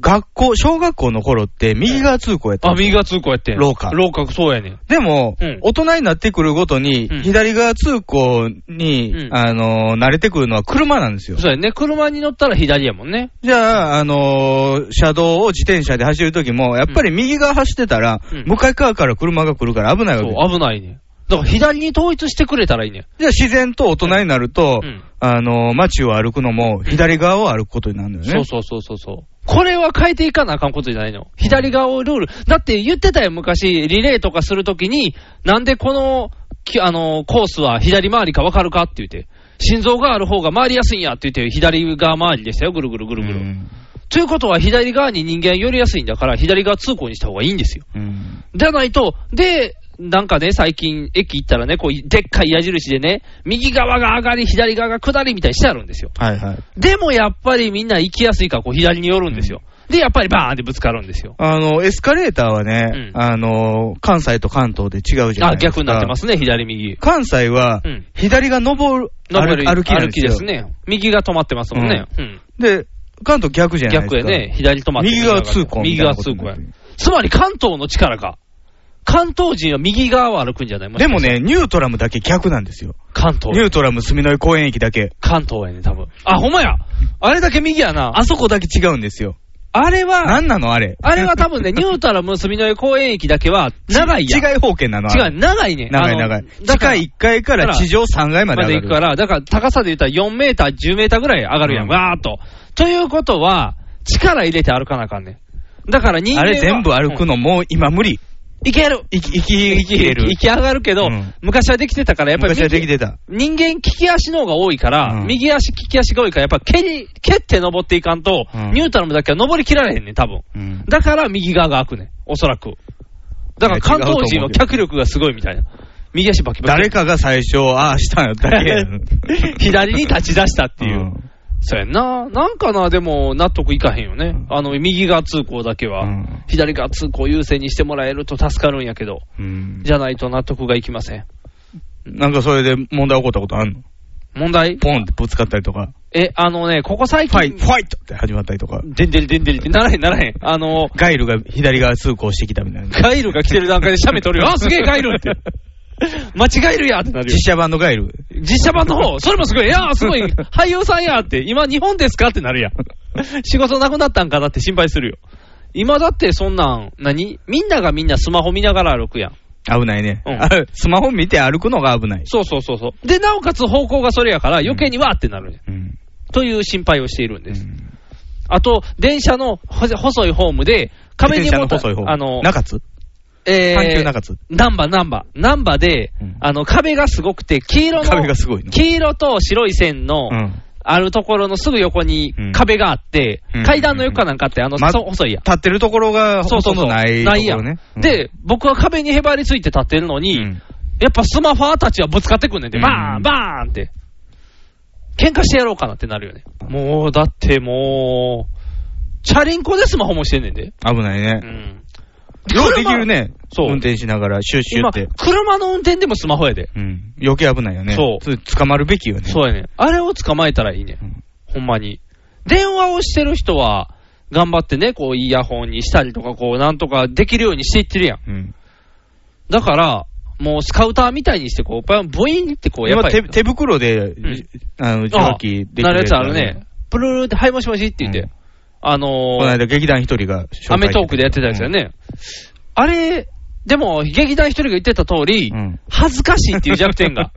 S2: 学校、小学校の頃って右側通行やった
S3: あ、
S2: んです
S3: 右
S2: よ。
S3: 側通行やってん。
S2: 廊下
S3: 廊下、そうやねん。
S2: でも
S3: うん、
S2: 大人になってくるごとに
S3: うん、
S2: 左側通行
S3: う
S2: に、
S3: ん
S2: あの、慣れてくるのは車なんですよ。
S3: そうやね。車に乗ったら左やもんね。
S2: じゃあ、あのー車道を自転車で走るときも、やっぱり右側走ってたら、
S3: うん
S2: 向かい側から車が来るから危ないわ
S3: そ
S2: けですよ
S3: う、危ないねん。だから左に統一してくれたらいいねん。
S2: じゃあ自然と大人になると、
S3: うん
S2: あの、街を歩くのも、左側を歩くことになるんだよね。
S3: そうそうそうそうそう。これは変えていかなあかんことじゃないの。左側をルール。だって言ってたよ、昔、リレーとかするときに、なんでこの、きあの、コースは左回りか分かるかって言って。心臓がある方が回りやすいんやって言って、左側回りでしたよ、ぐるぐるぐるぐる。
S2: ん
S3: ということは、左側に人間寄りやすいんだから、左側通行にした方がいいんですよ。
S2: うん
S3: じゃないと、で、なんかね、最近、駅行ったらね、こうい、でっかい矢印でね、右側が上がり、左側が下りみたいにしてあるんですよ。
S2: はいはい。
S3: でもやっぱりみんな行きやすいから、こう左に寄るんですよ。で、やっぱりバーンってぶつかるんですよ。
S2: あの、エスカレーターはね、
S3: うん
S2: あの、関西と関東で違うじゃな
S3: あ、
S2: いですか。。
S3: 逆になってますすね、左右。
S2: 関西は
S3: うん、
S2: 左が上る、
S3: 上
S2: 歩
S3: る
S2: 歩きなん
S3: 歩
S2: です
S3: き
S2: よ。
S3: ですね。右が止まってますもんね。うん。
S2: で、関東逆じゃないです
S3: 逆
S2: か。
S3: やね。。左止まって
S2: 右側通行み
S3: 右
S2: たいな
S3: 側
S2: こと
S3: 通
S2: に
S3: 行
S2: なっ
S3: や
S2: てる。
S3: つまり関東の力か。関東人は右側を歩くんじゃない
S2: でも、ね、ニュートラムだけ逆なんですよ。
S3: しかして関
S2: ニュ
S3: 東。
S2: ートラム住之江公園駅だけ。
S3: 関東やね、多分。あ、ほんまや。あれだけ右やな。あ
S2: あそこだけ違うんですよ。
S3: あれは、
S2: なんなのあれ。
S3: あれは
S2: *laughs*
S3: 多分ね、ニュータラム住の江公園駅だけは、長いやん。
S2: 違い方形なのあれ
S3: 違う、長いね。
S2: 長い
S3: あの
S2: 長い。
S3: だ
S2: 地
S3: か
S2: 下
S3: ら
S2: 1階から地上3階まで
S3: ま
S2: 上
S3: で行く
S2: が
S3: か
S2: る。
S3: ら、だから高さで言ったら4メーター、10メーターぐらい上がるやん、
S2: うん
S3: わーっと。ということは、力入れて歩かなあかんねん。だから人間
S2: あ
S3: は
S2: れ全部歩く
S3: うん
S2: のもう今無理。
S3: いける
S2: 行き、行き、
S3: い
S2: 行き入れる
S3: 行。き上がるけど、
S2: うん
S3: 昔はできてたから、やっぱり
S2: 昔はでき
S3: 右
S2: てた。
S3: 人間、利き足の方が多いから、
S2: うん
S3: 右足、利き足が多いから、やっぱ蹴り、蹴って登っていかんと、
S2: うん
S3: ニュータルムだけは登りきられへんねん、多分。
S2: うん
S3: だから右側が開くねん、おそらく。だから関東人は脚力がすごいみたいな。右足バキバキ。
S2: 誰かが最初、ああしたんよ、
S3: *laughs*
S2: だけやん。
S3: 左に立ち出したっていう。
S2: うん
S3: そうやんな。なんかな、でも、納得いかへんよね。あの、右側通行だけは、
S2: うん
S3: 左側通行優先にしてもらえると助かるんやけど、
S2: うん
S3: じゃないと納得がいきません。
S2: なんかそれで問題起こったことあんの
S3: 問題
S2: ポンってぶつかったりとか、
S3: え、あのね、ここ最
S2: ファイ、
S3: 近、
S2: ファイトって始まったりとか、
S3: でんでりでんでりってならへんならへん。あの、
S2: ガイルが左側通行してきたみたいな。
S3: ガイルが来てる段階で写メ撮るよ。 *laughs* あ、すげえガイルって。間違えるやってなるよ
S2: 実。写版のガイル。
S3: 実写版の方、それもすごい、いやー、す
S2: *laughs*
S3: ごい、俳優さんやーって、今、日本ですかってなるやん。仕事なくなったんかなって心配するよ。今だってそんなん、何みんながみんなスマホ見ながら歩くやん。
S2: 危ないね。
S3: うん
S2: あスマホ見て歩くのが危ない。
S3: そうそうそうそう。で、なおかつ方向がそれやから、余計にわーってなるね、
S2: うん
S3: という心配をしているん
S2: う
S3: です。
S2: ん
S3: あと、電車のほ細いホームで、壁に
S2: 自転車
S3: も
S2: の
S3: た
S2: 細い方。
S3: あの、
S2: 中津
S3: え
S2: 阪急中津。
S3: ナンバナンバナンバで、
S2: うん
S3: あの、壁がすごくて、黄色の、
S2: 壁がすごいの
S3: 黄色と白い線の、
S2: うん
S3: あるところのすぐ横に
S2: うん
S3: 壁があって、
S2: うん
S3: 階段の床なんかあって、あの、
S2: ま
S3: そ細いやん。
S2: 立ってるところがほ
S3: そうそ
S2: と
S3: うんそう。
S2: どないと
S3: ない
S2: こ
S3: や
S2: ろ
S3: ん。
S2: ね。うん、
S3: で、僕は壁にへばりついて立ってるの
S2: う
S3: に、
S2: ん
S3: やっぱスマファーたちはぶつかってくんねんて、
S2: うん
S3: バーン、バーンって。喧嘩してやろうかなってなるよね。もう、だってもう、チャリンコでスマホもしてんねんで。
S2: 危ないね
S3: う。ん。
S2: ようできるね。
S3: そう
S2: 運転しながら、シュッシュ
S3: 今
S2: って。、
S3: 車の運転でもスマホやで。
S2: うん。余計危ないよね。
S3: そう
S2: つ捕まるべきよね。
S3: そうやねん。あれを捕まえたらいいね
S2: うんん。
S3: ほんまに。電話をしてる人は、頑張ってね、こう、イヤホンにしたりとか、こう、なんとかできるようにしていってるやん。
S2: うん。
S3: だから、もうスカウターみたいにして、こう、バインってこう、やっ
S2: やっ
S3: ぱ
S2: ぱ手
S3: り。
S2: 手袋で、
S3: ん
S2: あの、受
S3: あ
S2: 話器でき
S3: なるやつあるね。。プルルルって、はい、もしもしって言って。
S2: うんこ
S3: あの
S2: の
S3: ー、
S2: 間劇団一人が紹介してた
S3: アメトークでやってたやつよ。ね。あれ、でも、劇団一人が言ってた通り、
S2: うん
S3: 恥ずかしいっていう弱
S2: *laughs*
S3: 点が。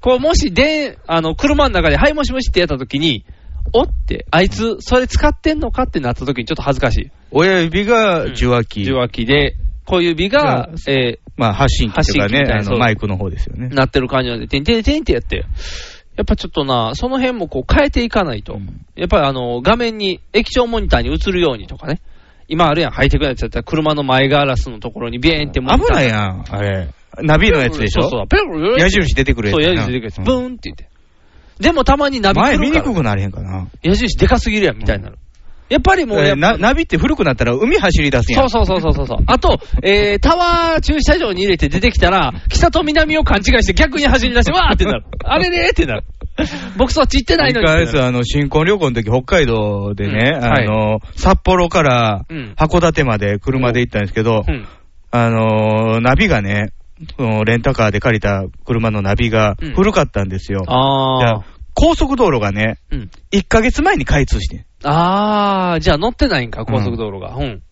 S3: こう、もし、で、あの、車の中で、はい、もしもしってやった時に、おって、あいつ、それ使ってんのかってなった時にちょっと恥ずかしい。
S2: 親指が受話器。
S3: 受話器で、小指が、え
S2: まあ、発信機とか
S3: 発信機み
S2: ね
S3: たい、な
S2: あ
S3: そ
S2: の、
S3: う
S2: マイクの方ですよね
S3: ー。なってる感じなんで、てんてんてんってやって。やっぱちょっとな、その辺もこう変えていかないと。
S2: うん
S3: やっぱりあの、画面に、液晶モニターに映るようにとかね。今あるやん、ハイテクなやつやったら、車の前ガラスのところにビェーンって
S2: 危
S3: モニター
S2: ないやん、あれ。ナビのやつでしょ
S3: そうそう、ペロペロ
S2: 矢印出てくるやつ
S3: そう、
S2: や
S3: 矢
S2: な
S3: 印出てくるやつ。
S2: うん
S3: ブーンって言って。でもたまにナビ来る
S2: 前
S3: から
S2: 見にくくなれへんかな。
S3: 矢印でかすぎるやん、みたいになる。やっぱりもう
S2: えー
S3: やっぱ
S2: なナビって古くなったら海走り出すや
S3: そ
S2: ん。
S3: うそうそうそうそうそう。あと、えー、タワー駐車場に入れて出てきたら、北と南を勘違いして逆に走り出して、わーってな
S2: *laughs*
S3: る。あれねーってなる。僕そっち行ってない
S2: 一
S3: のにって
S2: 回
S3: な
S2: です、
S3: る。
S2: あの、新婚旅行の時、北海道でね、
S3: うんは
S2: あ
S3: い
S2: の、札幌から
S3: うん
S2: 函館まで車で行ったんですけど
S3: う、ん。
S2: あのー、ナビがね、そのレンタカーで借りた車のナビが
S3: うん
S2: 古かったんですよ。じゃ
S3: あ
S2: あ高速道路がね、
S3: ー。うん。
S2: 1ヶ月前に開通してん
S3: あー、じゃあ乗ってないんか、高速道路が。うん。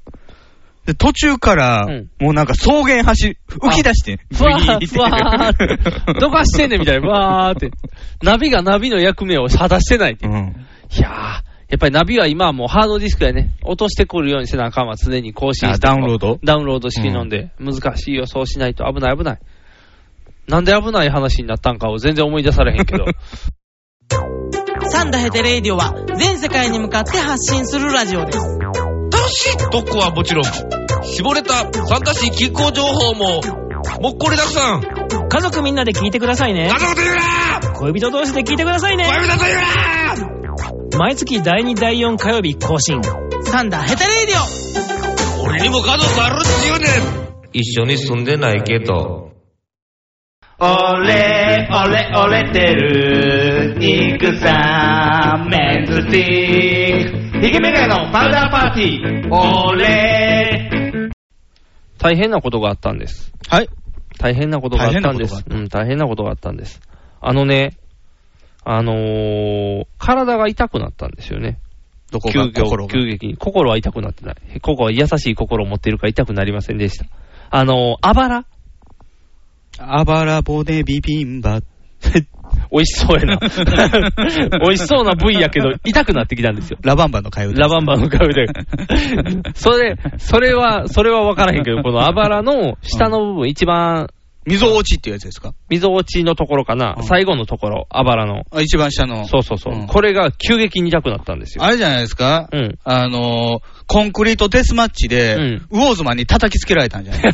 S2: で、途中から
S3: うん、
S2: もうなんか草原走、浮き出してん。
S3: ふわ
S2: ブイ
S3: ー、
S2: ー
S3: ふわーって。どかしてんねんみ
S2: *laughs*
S3: たいな。わーって。ナビがナビの役目を果たしてないっていうう。
S2: ん。
S3: いやー、やっぱりナビは今はもうハードディスクやね。落としてくるようにせなあかんわ。常に更新して。
S2: あダウンロード
S3: ダウンロード式なんで。難しいよ。そうしないと危ない危ない。なんで危ない話になったんかを全然思い出されへん
S2: *laughs*
S3: けど。
S9: サンダヘテレイディオは全世界に向かって発信するラジオです。
S10: 楽しい特こはもちろん、絞れた参加し気候情報も、もっこりだくさん。家
S9: 家族みんなで聞いてくださいね。
S10: 族と言うな
S9: 恋人同士で聞いてくださいね。
S10: 恋人と言うな
S9: 毎月第2第4火曜日更新。サンダヘテレイディオ
S10: 俺にも家族あるっちゅうねん一緒に住んでないけど。
S1: 俺、俺、俺てる、イクサメンズティー。ヒゲメガネのパウダーパーティー。俺、
S3: 大変なことがあったんです。
S2: はい。
S3: 大変なことがあったんで
S2: 大
S3: す。うん、大変なことがあったんです。あのね、あのー、体が痛くなったんですよね。
S2: どこ
S3: 急
S2: が、
S3: 遽
S2: 心が。
S3: 急激に。心は痛くなってない。心は優しい心を持っているから痛くなりませんでした。あの、あばら
S2: あばら骨ビビンバ。
S3: 美味しそうやな。美味しそうな部位やけど、痛くなってきたんですよ。
S2: *laughs* ラバンバの会話。
S3: ラバンバの顔で。それ、それは、それは分からへんけど、このあばらの下の部分、一番、
S2: 溝落ちっていうやつですか
S3: 溝落ちのところかな
S2: う。ん
S3: 最後のところ、あばらの。
S2: あ一番下の。
S3: そうそうそう。
S2: うん
S3: これが急激に痛くなったんですよ。
S2: あれじゃないですか、
S3: うん
S2: あのー、コンクリートデスマッチで、
S3: うん
S2: ウォーズマンに叩きつけられたんじゃ
S3: *laughs*
S2: ない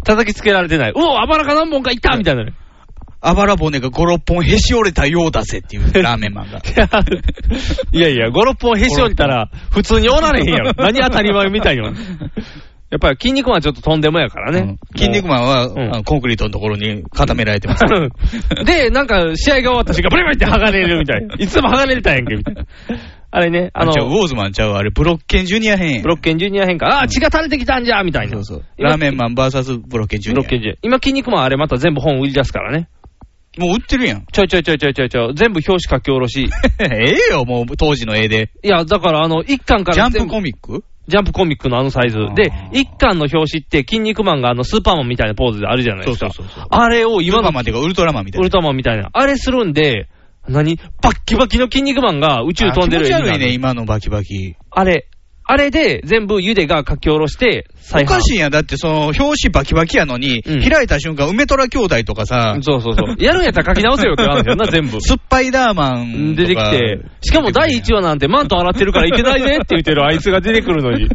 S3: *laughs* 叩きつけられてない。うお、あばらか何本か痛っみたいなね。
S2: あばら骨が5、6本へし折れたようだぜって
S3: *laughs*
S2: いうラーメンマンが。
S3: いやいや、5、6本へし折ったら、普通におられへんやろ。何当たり前みたいよ。やっぱり筋肉マンはちょっととんでもやから
S2: うん
S3: ね。
S2: 筋肉マンは、
S3: ん
S2: あのコンクリートのところに固められてます。
S3: ンで、なんか、試合が終わった瞬間、ブリブリって剥がれるみた
S2: *laughs*
S3: いな。いつも剥がれたやんけ、みたいな。あれ *laughs* ね、あ
S2: あ
S3: の
S2: の、、ウォーズマンちゃうわあれ、ブロッケンジュニア編や
S3: ブロッケンジュニア変化、ああー、血が垂れてきたんじゃみたいな。
S2: そうそう。ラーメンマン VS ブロッケンジュ
S3: ブ
S2: ニア。
S3: ロッケンジュニア。今、筋肉マンあれまた全部本売り出すからね。
S2: もう売ってるやん。 *laughs*
S3: ちょいちょいちょいちょいちょいちょい、全部表紙書き下ろし。
S2: ええよ、もう当時の絵で。
S3: いや、だからあの、一巻か
S2: ジャ
S3: ら
S2: ン
S3: 全
S2: プ
S3: 部
S2: コミック
S3: ジャンプコミックのあのサイズ
S2: あ。ー
S3: で、一巻の表紙って、筋肉マンがあの、スーパーマンみたいなポーズであるじゃないですか。
S2: そうそうそうそう
S3: あれを今
S2: 今
S3: の
S2: までがウルトラマンみたい
S3: ウ
S2: な。
S3: ルトラマンみたいな。あれするんで、何バッキバキの筋肉マンが宇宙飛んでる
S2: あ気持ち
S3: にな
S2: 悪い
S3: る
S2: ね、今のバキバキ。
S3: あれ。あれで全部ゆでが書き下ろして、再
S2: お
S3: 販
S2: かしいんや。だって、その、表紙バキバキやのに、
S3: うん
S2: 開いた瞬間、梅虎兄弟とかさ、
S3: そうそうそう。やるんやったら書き直せよってなるん
S2: *laughs*
S3: *laughs* だよな、全部。
S2: スパイダーマンと
S3: 出てき
S2: か
S3: て、しかも第1話なんてマント洗ってるからいけないぜって言って *laughs* るあいつが出てくるのに、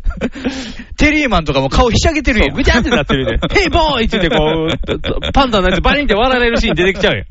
S2: テリーマンとかも顔ひしゃげてるやん。
S3: ぐちゃってなって
S2: *laughs*
S3: る *laughs* ね。ヘイボーイって言ってこう、パンダのやつバリンって割られるシーン出てきちゃうやん。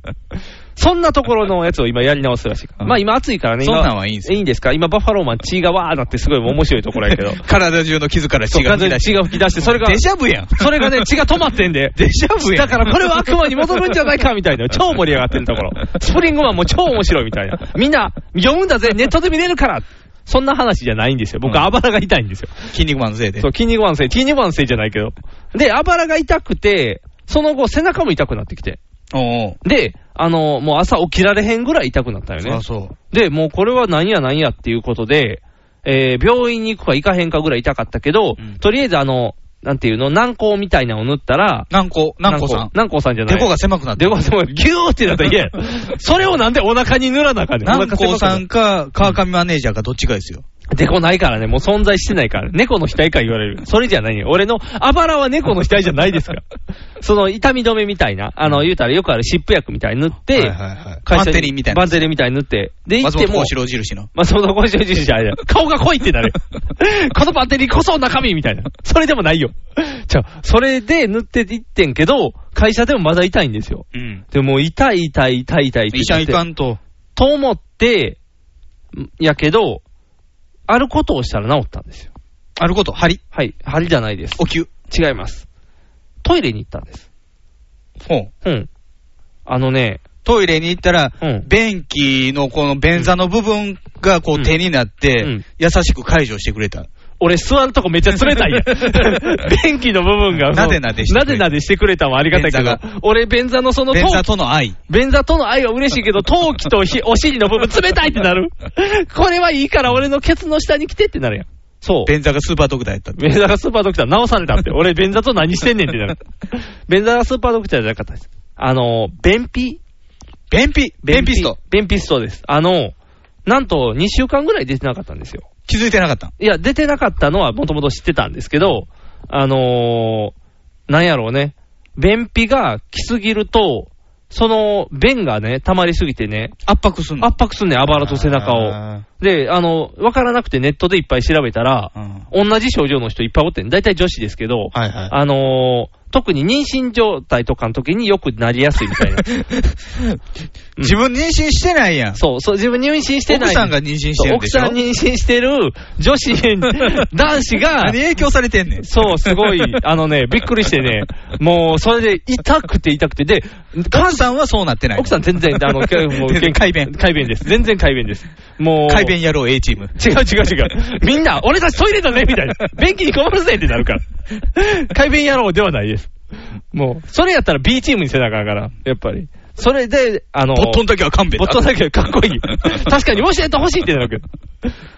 S3: そんなところのやつを今やり直すらしいから。まあ今暑いからね、今
S2: そんなんはいいんすよ
S3: いいんですか今バッファローマン血がわーなってすごい面白いところやけど。
S2: 体中の傷から
S3: そ
S2: 血
S3: う、
S2: が
S3: 完
S2: 出
S3: 全に
S2: だし。
S3: *laughs* 血が噴き出して、それが、
S2: デジャブやん。
S3: それが *laughs* ね、血が止まってんで。
S2: デジャブや
S3: だ
S2: ん。
S3: からこれは悪魔に戻るんじゃないかみたいな、超盛り上がってるところ。スプリングマンも超面白いみたいな。みんな、読むんだぜ、ネットで見れるから。そんな話じゃないんですよ。僕、
S2: うん
S3: あばらが痛いんですよ。
S2: *laughs* 筋肉マンのせいで
S3: そう、。筋肉マンのせい、筋肉マンのせいじゃないけど。で、あばらが痛くて、その後、背中も痛くなってきて。
S2: おう
S3: で、あの、もう朝起きられへんぐらい痛くなったよ
S2: おう。
S3: ね
S2: あ、。そう。
S3: で、もうこれは何や何やっていうことで、えー病院に行くか行かへんかぐらい痛かったけど、
S2: うん
S3: とりあえずあの、なんていうの、軟膏みたいなのを塗ったら、
S2: 南光、南光さん。
S3: 軟膏さんじゃない。
S2: デコが狭くなって
S3: デ
S2: る
S3: コがすごい、 *laughs* ギューってなったら嫌や。それをなんでお腹に塗らなあかんねん。
S2: 南光さ
S3: お腹狭
S2: んか、川上マネージャーかどっちかですよ。
S3: くなる。デコないからね、もう存在してないから。猫の額か言われる。それじゃないよ。俺の、あばらは猫の額じゃない *laughs* ですから。その痛み止めみたいな、あの、言うたらよくある湿布薬みたいに塗って、
S2: はいはいはい。バンテリンみたい
S3: バ
S2: な
S3: ン。テリンみたいに塗って。で、行っ
S2: 松
S3: て
S2: 本
S3: も
S2: 幸、四郎印の。
S3: まあ、その今週中じゃないよ。顔が濃いってなる。 *laughs* このバッテリーこそ中身みたいな。それでもないよ。じゃあそれで塗っていってんけど、会社でもまだ痛いんですよ。
S2: うん。
S3: でもう痛い痛い痛い痛いって
S2: 医者
S3: 言っ
S2: 行
S3: て。
S2: かんと。
S3: と思って、んやけど、あることをしたら治ったんですよ。
S2: あること、針、
S3: はい。針じゃないです。
S2: お灸。
S3: 違います。トイレに行ったんです。
S2: ほう。
S3: うん。あのね、
S2: トイレに行ったら、
S3: うん
S2: 便器のこの便座の部分がこ
S3: うん
S2: う手になっ
S3: う
S2: て
S3: ん、
S2: 優しく解除してくれた。
S3: 俺座るとこめっちゃ
S2: *laughs*
S3: 冷たいやん。便器の部分が。
S2: なでなでしてくれ
S3: なでなでしてくれたもありがたいけ
S2: 便
S3: ど
S2: 座、
S3: 俺便座のその
S2: 便座
S3: 陶器
S2: との愛。
S3: 便座との愛は嬉し
S2: *laughs*
S3: いけど、陶器とひお尻の部分冷たいってなる。これはいいから俺のケツの下に来てってなるやん。そう。
S2: 便座がスーパードクターやったって。
S3: 便座がスーパードクター直され *laughs* たって。俺便座と何してんねんってなる。便座がスーパードクターじゃなかったです。あの、便秘
S2: 便秘便秘スト。。
S3: 便秘ストです。あの、なんと2週間ぐらい出てなかったんですよ。
S2: 気づいてなかった。
S3: いや、出てなかったのはもともと知ってたんですけど、あのー、なんやろうね、便秘が来すぎると、その便がね、溜まりすぎてね、
S2: 圧迫すんの。
S3: 圧迫すんねん、あばらと背中を。
S2: あ
S3: で、あの、わからなくてネットでいっぱい調べたら、
S2: ー。うん
S3: 同じ症状の人いっぱいおってん、大体女子ですけど、
S2: はいはい。
S3: あのー、特に妊娠状態とかの時によくなりやすいみ
S2: *laughs*
S3: たいな。
S2: 自分妊娠してないやん。
S3: そう、そう、自分妊娠してない。
S2: 奥さんが妊娠してるんでしょ
S3: そう奥さん妊娠してる女子、
S2: *laughs*
S3: 男子が
S2: 何、影響されてんねん。
S3: そう、すごい、あのね、びっくりしてね、もう、それで痛くて痛くて、で、
S2: 母さんはそうなってない。
S3: 奥さん全然、あの、も
S2: 全然改便
S3: 改便です。全然改便です。もう、
S2: 改便野郎 A チーム。
S3: 違う違う違う。みんな、俺たちトイレだねみたい
S2: *laughs*
S3: な。便器に困るぜってなるから。改便野郎ではないです。もう、それやったら B チームに背中だから、やっぱり。それで、あの、
S2: ボットンだけは勘弁
S3: ボ
S2: だ。
S3: ットだけどかっこ
S2: *laughs*
S3: いい。確かに教えてほしいってなるけど。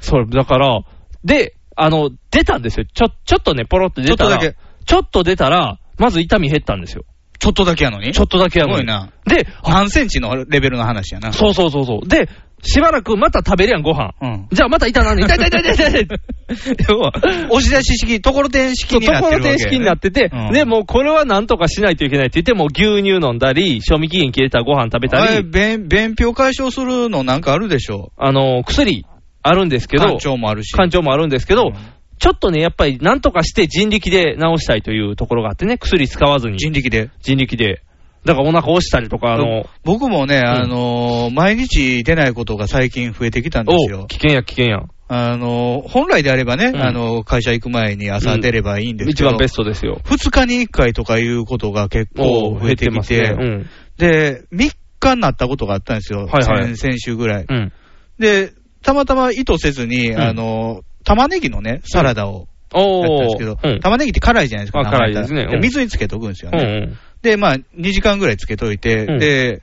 S3: そう、だから、で、あの、出たんですよ。ちょ、ちょっとね、ポロっと出たら。
S2: ちょっとだけ。
S3: ちょっと出たら、まず痛み減ったんですよ。
S2: ちょっとだけやのに。
S3: ちょっとだけやのに
S2: すごいな。
S3: で、
S2: 何センチのレベルの話やな。
S3: そうそうそうそう。で、しばらくまた食べるやん、ご飯。
S2: うん
S3: じゃあまた痛なんで、痛い痛い痛い痛い痛い
S2: *laughs*
S3: 要は
S2: 押し出し式、ところてん式
S3: そう
S2: に
S3: と
S2: なって
S3: こ
S2: る
S3: ろ
S2: わけやね
S3: てん式になってて、
S2: うん
S3: で、もうこれはなんとかしないといけないって言って、もう牛乳飲んだり、賞味期限切れたご飯食べた
S2: あれ、
S3: り、
S2: 便、便秘を解消するのなんかあるでしょ
S3: あの、薬あるんですけ
S2: う。
S3: ど、
S2: 肝腸もあるし。
S3: 感情もあるんですけど、
S2: うん
S3: ちょっとね、やっぱりなんとかして人力で治したいというところがあってね、薬使わずに、
S2: 人力で。
S3: 人力で。だからお腹押したりとか、あの、
S2: 僕もね、あのー毎日出ないことが最近増えてきたんです
S3: おう
S2: よ。
S3: 危険や危険や。
S2: あのー本来であればね、
S3: うん
S2: あのー会社行く前に朝出ればいいんです
S3: 一
S2: けど、
S3: 番ベストですよ。
S2: 2日に1回とかいうことが結構増えてきて、
S3: うん。
S2: で、3日になったことがあったんですよ。
S3: はいはい
S2: 先先週ぐらい。
S3: うん。
S2: で、たまたま意図せずに、
S3: うん
S2: あのー玉ねぎのね、サラダをやったん
S3: お
S2: です
S3: ー
S2: けど、
S3: うん。
S2: 玉ねぎって辛いじゃないですか。
S3: あ
S2: 生
S3: 辛いですねうん
S2: 水につけとくんですよ
S3: う
S2: ね。
S3: ん
S2: で、まあ、2時間ぐらいつけといて、
S3: うん
S2: で、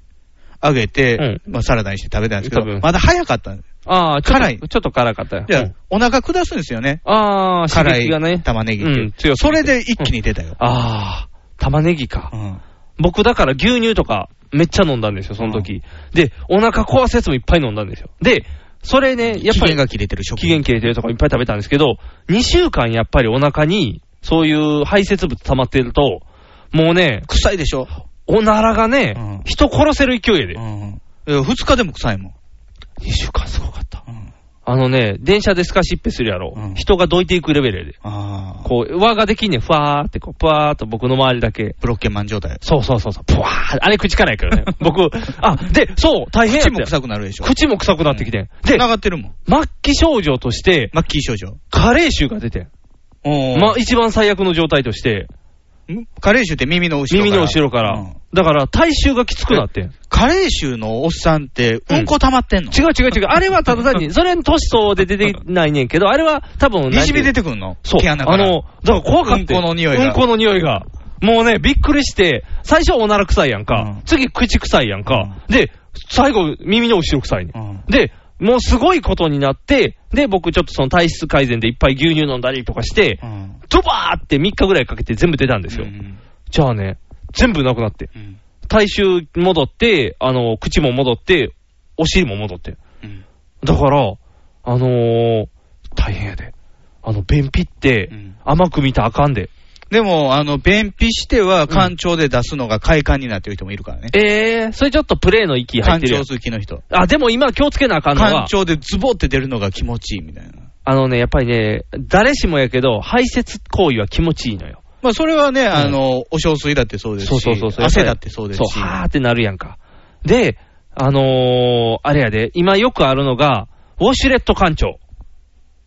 S2: 揚げて、
S3: う
S2: まあ、サラダにして食べたんですけ
S3: 多分
S2: ど、まだ早かったんです。
S3: ああ、ちょっと
S2: 辛い
S3: ちょっと辛かったよ。
S2: じゃ
S3: う
S2: あ
S3: ん、
S2: お腹下すんですよね。
S3: ああ、刺
S2: 辛
S3: 激がね
S2: い。玉ねぎ
S3: うん
S2: って。
S3: 強す
S2: そ
S3: ぎて
S2: れで一気に出たよ。
S3: ああ、玉ねぎか
S2: う。ん
S3: 僕だから牛乳とかめっちゃ飲んだんですよ、その時。で、お腹壊すやつもいっぱい飲んだんですよ。で、それね、やっ
S2: 期
S3: ぱ
S2: 限
S3: り
S2: が切れてる食
S3: 期限切れてるとかいっぱい食べたんですけど、2週間やっぱりお腹に、そういう排泄物溜まってると、もうね、
S2: 臭いでしょ。
S3: おならがね、
S2: うん
S3: 人殺せる勢いやで。
S2: うん。2日でも臭いもん。
S3: 2週間すごかった。
S2: うん
S3: あのね、電車でスカシッペするやろ。
S2: うん
S3: 人がどいていくレベルやで。
S2: ああ。
S3: こう、輪ができんねん。ふわーって、こう、ぷわーっと僕の周りだけ。
S2: ブロッケンマン状態。
S3: そうそうそうそう、ぷわーあれ口からやけど *laughs* ね。僕、あ、で、そう、大変や
S2: 口
S3: った
S2: も
S3: よ
S2: 臭くなるでしょ。
S3: 口も臭くなってきてん。で、
S2: 繋がってるもん。
S3: 末期症状として、
S2: マッキー症状。
S3: 加齢臭が出てん。
S2: お
S3: ま、一番最悪の状態として、
S2: カレー臭って耳の後ろから。
S3: 耳の後ろか
S2: う
S3: ら
S2: ん。
S3: だから、体臭がきつくなってん。
S2: カレー臭のおっさんって、うんこ溜まってんの
S3: 違う違う違う。あれはただ単に、 *laughs* それ年相で出てないねんけど、あれは多分、
S2: にじみ出
S3: て
S2: てくんの
S3: そう。
S2: 毛
S3: あ
S2: 穴から。
S3: の、だから怖かった。
S2: うんこの匂いが
S3: うんこの匂いが。もうね、びっくりして、最初おなら臭いやんか
S2: うん。
S3: 次口臭いやんか。で、最後耳の後ろ臭いねん。
S2: うん
S3: で、もうすごいことになって、で、僕ちょっとその体質改善でいっぱい牛乳飲んだりとかして
S2: う、ん。
S3: ドバーって3日ぐらいかけて全部出たんですよ。
S2: うん
S3: じゃあね、全部なくなって。
S2: うん
S3: 体臭戻って、あの、口も戻って、お尻も戻って。
S2: うん
S3: だから、あのー、大変やで。あの、便秘って
S2: うん、
S3: 甘く見たらあかんで。
S2: でも、あの、便秘しては、肝腸で出すのが快感になってる人もいるからね。
S3: えー、それちょっとプレイの域入っ
S2: 肝
S3: てるや
S2: 腸
S3: ん。
S2: 好きの人。
S3: あ、でも今気をつけなあかんの
S2: 肝
S3: は、
S2: 腸でズボって出るのが気持ちいいみたいな。
S3: あのね、やっぱりね、誰しもやけど、排泄行為は気持ちいいのよ。
S2: まあ、それはね、あの、お小水だってそうですし、
S3: そうそうそうそう。
S2: 汗だってそうですし
S3: そう、、はーってなるやんか。で、あのー、あれやで、今よくあるのが、ウォシュレット館長。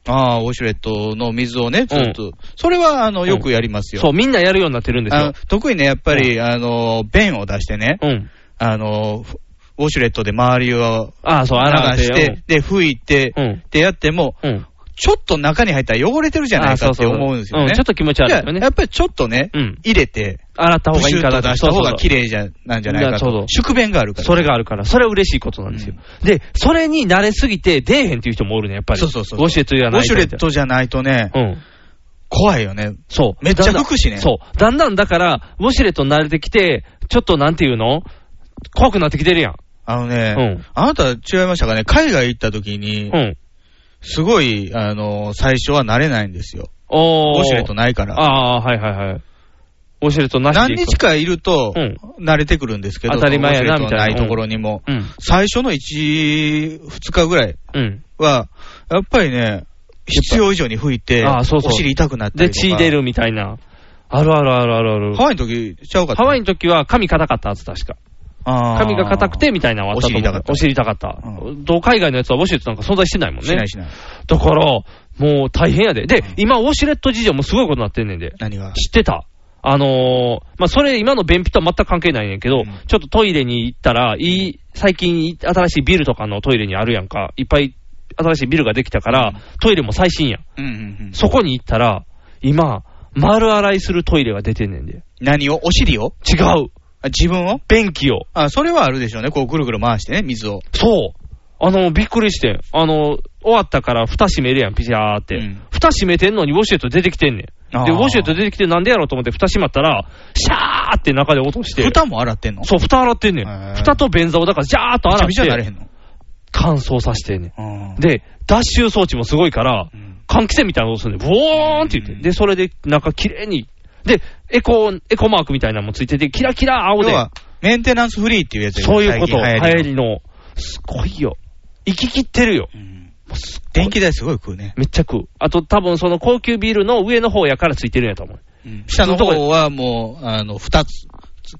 S2: ああ、ウォシュレットの水をね、ずっと、それは、あの、よくやりますよ。
S3: そう、みんなやるようになってるんです
S2: あの
S3: よ。
S2: 特にね、やっぱり、あの、便を出してね、
S3: うん。
S2: あの、ふウォシュレットで周りを
S3: ああ、そう、洗
S2: 流
S3: って。
S2: して、で、拭いて、
S3: うん
S2: ってやっても、
S3: うん。うん。
S2: ちょっと中に入ったら汚れてるじゃないかって思うんですよ
S3: あ
S2: ね。
S3: あそうそうそううんちょっと気持ち悪いですよ
S2: じ
S3: ね
S2: ゃあやっぱりちょっとね、
S3: うん
S2: 入れて、
S3: 洗った方
S2: ブ
S3: がい
S2: シ
S3: い
S2: ュ
S3: か
S2: ッ
S3: ら
S2: と出した方が綺
S3: 麗。
S2: 麗じゃなんじゃないか
S3: そうそう
S2: と。宿便があるから。
S3: それがあるから、それは嬉しいことなんですよ。で、それに慣れすぎて出えへんっていう人もおるね、やっぱり。
S2: そうそうそう
S3: ウォシュレットやない
S2: ウォシュレットじゃないとね、
S3: うん。
S2: 怖いよね。
S3: そう。
S2: めっちゃ
S3: だんだん
S2: 拭くしね
S3: そう。だんだんだから、ウォシュレットに慣れてきて、ちょっとなんていうの怖くなってきてるやん。
S2: あのね、
S3: うん
S2: あなた違いましたかね、海外行った時に
S3: う、ん。
S2: すごい、あの、最初は慣れないんですよ。
S3: おー。
S2: ウォシュレットないから。
S3: ああ、はいはいはい。ウォシュレットなしで
S2: 何
S3: いく
S2: 日かいると
S3: うん、
S2: 慣れてくるんですけど、
S3: 当たり前やな
S2: ウォシュレットないところにも。
S3: うん。
S2: 最初の1、2日ぐらい
S3: うん。
S2: は、やっぱりね、必要以上に吹いて、
S3: あそうそ
S2: お
S3: う
S2: 尻痛くなったり
S3: で、
S2: とか。
S3: 血出るみたいな。あるあるあるあるある。
S2: ハワイの時ちゃうかった。
S3: ハワイの時は髪硬かったはず、確か。
S2: あー
S3: 髪が硬くてみたいなのはあったと思う
S2: お尻痛かった
S3: お尻痛かった。
S2: う
S3: どう海外のやつはウォシュレットなんか存在してないもんね。
S2: しないしない。
S3: だから、もう大変やで。で、今、ウォシュレット事情もすごいことになってんねんで。
S2: 何が
S3: 知ってたあのー、まあ、それ、今の便秘とは全く関係ないねんけど、
S2: うん
S3: ちょっとトイレに行ったら、いい、最近、新しいビルとかのトイレにあるやんか、いっぱい新しいビルができたから、トイレも最新やん。
S2: うんうんうん。
S3: そこに行ったら、今、丸洗いするトイレが出てんねんで。
S2: 何をお尻を
S3: 違う。
S2: あ自分を
S3: 便器を。
S2: あ、それはあるでしょうね。こうぐるぐる回してね、水を。
S3: そう。あの、びっくりしてん。あの、終わったから蓋閉めるやん、ピシャーって。
S2: うん
S3: 蓋閉めてんのにウォシュレット出てきてんねん。
S2: あー
S3: で、ウォシュレット出てきてなんでやろうと思って蓋閉まったら、シャーって中で落として。
S2: 蓋も洗ってんの
S3: そう、蓋洗ってんね
S2: へー
S3: ん。蓋と便座をだから、ジャーっと
S2: びち
S3: 洗
S2: ゃびちゃにな
S3: っ
S2: れ
S3: て
S2: へ、んの
S3: 乾燥させてんねん。
S2: うん
S3: で、脱臭装置もすごいから
S2: うん、
S3: 換気扇みたいなのをするねん。ブォーンって言って。で、それで中きれいに。で、エコ、エコマークみたいなのもついてて、キラキラ青
S2: 要
S3: で。
S2: は、メンテナンスフリーっていうやつ
S3: そういうこと、流
S2: 最近
S3: 行
S2: 流行り
S3: りの。すごいよ。行き切ってるよ。
S2: のうん電気代すごい食うね。
S3: めっちゃ食う。あと多分その高級ビールの上の方やからついてるんやと思う。
S2: 下の方はもう、あの、二つ、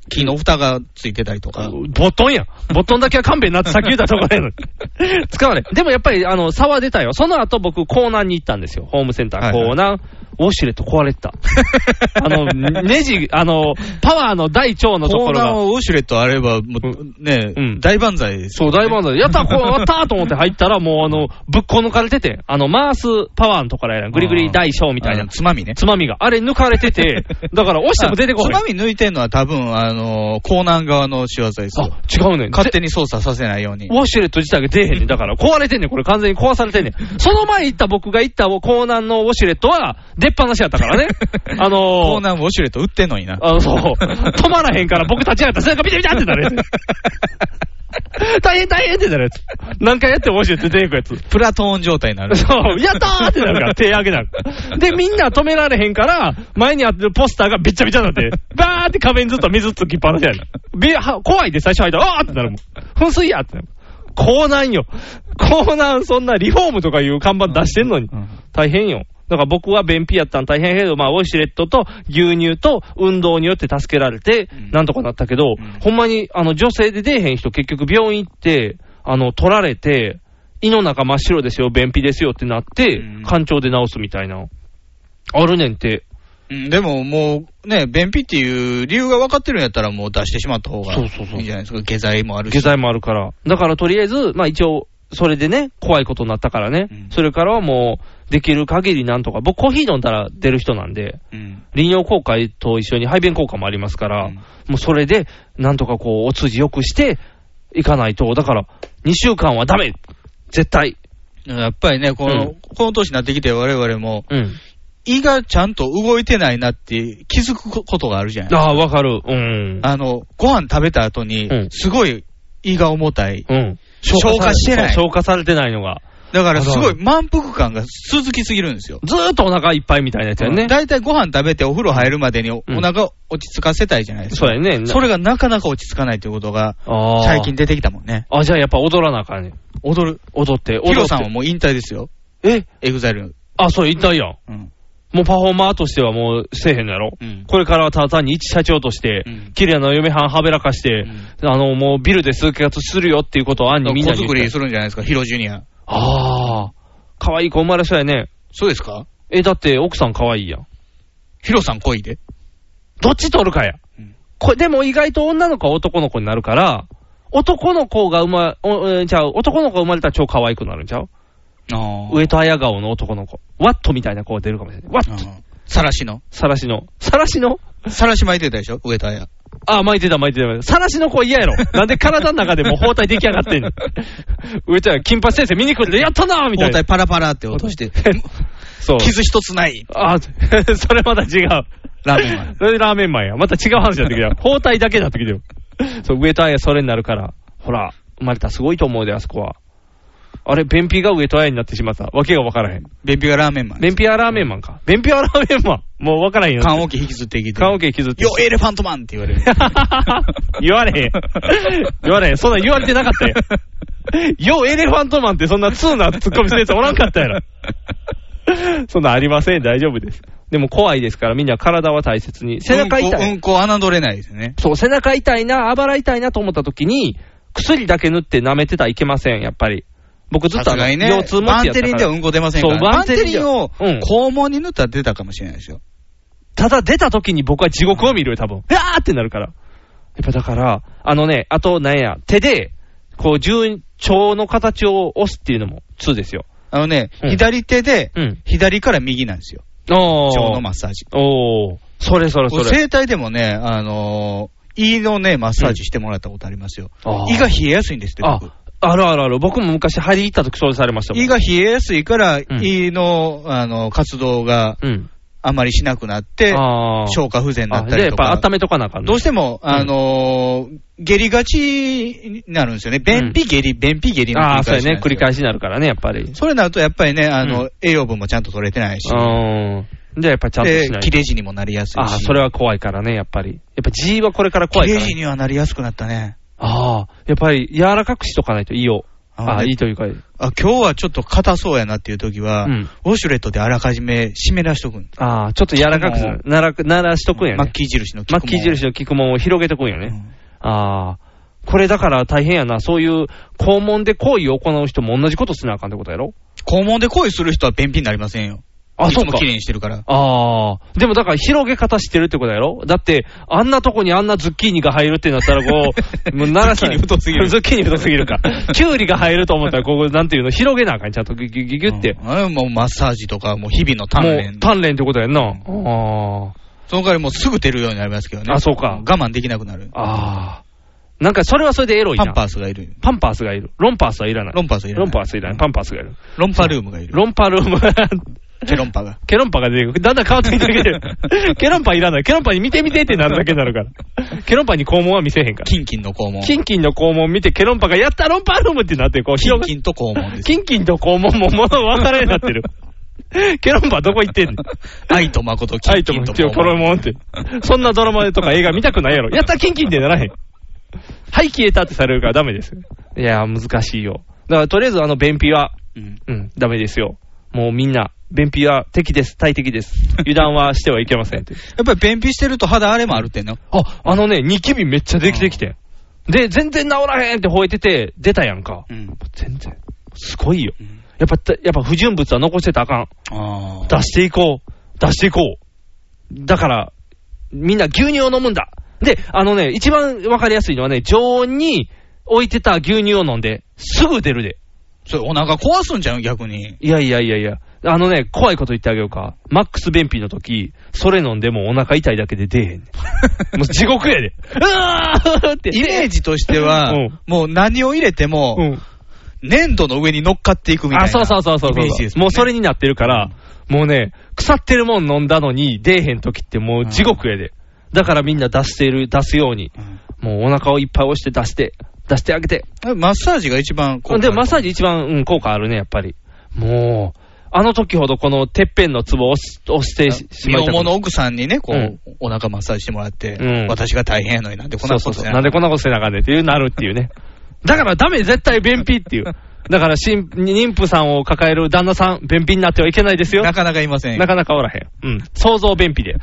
S2: 木の蓋がついてたりとか。
S3: ボトンやん。ボトンだけは勘弁なってさっき言ったところやのに。 *laughs* 使われ。でもやっぱり、あの、差は出たよ。その後僕、コーナーに行ったんですよ。ホームセンター、
S2: はいはい
S3: コーナー。ウォシュレット壊れてた。 *laughs* あの、ネジ、あの、パワーの大腸のと
S2: コ
S3: こ
S2: ー
S3: ろ
S2: ナー
S3: が。
S2: をウォシュレットあれば、もう、ね
S3: うん、
S2: 大万歳です
S3: そ
S2: よ
S3: う、
S2: ね。
S3: 大満足。やったー、こう、終わったーと思って入ったら、もう、あの、ぶっこ抜かれてて、あの、回すパワーのところやな。グリグリ大小みたい
S2: あ
S3: な
S2: の。つまみね。
S3: つまみが。あれ抜かれてて、だから押しても出てこ
S2: あ
S3: な
S2: つま
S3: い。
S2: み抜いてんのは多分、あの、コーナー側の仕業ですよ。
S3: あ、違うねん。
S2: 勝手
S3: に。
S2: に操作させないように。
S3: ウォシュレット自体が出えへんねん。だから壊れてんねん。これ完全に壊されてんねん。その前行った僕が行ったコーナーのウォシュレットは出っ放しやっ
S2: *laughs*
S3: たからね。あのー、
S2: コーナーウォシュレット売ってんのにな。
S3: あのそう。止まらへんから僕立ち上がったら背中ビタビタってなるやつ。
S2: *laughs*
S3: 大変大変ってなるやつ。何回やっても面白いって出てくやつ。
S2: プラトーン状態に
S3: *laughs*
S2: なる。
S3: そう、やったーってなるから、手上げなる。で、みんな止められへんから、前にあってるポスターがびっちゃびちゃになって、バーって壁にずっと水つきっぱなしやる。びは怖いで最初入ったら、あーってなるもん。噴水やってなる。コーナンよ。コーナン、そんなリフォームとかいう看板出してんのに。大変よ。だから僕は便秘やったん大変やけど、まあ、ウォシュレットと牛乳と運動によって助けられて、なんとかなったけど、ほんまに、あの、女性で出えへん人、結局病院行って、あの、取られて、胃の中真っ白ですよ、便秘ですよってなって
S2: うん、
S3: 肝腸で治すみたいな。あるねんって。
S2: うんでももうね、便秘っていう理由が分かってるんやったら、もう出してしまった方が
S3: そ
S2: いう
S3: そうそう
S2: いんじゃないですか、下剤もあるし。
S3: 下剤もあるから。だからとりあえず、まあ一応、それでね、怖いことになったからね、
S2: うん
S3: それからはもう、できる限りなんとか、僕コーヒー飲んだら出る人なんで、
S2: うん
S3: 利尿効果と一緒に排便効果もありますから、
S2: うん
S3: もうそれで、なんとかこう、お通じ良くしていかないと、だから、2週間はダメ絶対
S2: やっぱりね、この、
S3: うん
S2: この年になってきて、我々も、
S3: うん。
S2: 胃がちゃんと動いてないなって気づくことがあるじゃない
S3: ああ、わかる。うん。
S2: あの、ご飯食べた後に
S3: うん、
S2: すごい胃が重たい。
S3: うん。
S2: 消化してない
S3: そう消化されてないのが。
S2: だからすご
S3: あ
S2: い満腹感が続きすぎるんですよ。
S3: ずーっとお腹いっぱいみたいなやつやね。
S2: だいたいご飯食べてお風呂入るまでにお,、
S3: うん
S2: 腹落ち着かせたいじゃないです
S3: そ
S2: か。
S3: うやね。
S2: それがなかなか落ち着かないということが、
S3: あー
S2: 最近。出てきたもんね。
S3: あ、じゃあやっぱ踊らなあかんね。
S2: 踊る。
S3: 踊って、踊って。
S2: ヒロさんはもう引退ですよ。
S3: え
S2: エグザイル。
S3: あ、そう、引退やん。
S2: うん。
S3: もうパフォーマーとしてはもうせえへんのやろ。
S2: うん
S3: これからはただ単に一社長として、
S2: うん
S3: 綺麗な嫁はんはべらかして、あの、もうビルで数活するよっていうことを案にみんな
S2: 子
S3: に言っ
S2: 作
S3: て。
S2: りするんじゃないですか、ヒロジュニア。
S3: ああ。可愛い子生まれそうやね。
S2: そうですか
S3: え、だって奥さん可愛いやん。
S2: ヒロさん恋で。
S3: どっち取るかや。
S2: うん
S3: これでも意外と女の子は男の子になるから、男の子が生ま、おえーちゃう、男の子が生まれたら超可愛くなるんちゃう
S2: あ
S3: 上戸彩顔の男の子。ワットみたいな子が出るかもしれない。ワット
S2: あ。さらしの。
S3: さらしの。さらしの
S2: さらし巻いてたでしょ上田や。
S3: ああ、巻いてた巻いてた。さらしの子嫌やろ。なんで体の中でもう包帯出来上が
S2: *laughs*
S3: ってんの上ちゃん、金八先生見に来るで、やったなーみた
S2: 包
S3: いな
S2: 帯。パラパラって落として、
S3: そう。
S2: 傷一つない。
S3: あ *laughs* あ、それまた違う。
S2: ラーメンマン
S3: *laughs* それでラーメンマンや。また違う話だってき
S2: *laughs*
S3: た。包帯だけだってきてよ。そう、上とあやそれになるから。ほら、生まれたらすごいと思うで、あそこは。あれ、便秘が上とあやになってしまった。わけがわからへん。
S2: 便秘がラーメンマン。
S3: 便秘はラーメンマンか。便秘はラーメンマン。もうわからへんよ。
S2: 缶オケ引きずってきて。
S3: 缶オケ引きずって
S2: よ、エレファントマンって言われる。
S3: *laughs* 言われへん。言われへん。そんなん言われてなかっ
S2: *laughs*
S3: たよ。ようエレファントマンってそんな通なツッコミしてるやつおらんかっ
S2: *laughs*
S3: たやろ。そんなんありません。大丈夫です。でも怖いですからみんな体は大切に。背中痛い。
S2: うんこ、うんこ侮れないですね。
S3: そう、背中痛いな、あばら痛いなと思った時に、薬だけ塗って舐めてたらいけません、やっぱり。僕ずっ
S2: さ
S3: と
S2: す
S3: あの
S2: がにね、
S3: 腰痛持ち
S2: バ
S3: や
S2: ン
S3: ったか
S2: テリンでは
S3: ら。
S2: うんこ出ませんから。
S3: そうバンテリンで
S2: バ
S3: は
S2: テリン
S3: うん
S2: を肛門に塗ったら出たかもしれないですよ。
S3: ただ出た時に僕は地獄を見るよ、多分。うわーってなるから。やっぱだから、あのね、あとなんや、手で、こう、重腸の形を押すっていうのも通ですよ。
S2: あのね、
S3: うん
S2: 左手で、
S3: うん。
S2: 左から右なんですよ。
S3: お
S2: 腸の
S3: ー
S2: マッサージ。
S3: おー。それそれそれ。
S2: 整体でもね、あのー、胃のね、マッサージしてもらったことありますよ。
S3: あー
S2: 胃が冷えやすいんですって、
S3: あ
S2: 僕。、
S3: あるあるある。僕も昔、張り行った時それされましたもん。
S2: 胃が冷えやすいから、
S3: ん
S2: 胃の、あの、活動が
S3: うん。
S2: あまりしなくなって、
S3: あー
S2: 消化不全になっ
S3: あ、
S2: た
S3: じゃあ
S2: り
S3: やっ
S2: と
S3: ぱ
S2: か。
S3: 温めとかなあかんね
S2: どうしても、
S3: ん
S2: あのー下痢がちになるんですよね。便秘下痢、便秘下痢の
S3: ああ、
S2: 繰り返しなん
S3: そうや
S2: ですよ。
S3: ね。繰り返しになるからね、やっぱり。
S2: それになると、やっぱりね、あの、
S3: う
S2: 栄養分もちゃんと取れてないし、
S3: うん。じゃあやっぱちゃんと
S2: で
S3: しない、
S2: 切れ字にもなりやすいし。
S3: ああ、それは怖いからね、やっぱり。やっぱ G はこれから怖い
S2: 切
S3: か
S2: れ
S3: ら、
S2: 字にはなりやすくなったね。
S3: ああ、やっぱり柔らかくしとかないといいよ。
S2: あのね
S3: ああ、いいというか。
S2: あ、今日はちょっと硬そうやなっていう時は、
S3: うん
S2: ウォシュレットであらかじめ湿らしとくん。
S3: ああ、ちょっと柔らかくする
S2: 菊
S3: なら、ならしとくんやね。
S2: マッキー印の
S3: マッキー印の菊門を広げてくんよね。
S2: うん
S3: ああ。これだから大変やな。そういう肛門で行為を行う人も同じことしなあかんってことやろ
S2: 肛門で恋する人は便秘になりませんよ。
S3: あ
S2: いつ
S3: そう
S2: も
S3: か
S2: 綺麗にしてるから。
S3: ああ。でもだから広げ方してるってことやろだって、あんなとこにあんなズッキーニが入るってなったらこ
S2: *laughs*
S3: う、もう長
S2: ズ
S3: さ
S2: ッキーニ太すぎる
S3: ズッキーニ太す
S2: *laughs*
S3: ぎるか。キュウリが入ると思ったらここ、なんていうの、広げなあかん。ちゃんとギュギュギュギュって
S2: う。んあれはもうマッサージとか、もう日々の鍛
S3: もう
S2: 錬。
S3: 鍛錬ってことやんな。ああ。
S2: その代わりもうすぐ出るようになりますけどね。
S3: あそうか
S2: 我慢できなくなる。
S3: ああ。なんかそれはそれでエロい
S2: パ
S3: な。
S2: ンパースがいる。
S3: パンパースがいる。ロンパースはいらない。
S2: ロンパースいらない
S3: ロンパースいらない。パンパースがいる。
S2: ロンパルームがいる。
S3: ロンパルーム。
S2: ケロンパが。
S3: ケロンパが出てくる。だんだん変わってきてる。 *laughs* ケロンパいらない。ケロンパに見て見てってなるだけになるから。ケロンパに肛門は見せへんから。
S2: キンキンの肛門。
S3: キンキンの肛門見て、ケロンパがやったロンパルームってなって、こう、
S2: キン
S3: 広が
S2: キンと肛門
S3: *laughs*
S2: です。
S3: キンキンと肛門ももの分からんようになってる。ケロンパどこ行ってんの
S2: 愛と誠、キ
S3: 愛
S2: ン
S3: と
S2: キ
S3: も
S2: ンと
S3: 一応、
S2: 肛
S3: コロ
S2: 門。
S3: モンって。そんなドラマとか映画見たくないやろ。やった、キンキンってなら *laughs* へん。はい、消えたってされるからダメです。いやー、難しいよ。だから、とりあえず、あの、便秘は、
S2: うん
S3: うん、ダメですよ。もうみんな、便秘は敵です、大敵です。油断はしてはいけませんって。
S2: やっぱり便秘してると肌荒れもあるってんの。
S3: *laughs* あ、あのね、ニキビめっちゃできてきてん。で、全然治らへんって吠えてて、出たやんか。
S2: うん。
S3: 全然。すごいよ。やっぱ、やっぱ不純物は残してたらあかん。
S2: ああ。
S3: 出していこう。出していこう。だから、みんな牛乳を飲むんだ。で、あのね、一番わかりやすいのはね、常温に置いてた牛乳を飲んで、すぐ出るで。
S2: それお腹壊すんじゃん、逆
S3: *laughs*
S2: に。
S3: いやいやいやいや。あのね、怖いこと言ってあげようか。マックス便秘の時、それ飲んでもお腹痛いだけで出えへんねん。もう地獄やで。うわーって。
S2: イメージとしては
S3: うん、
S2: もう何を入れて
S3: う
S2: も、
S3: ん。
S2: 粘土の上に乗っかっていくみたいな。
S3: あ、そうそうそうそうそう
S2: イメージですね
S3: もうそれになってるから、もうね、腐ってるもん飲んだのに出えへん時ってもう地獄やで。だからみんな出してる、出すように。もうお腹をいっぱい押して出して、出してあげて。
S2: うん。マッサージが一番効果ある
S3: で、マッサージ一番、うん、効果あるね、やっぱり。もう、あの時ほどこのてっぺんのツボを押し押してししまい
S2: 身重
S3: たくない
S2: の奥さんにね、こう、
S3: うん
S2: お腹マッサージしてもらって、
S3: うん
S2: 私が大変やのになんでこんなこと
S3: そ
S2: し
S3: うそう
S2: て
S3: そうなんでこんなことせなあかんねんっていうなるっていうね。だからダメ、絶対便秘っていう。だから新、妊婦さんを抱える旦那さん、便秘になってはいけないですよ。
S2: なかなかいません。
S3: なかなかおらへん。うん。想像便秘
S2: *laughs*
S3: で。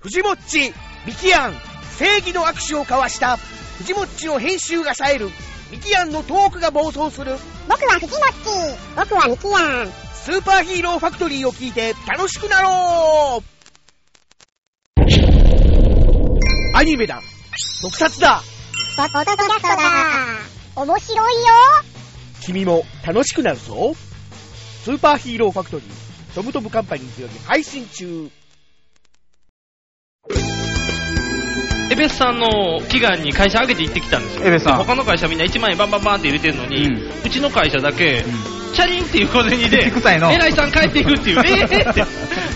S11: 藤もっち、ミキアン、正義の握手を交わした、藤もっちの編集が冴える、ミキアンのトークが暴走する、
S4: 僕はフジモッチ僕はミキヤン
S11: スーパーヒーローファクトリーを聞いて楽しくなろうアニメだ特撮だ
S4: ポッドキャストだ面白いよ
S11: 君も楽しくなるぞスーパーヒーローファクトリー、トムトムカンパニーズより配信中
S3: エベスさんの祈願に会社上げて行ってきたんですよ。
S2: エベスさん
S3: 他の会社みんな1万円バンバンバンって入れてるのに、う
S2: う
S3: ちの会社だけ、チャリンっていう小銭で、
S2: 臭いの
S3: 偉いさん帰っていくって
S2: *laughs*
S3: いう、えーって、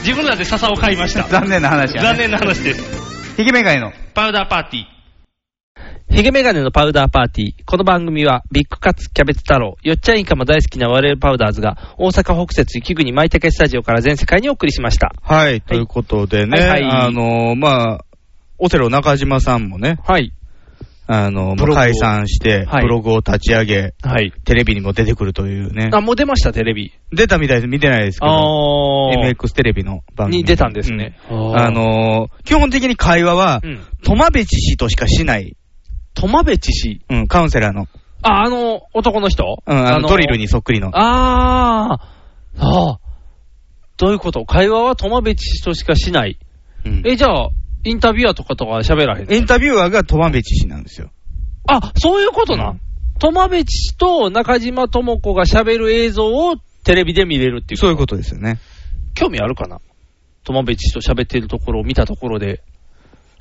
S3: 自分らで笹を買いました。
S2: 残念な話や、
S3: 残
S2: ね。
S3: 念な話です。
S2: ひげめがいの。
S3: パウダーパーティー。ヒゲメガネのパウダーパーティー。この番組は、ビッグカツ、キャベツ太郎、よっちゃんイカも大好きな我々パウダーズが、大阪北節雪国舞茸スタジオから全世界にお送りしました。
S2: はい、ということでね、
S3: はいはい
S2: あのーまあ、オセロ中島さんもね、
S3: はい。
S2: あのー
S3: ブログを
S2: 解散して、
S3: はい
S2: ブログを立ち上げ、
S3: はい。
S2: テレビにも出てくるというね。
S3: あ、もう出ました、テレビ。
S2: 出たみたいです。見てないですけど。
S3: あ
S2: MX テレビの番組。
S3: に出たんですね
S2: うん
S3: あー
S2: あのー基本的に会話は
S3: う、ん。
S2: トマベチ氏としかしない。
S3: 友部知氏。
S2: うん、カウンセラーの。
S3: あ、あの、男の人
S2: うん、あの、ドリルに。そっくりの。
S3: あー。あー。どういうこと会話は友部知氏としかしない。
S2: うん
S3: え、じゃあ、インタビュアーとかとか喋らへんの
S2: インタビュアーがトマベチ氏なんですよ。
S3: あ、そういうことな。友部知と中島智子が喋る映像をテレビで見れるっていう。
S2: そういうことですよね。
S3: 興味あるかな友部知と喋ってるところを見たところで。
S2: っ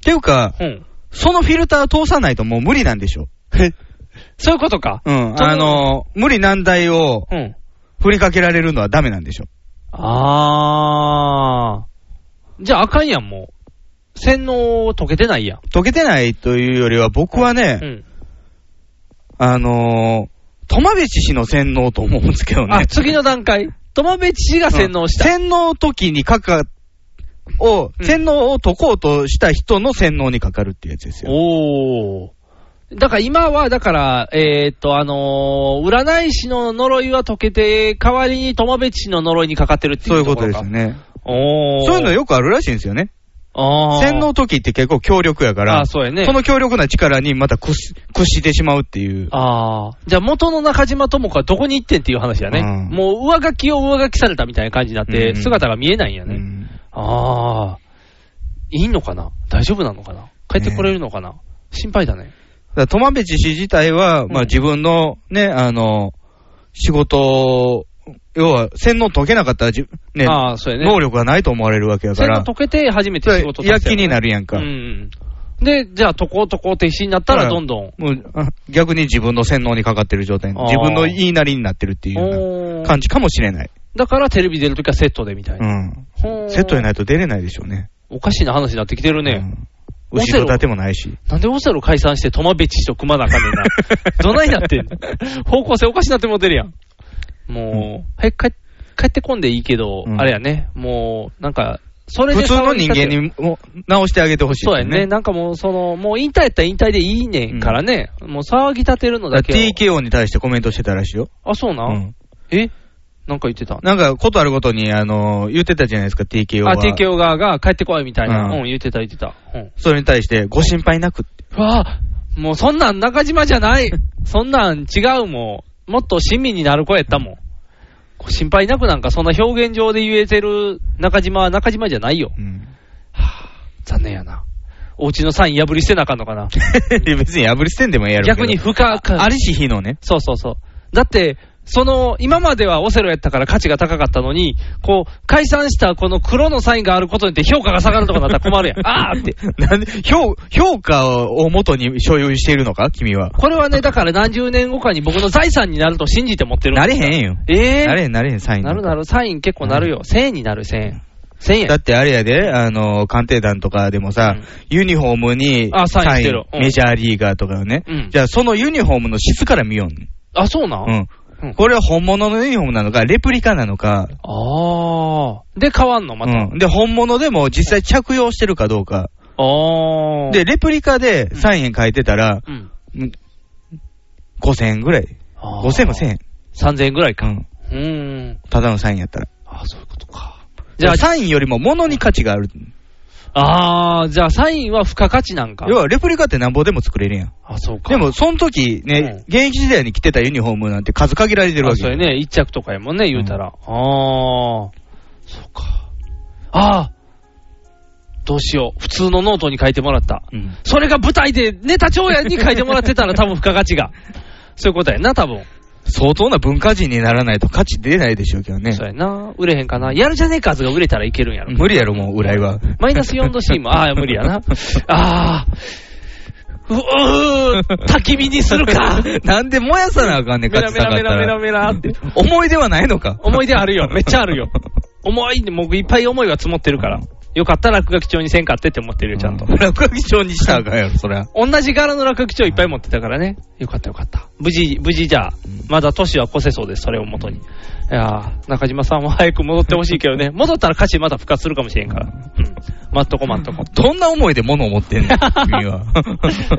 S2: ていうか、
S3: うん。
S2: そのフィルター通さないともう無理なんでしょ。
S3: そういうことか。
S2: うん。
S3: その
S2: あの、無理難題を
S3: うん。
S2: 振りかけられるのはダメなんでしょ。
S3: あー。じゃああかんやん、もう。洗脳解けてないやん。
S2: 解けてないというよりは、僕はね、
S3: うん。
S2: あのー、トマベチ氏の洗脳と思うんですけどね。
S3: あ、次の段階。友部知が洗脳した。
S2: 洗脳時にかか、を、
S3: うん
S2: 洗脳を解こうとした人の洗脳にかかるってやつですよ。
S3: おー。だから今は、だから、えーっと、あのー占い師の呪いは解けて、代わりに友部知の呪いにかかってるって
S2: そう
S3: い
S2: いううこ
S3: こと
S2: と
S3: ろ
S2: です
S3: か
S2: よね。
S3: おー。
S2: そういうのよくあるらしいんですよね。
S3: あー
S2: 洗脳時って結構強力やから、
S3: あーそうやね
S2: その強力な力にまた屈し屈してしまうっていう。
S3: ああ。じゃあ元の中島智子はどこに行ってんっていう話やね。
S2: うん
S3: もう上書きを上書きされたみたいな感じになっ
S2: う
S3: て、
S2: ん
S3: 姿が見えないんやね。
S2: うん
S3: ああ。いいのかな大丈夫なのかな帰ってこれるのかな、心配だね。
S2: だから、トマベチ氏自体は、まあ
S3: うん
S2: 自分のね、あの、仕事を、要は洗脳解けなかったらじ、ね、
S3: ああ、そうやね。
S2: 能力がないと思われるわけだか
S3: 線が
S2: ら、
S3: 溶けて初めて仕事
S2: やっ気にな
S3: る
S2: るやんか。
S3: うんうん。で、じゃあ、とこうとこうって必死になったら、どんどん。
S2: もうあ逆に自分の洗脳にかかってる状態、
S3: あー
S2: 自分の言いなりになってるっていうよう
S3: お
S2: な
S3: ー
S2: 感じかもしれない。
S3: だからテレビ出るときはセットでみたいな。
S2: うん。セットでないと出れないでしょうね。
S3: おかしいな話になってきてるね。オセ
S2: 後
S3: ロ
S2: ろ盾もないし。
S3: なんでオセロ解散してトマベチと組まなあかんね
S2: *laughs*
S3: んな。どないなってんの方向性おかしなってもうてるやん。もう、早く帰帰ってこんでいいけど、
S2: うん
S3: あれやね、もう、なんか、それで
S2: 普通の人間
S3: 騒ぎ立て
S2: にも直してあげてほしい
S3: そう
S2: で
S3: や
S2: す
S3: ね。
S2: ね。
S3: なんかもう、その、もう引退やったら引退でいいねんからね。もう騒ぎ立てるのだけを。
S2: TKO に対してコメントしてたらしいよ。
S3: あ、そうな、
S2: うん
S3: えなんか言ってた
S2: なんか、ことあるごとに、あの、言ってたじゃないですか、TKO は。
S3: あ、TKO 側が帰ってこいみたい
S2: う
S3: な。うんん、言ってた言ってた。うん。
S2: それに対して、ご心配なくって。
S3: うわぁ、もうそんなん中島じゃない。 *laughs* そんなん違うもん。もっと親身になる子やったもん。こう心配なくなんかそんな表現上で言えてる中島は中島じゃないよ。
S2: うん
S3: 残念やな。お家のサイン破り捨てなあかんのかな。
S2: *laughs* 別に破り捨てんでもええやろうけど。
S3: 逆に不可
S2: ありし日のね。
S3: そうそうそう。だって、その、今まではオセロやったから価値が高かったのに、こう、解散したこの黒のサインがあることによって評価が下がるとかなったら困るやん。あーって。
S2: なんで、評、評価を元に所有しているのか君は。
S3: これはね、だから何十年後かに僕の財産になると信じて持ってる
S2: なれへんよ。
S3: ええー。
S2: なれへん、なれへん、サイン
S3: な
S2: なん
S3: る
S2: か。
S3: なる。サイン結構なるよ。1000円になる、1000円。1000円
S2: だ。ってあれやで、あの、鑑定団とかでもさ、ユニフォームに
S3: あサインしてるうん
S2: メジャーリーガーとかをね、
S3: うん
S2: じゃあそのユニフォームの質から見ようね
S3: あ、そうなん、
S2: うん。
S3: うん
S2: これは本物のユニフォームなのか、レプリカなのか、
S3: あー。で、変わんのまた。
S2: うん。で、本物でも実際着用してるかどうか。
S3: あー。
S2: で、、レプリカでサイン書いてたら、
S3: うん。
S2: うん5000円ぐらい。5000円も1000円。
S3: 3000円ぐらいか。
S2: うん
S3: うーん。
S2: ただのサインやったら。
S3: あー、そういうことか。
S2: じ
S3: じ
S2: ゃ
S3: ゃ
S2: あ、
S3: あ、
S2: サインよりも物に価値がある。
S3: あー、じゃあサインは付加価値なんか。
S2: 要は、レプリカってなんぼでも作れるやん。
S3: あ、そうか。
S2: でも、その時ね、
S3: うん
S2: 現役時代に着てたユニフォームなんて数限られてるわ
S3: あ、
S2: け
S3: そ
S2: よ
S3: れね、一着とかやもんね、言うたら。あー。そうか。あー。どうしよう。普通のノートに書いてもらった。
S2: うん
S3: それが舞台でネタ帳やに書いてもらって
S2: *laughs*
S3: たら多分付加価値が。そういうことやな、多分。
S2: 相当な文化人にならないと価値出ないでしょうけどね。
S3: そうやな。売れへんかな。やるじゃねえかずが売れたらいけるんやろ。
S2: 無理やろ、もう、浦井は。
S3: マイナス4度 C も、ああ、無理
S2: *laughs*
S3: やな。ああ。ううー焚き火にする *laughs* か。
S2: *laughs* なんで燃やさなあかんねん、
S3: メ
S2: 価
S3: ラ
S2: 値
S3: メ
S2: 下が
S3: ラ
S2: っ
S3: メ
S2: た
S3: ラメラ
S2: ら。
S3: メラって。
S2: 思い出はないのか。
S3: 思い出
S2: *laughs*
S3: あるよ。めっちゃあるよ。思い出、僕いっぱい思いは積もってるから。よかったら落書き帳にせんかってって思ってるよ、ちゃんと。
S2: 落書き帳にしたらあかんやろ、そりゃ。
S3: 同じ柄の落書き帳いっぱい持ってたからね。よかったよかった。無事、無事じゃあ、まだ年は越せそうです、それを元に。いやー、中島さんは早く戻ってほしいけど
S2: *laughs*
S3: ね。戻ったら歌詞また復活するかもしれんから。うん。待っとこ待っとこ。
S2: どんな思いで物を持ってんの君は。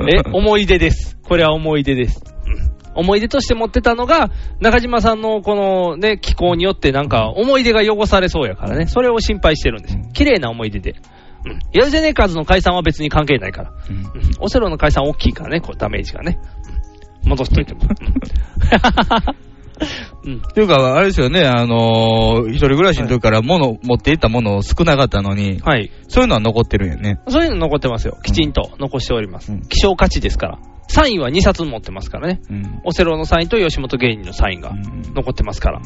S3: *laughs* え、思い出です。これは思い出です。うん思い出として持ってたのが、中島さんのこのね、気候によってなんか思い出が汚されそうやからね、それを心配してるんです。綺麗な思い出で。うん。ヤルジェネーカーズの解散は別に関係ないから。
S2: うん
S3: うんオセロの解散大きいからね、こうダメージがね。うん戻しとい *laughs* ても。うんうん。
S2: っていうか、あれですよね、あのー一人暮らしの時から物、持っていったもの少なかったのに、
S3: はい。
S2: そういうのは残ってるんやね。
S3: そういうの残ってますよ。きちんと残しております。
S2: うん
S3: 希少価値ですから。サインは2冊持ってますからね。
S2: うん。
S3: オセロのサインと吉本芸人のサインが
S2: うん
S3: 残ってますから。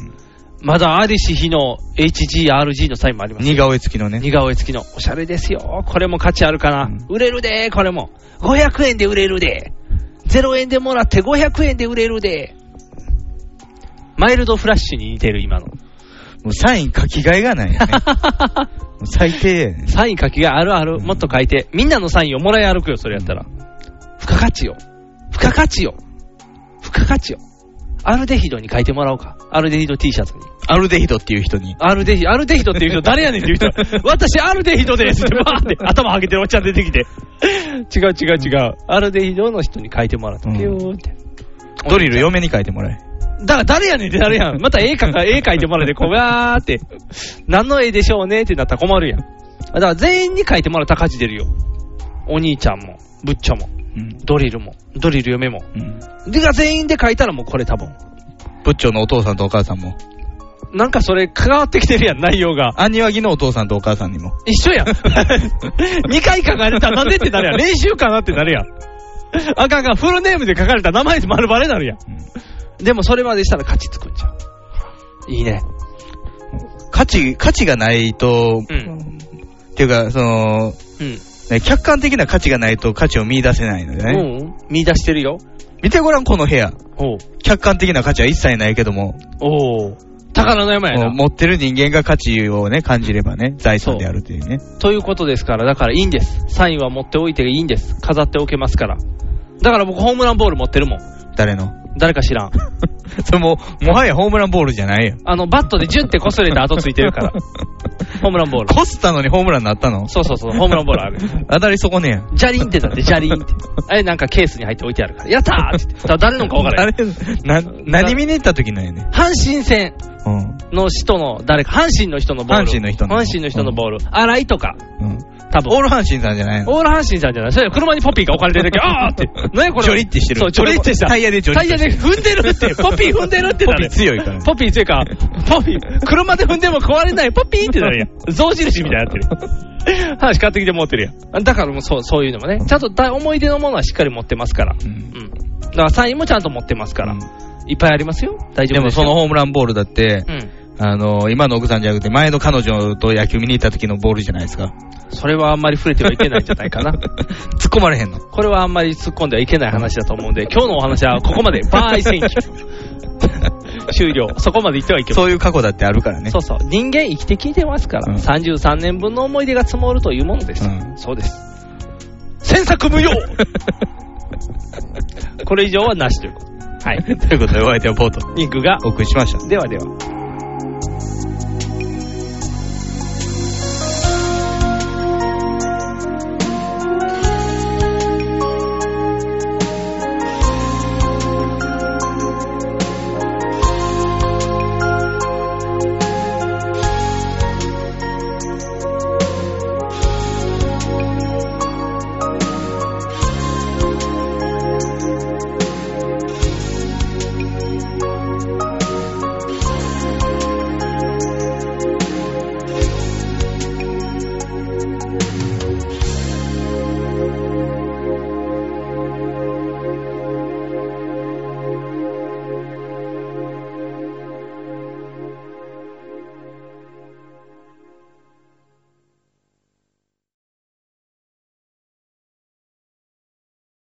S3: まだありし日の HGRG のサインもあります。
S2: 似顔絵付きのね。
S3: 似顔絵付きの。おしゃれですよ。これも価値あるかな。
S2: うん
S3: 売れるで、これも。500円で売れるで。0円でもらって500円で売れるで。マイルドフラッシュに似てる、今の。
S2: もうサイン書き換えがないよね。もう最低やね。
S3: サイン書きがあるある。もっと書いて。みんなのサインをもらい歩くよ、それやったら。付加価値よ。付加価値よ。付加価値よ。アルデヒドに書いてもらおうか。アルデヒド T シャツに。
S2: アルデヒドっていう人に。
S3: アルデヒ、アルデヒドって *laughs* いう人、誰やねんっていう人、私アルデヒド *laughs* ですって、バーって頭上げてるおっちゃん出てきて。 *laughs* 違う違う違う。アルデヒドの人に書いてもらった。
S2: うん
S3: ピューって。
S2: ドリル嫁に書いてもらえ。
S3: だから誰やねんってなるや *laughs* ん。また絵描か、絵描いてもらって、こう、わーって。何の絵でしょうねってなったら困るやん。だから全員に書いてもらったら価値出るよ。お兄ちゃんも、ブッチョも、
S2: うん。
S3: ドリルも、ドリル嫁も。
S2: うん。
S3: でが全員で書いたらもうこれ多分。
S2: ブッチョのお父さんとお母さんも。
S3: なんかそれ関わってきてるやん、内容が。
S2: アニワギのお父さんとお母さんにも。
S3: 一緒 *laughs* やん。2回書かれたらなんでってなるやん。練習かなってなるやん。あかんあかん、フルネームで書かれたら名前で丸バレなるやん。でもそれまでしたら勝ちつくんじゃん。いいね。
S2: 価値、価値がないと、
S3: うん。
S2: っていうか、その、
S3: うん。
S2: ね客観的な価値がないと価値を見出せないのでね。
S3: うん。見出してるよ。
S2: 見てごらん、この部屋。
S3: おう。
S2: 客観的な価値は一切ないけども、
S3: おう。宝の山やな
S2: もう持ってる人間が価値をね、感じればね、財産であるというね。
S3: ということですから、だからいいんです。サインは持っておいていいんです。飾っておけますから。だから僕ホームランボール持ってるもん。
S2: 誰の *laughs*
S3: 誰か知らん。
S2: それもう、もはやホームランボールじゃないよ。
S3: あの、バットでジュンって擦れた跡ついてる
S2: *laughs*
S3: *laughs* から。ホームランボール。
S2: こすったのにホームランになったの
S3: そうそうそう、ホームランボールある。
S2: *laughs* 当たり損ねや。
S3: ジャリンってだって、ジャリ
S2: *laughs*
S3: ンって。あれなんかケースに入って置いてあるから。やったーって言って。だから誰のか分から
S2: あ
S3: ない。
S2: れ、な、何見に行った時なんやね。
S3: 阪神戦
S2: うん。
S3: の人の誰か、阪神の人のボール。
S2: 阪神の人の
S3: 阪神の人のボール。荒井とか。
S2: うん。
S3: 多分。
S2: オール阪神さんじゃないの
S3: オール阪神さんじゃない。それ車にポピーが置かれて *laughs* る時、あーって。何これ。
S2: ジョリってしてる
S3: そう、ジョリってした。
S2: タイヤでジョリ
S3: タ
S2: っ
S3: イ
S2: て
S3: ヤ
S2: して
S3: で踏んでる *laughs* って。ポピー踏んでるってな
S2: ポ
S3: る。
S2: ピー強いから
S3: ポピー強いから。ポピー。車で踏んでも壊れない。ポピーってなる *laughs* やん。象印みたいになって *laughs* る。話買ってきて持ってるやん。だからもうそう、そういうのもね。ちゃんと大思い出のものはしっかり持ってますから。
S2: う
S3: うんん。だからサインもちゃんと持ってますから。
S2: うん
S3: いっぱいありますよ。大丈
S2: で
S3: 夫
S2: も
S3: です
S2: そ
S3: よ
S2: のホームランボールだって、
S3: うん。
S2: あの、今の奥さんじゃなくて、前の彼女と野球見に行った時のボールじゃないですか。
S3: それはあんまり触れてはいけないんじゃない *laughs* かな。
S2: 突っ込まれへんの。
S3: これはあんまり突っ込んではいけない話だと思うんで、今日のお話はここまで。バーイ選挙。
S2: *laughs*
S3: 終了。そこまで言ってはいけません。
S2: そういう過去だってあるからね。
S3: そうそう。人間生きてきてますから、
S2: うん
S3: 33年分の思い出が積もるというものです。
S2: うん
S3: そうです。詮
S2: *laughs*
S3: 索無用これ以上はなしということ。は
S2: *laughs*
S3: い。
S2: ということで、お相手はポート。
S3: リンクが、
S2: お送りしました。
S3: ではでは。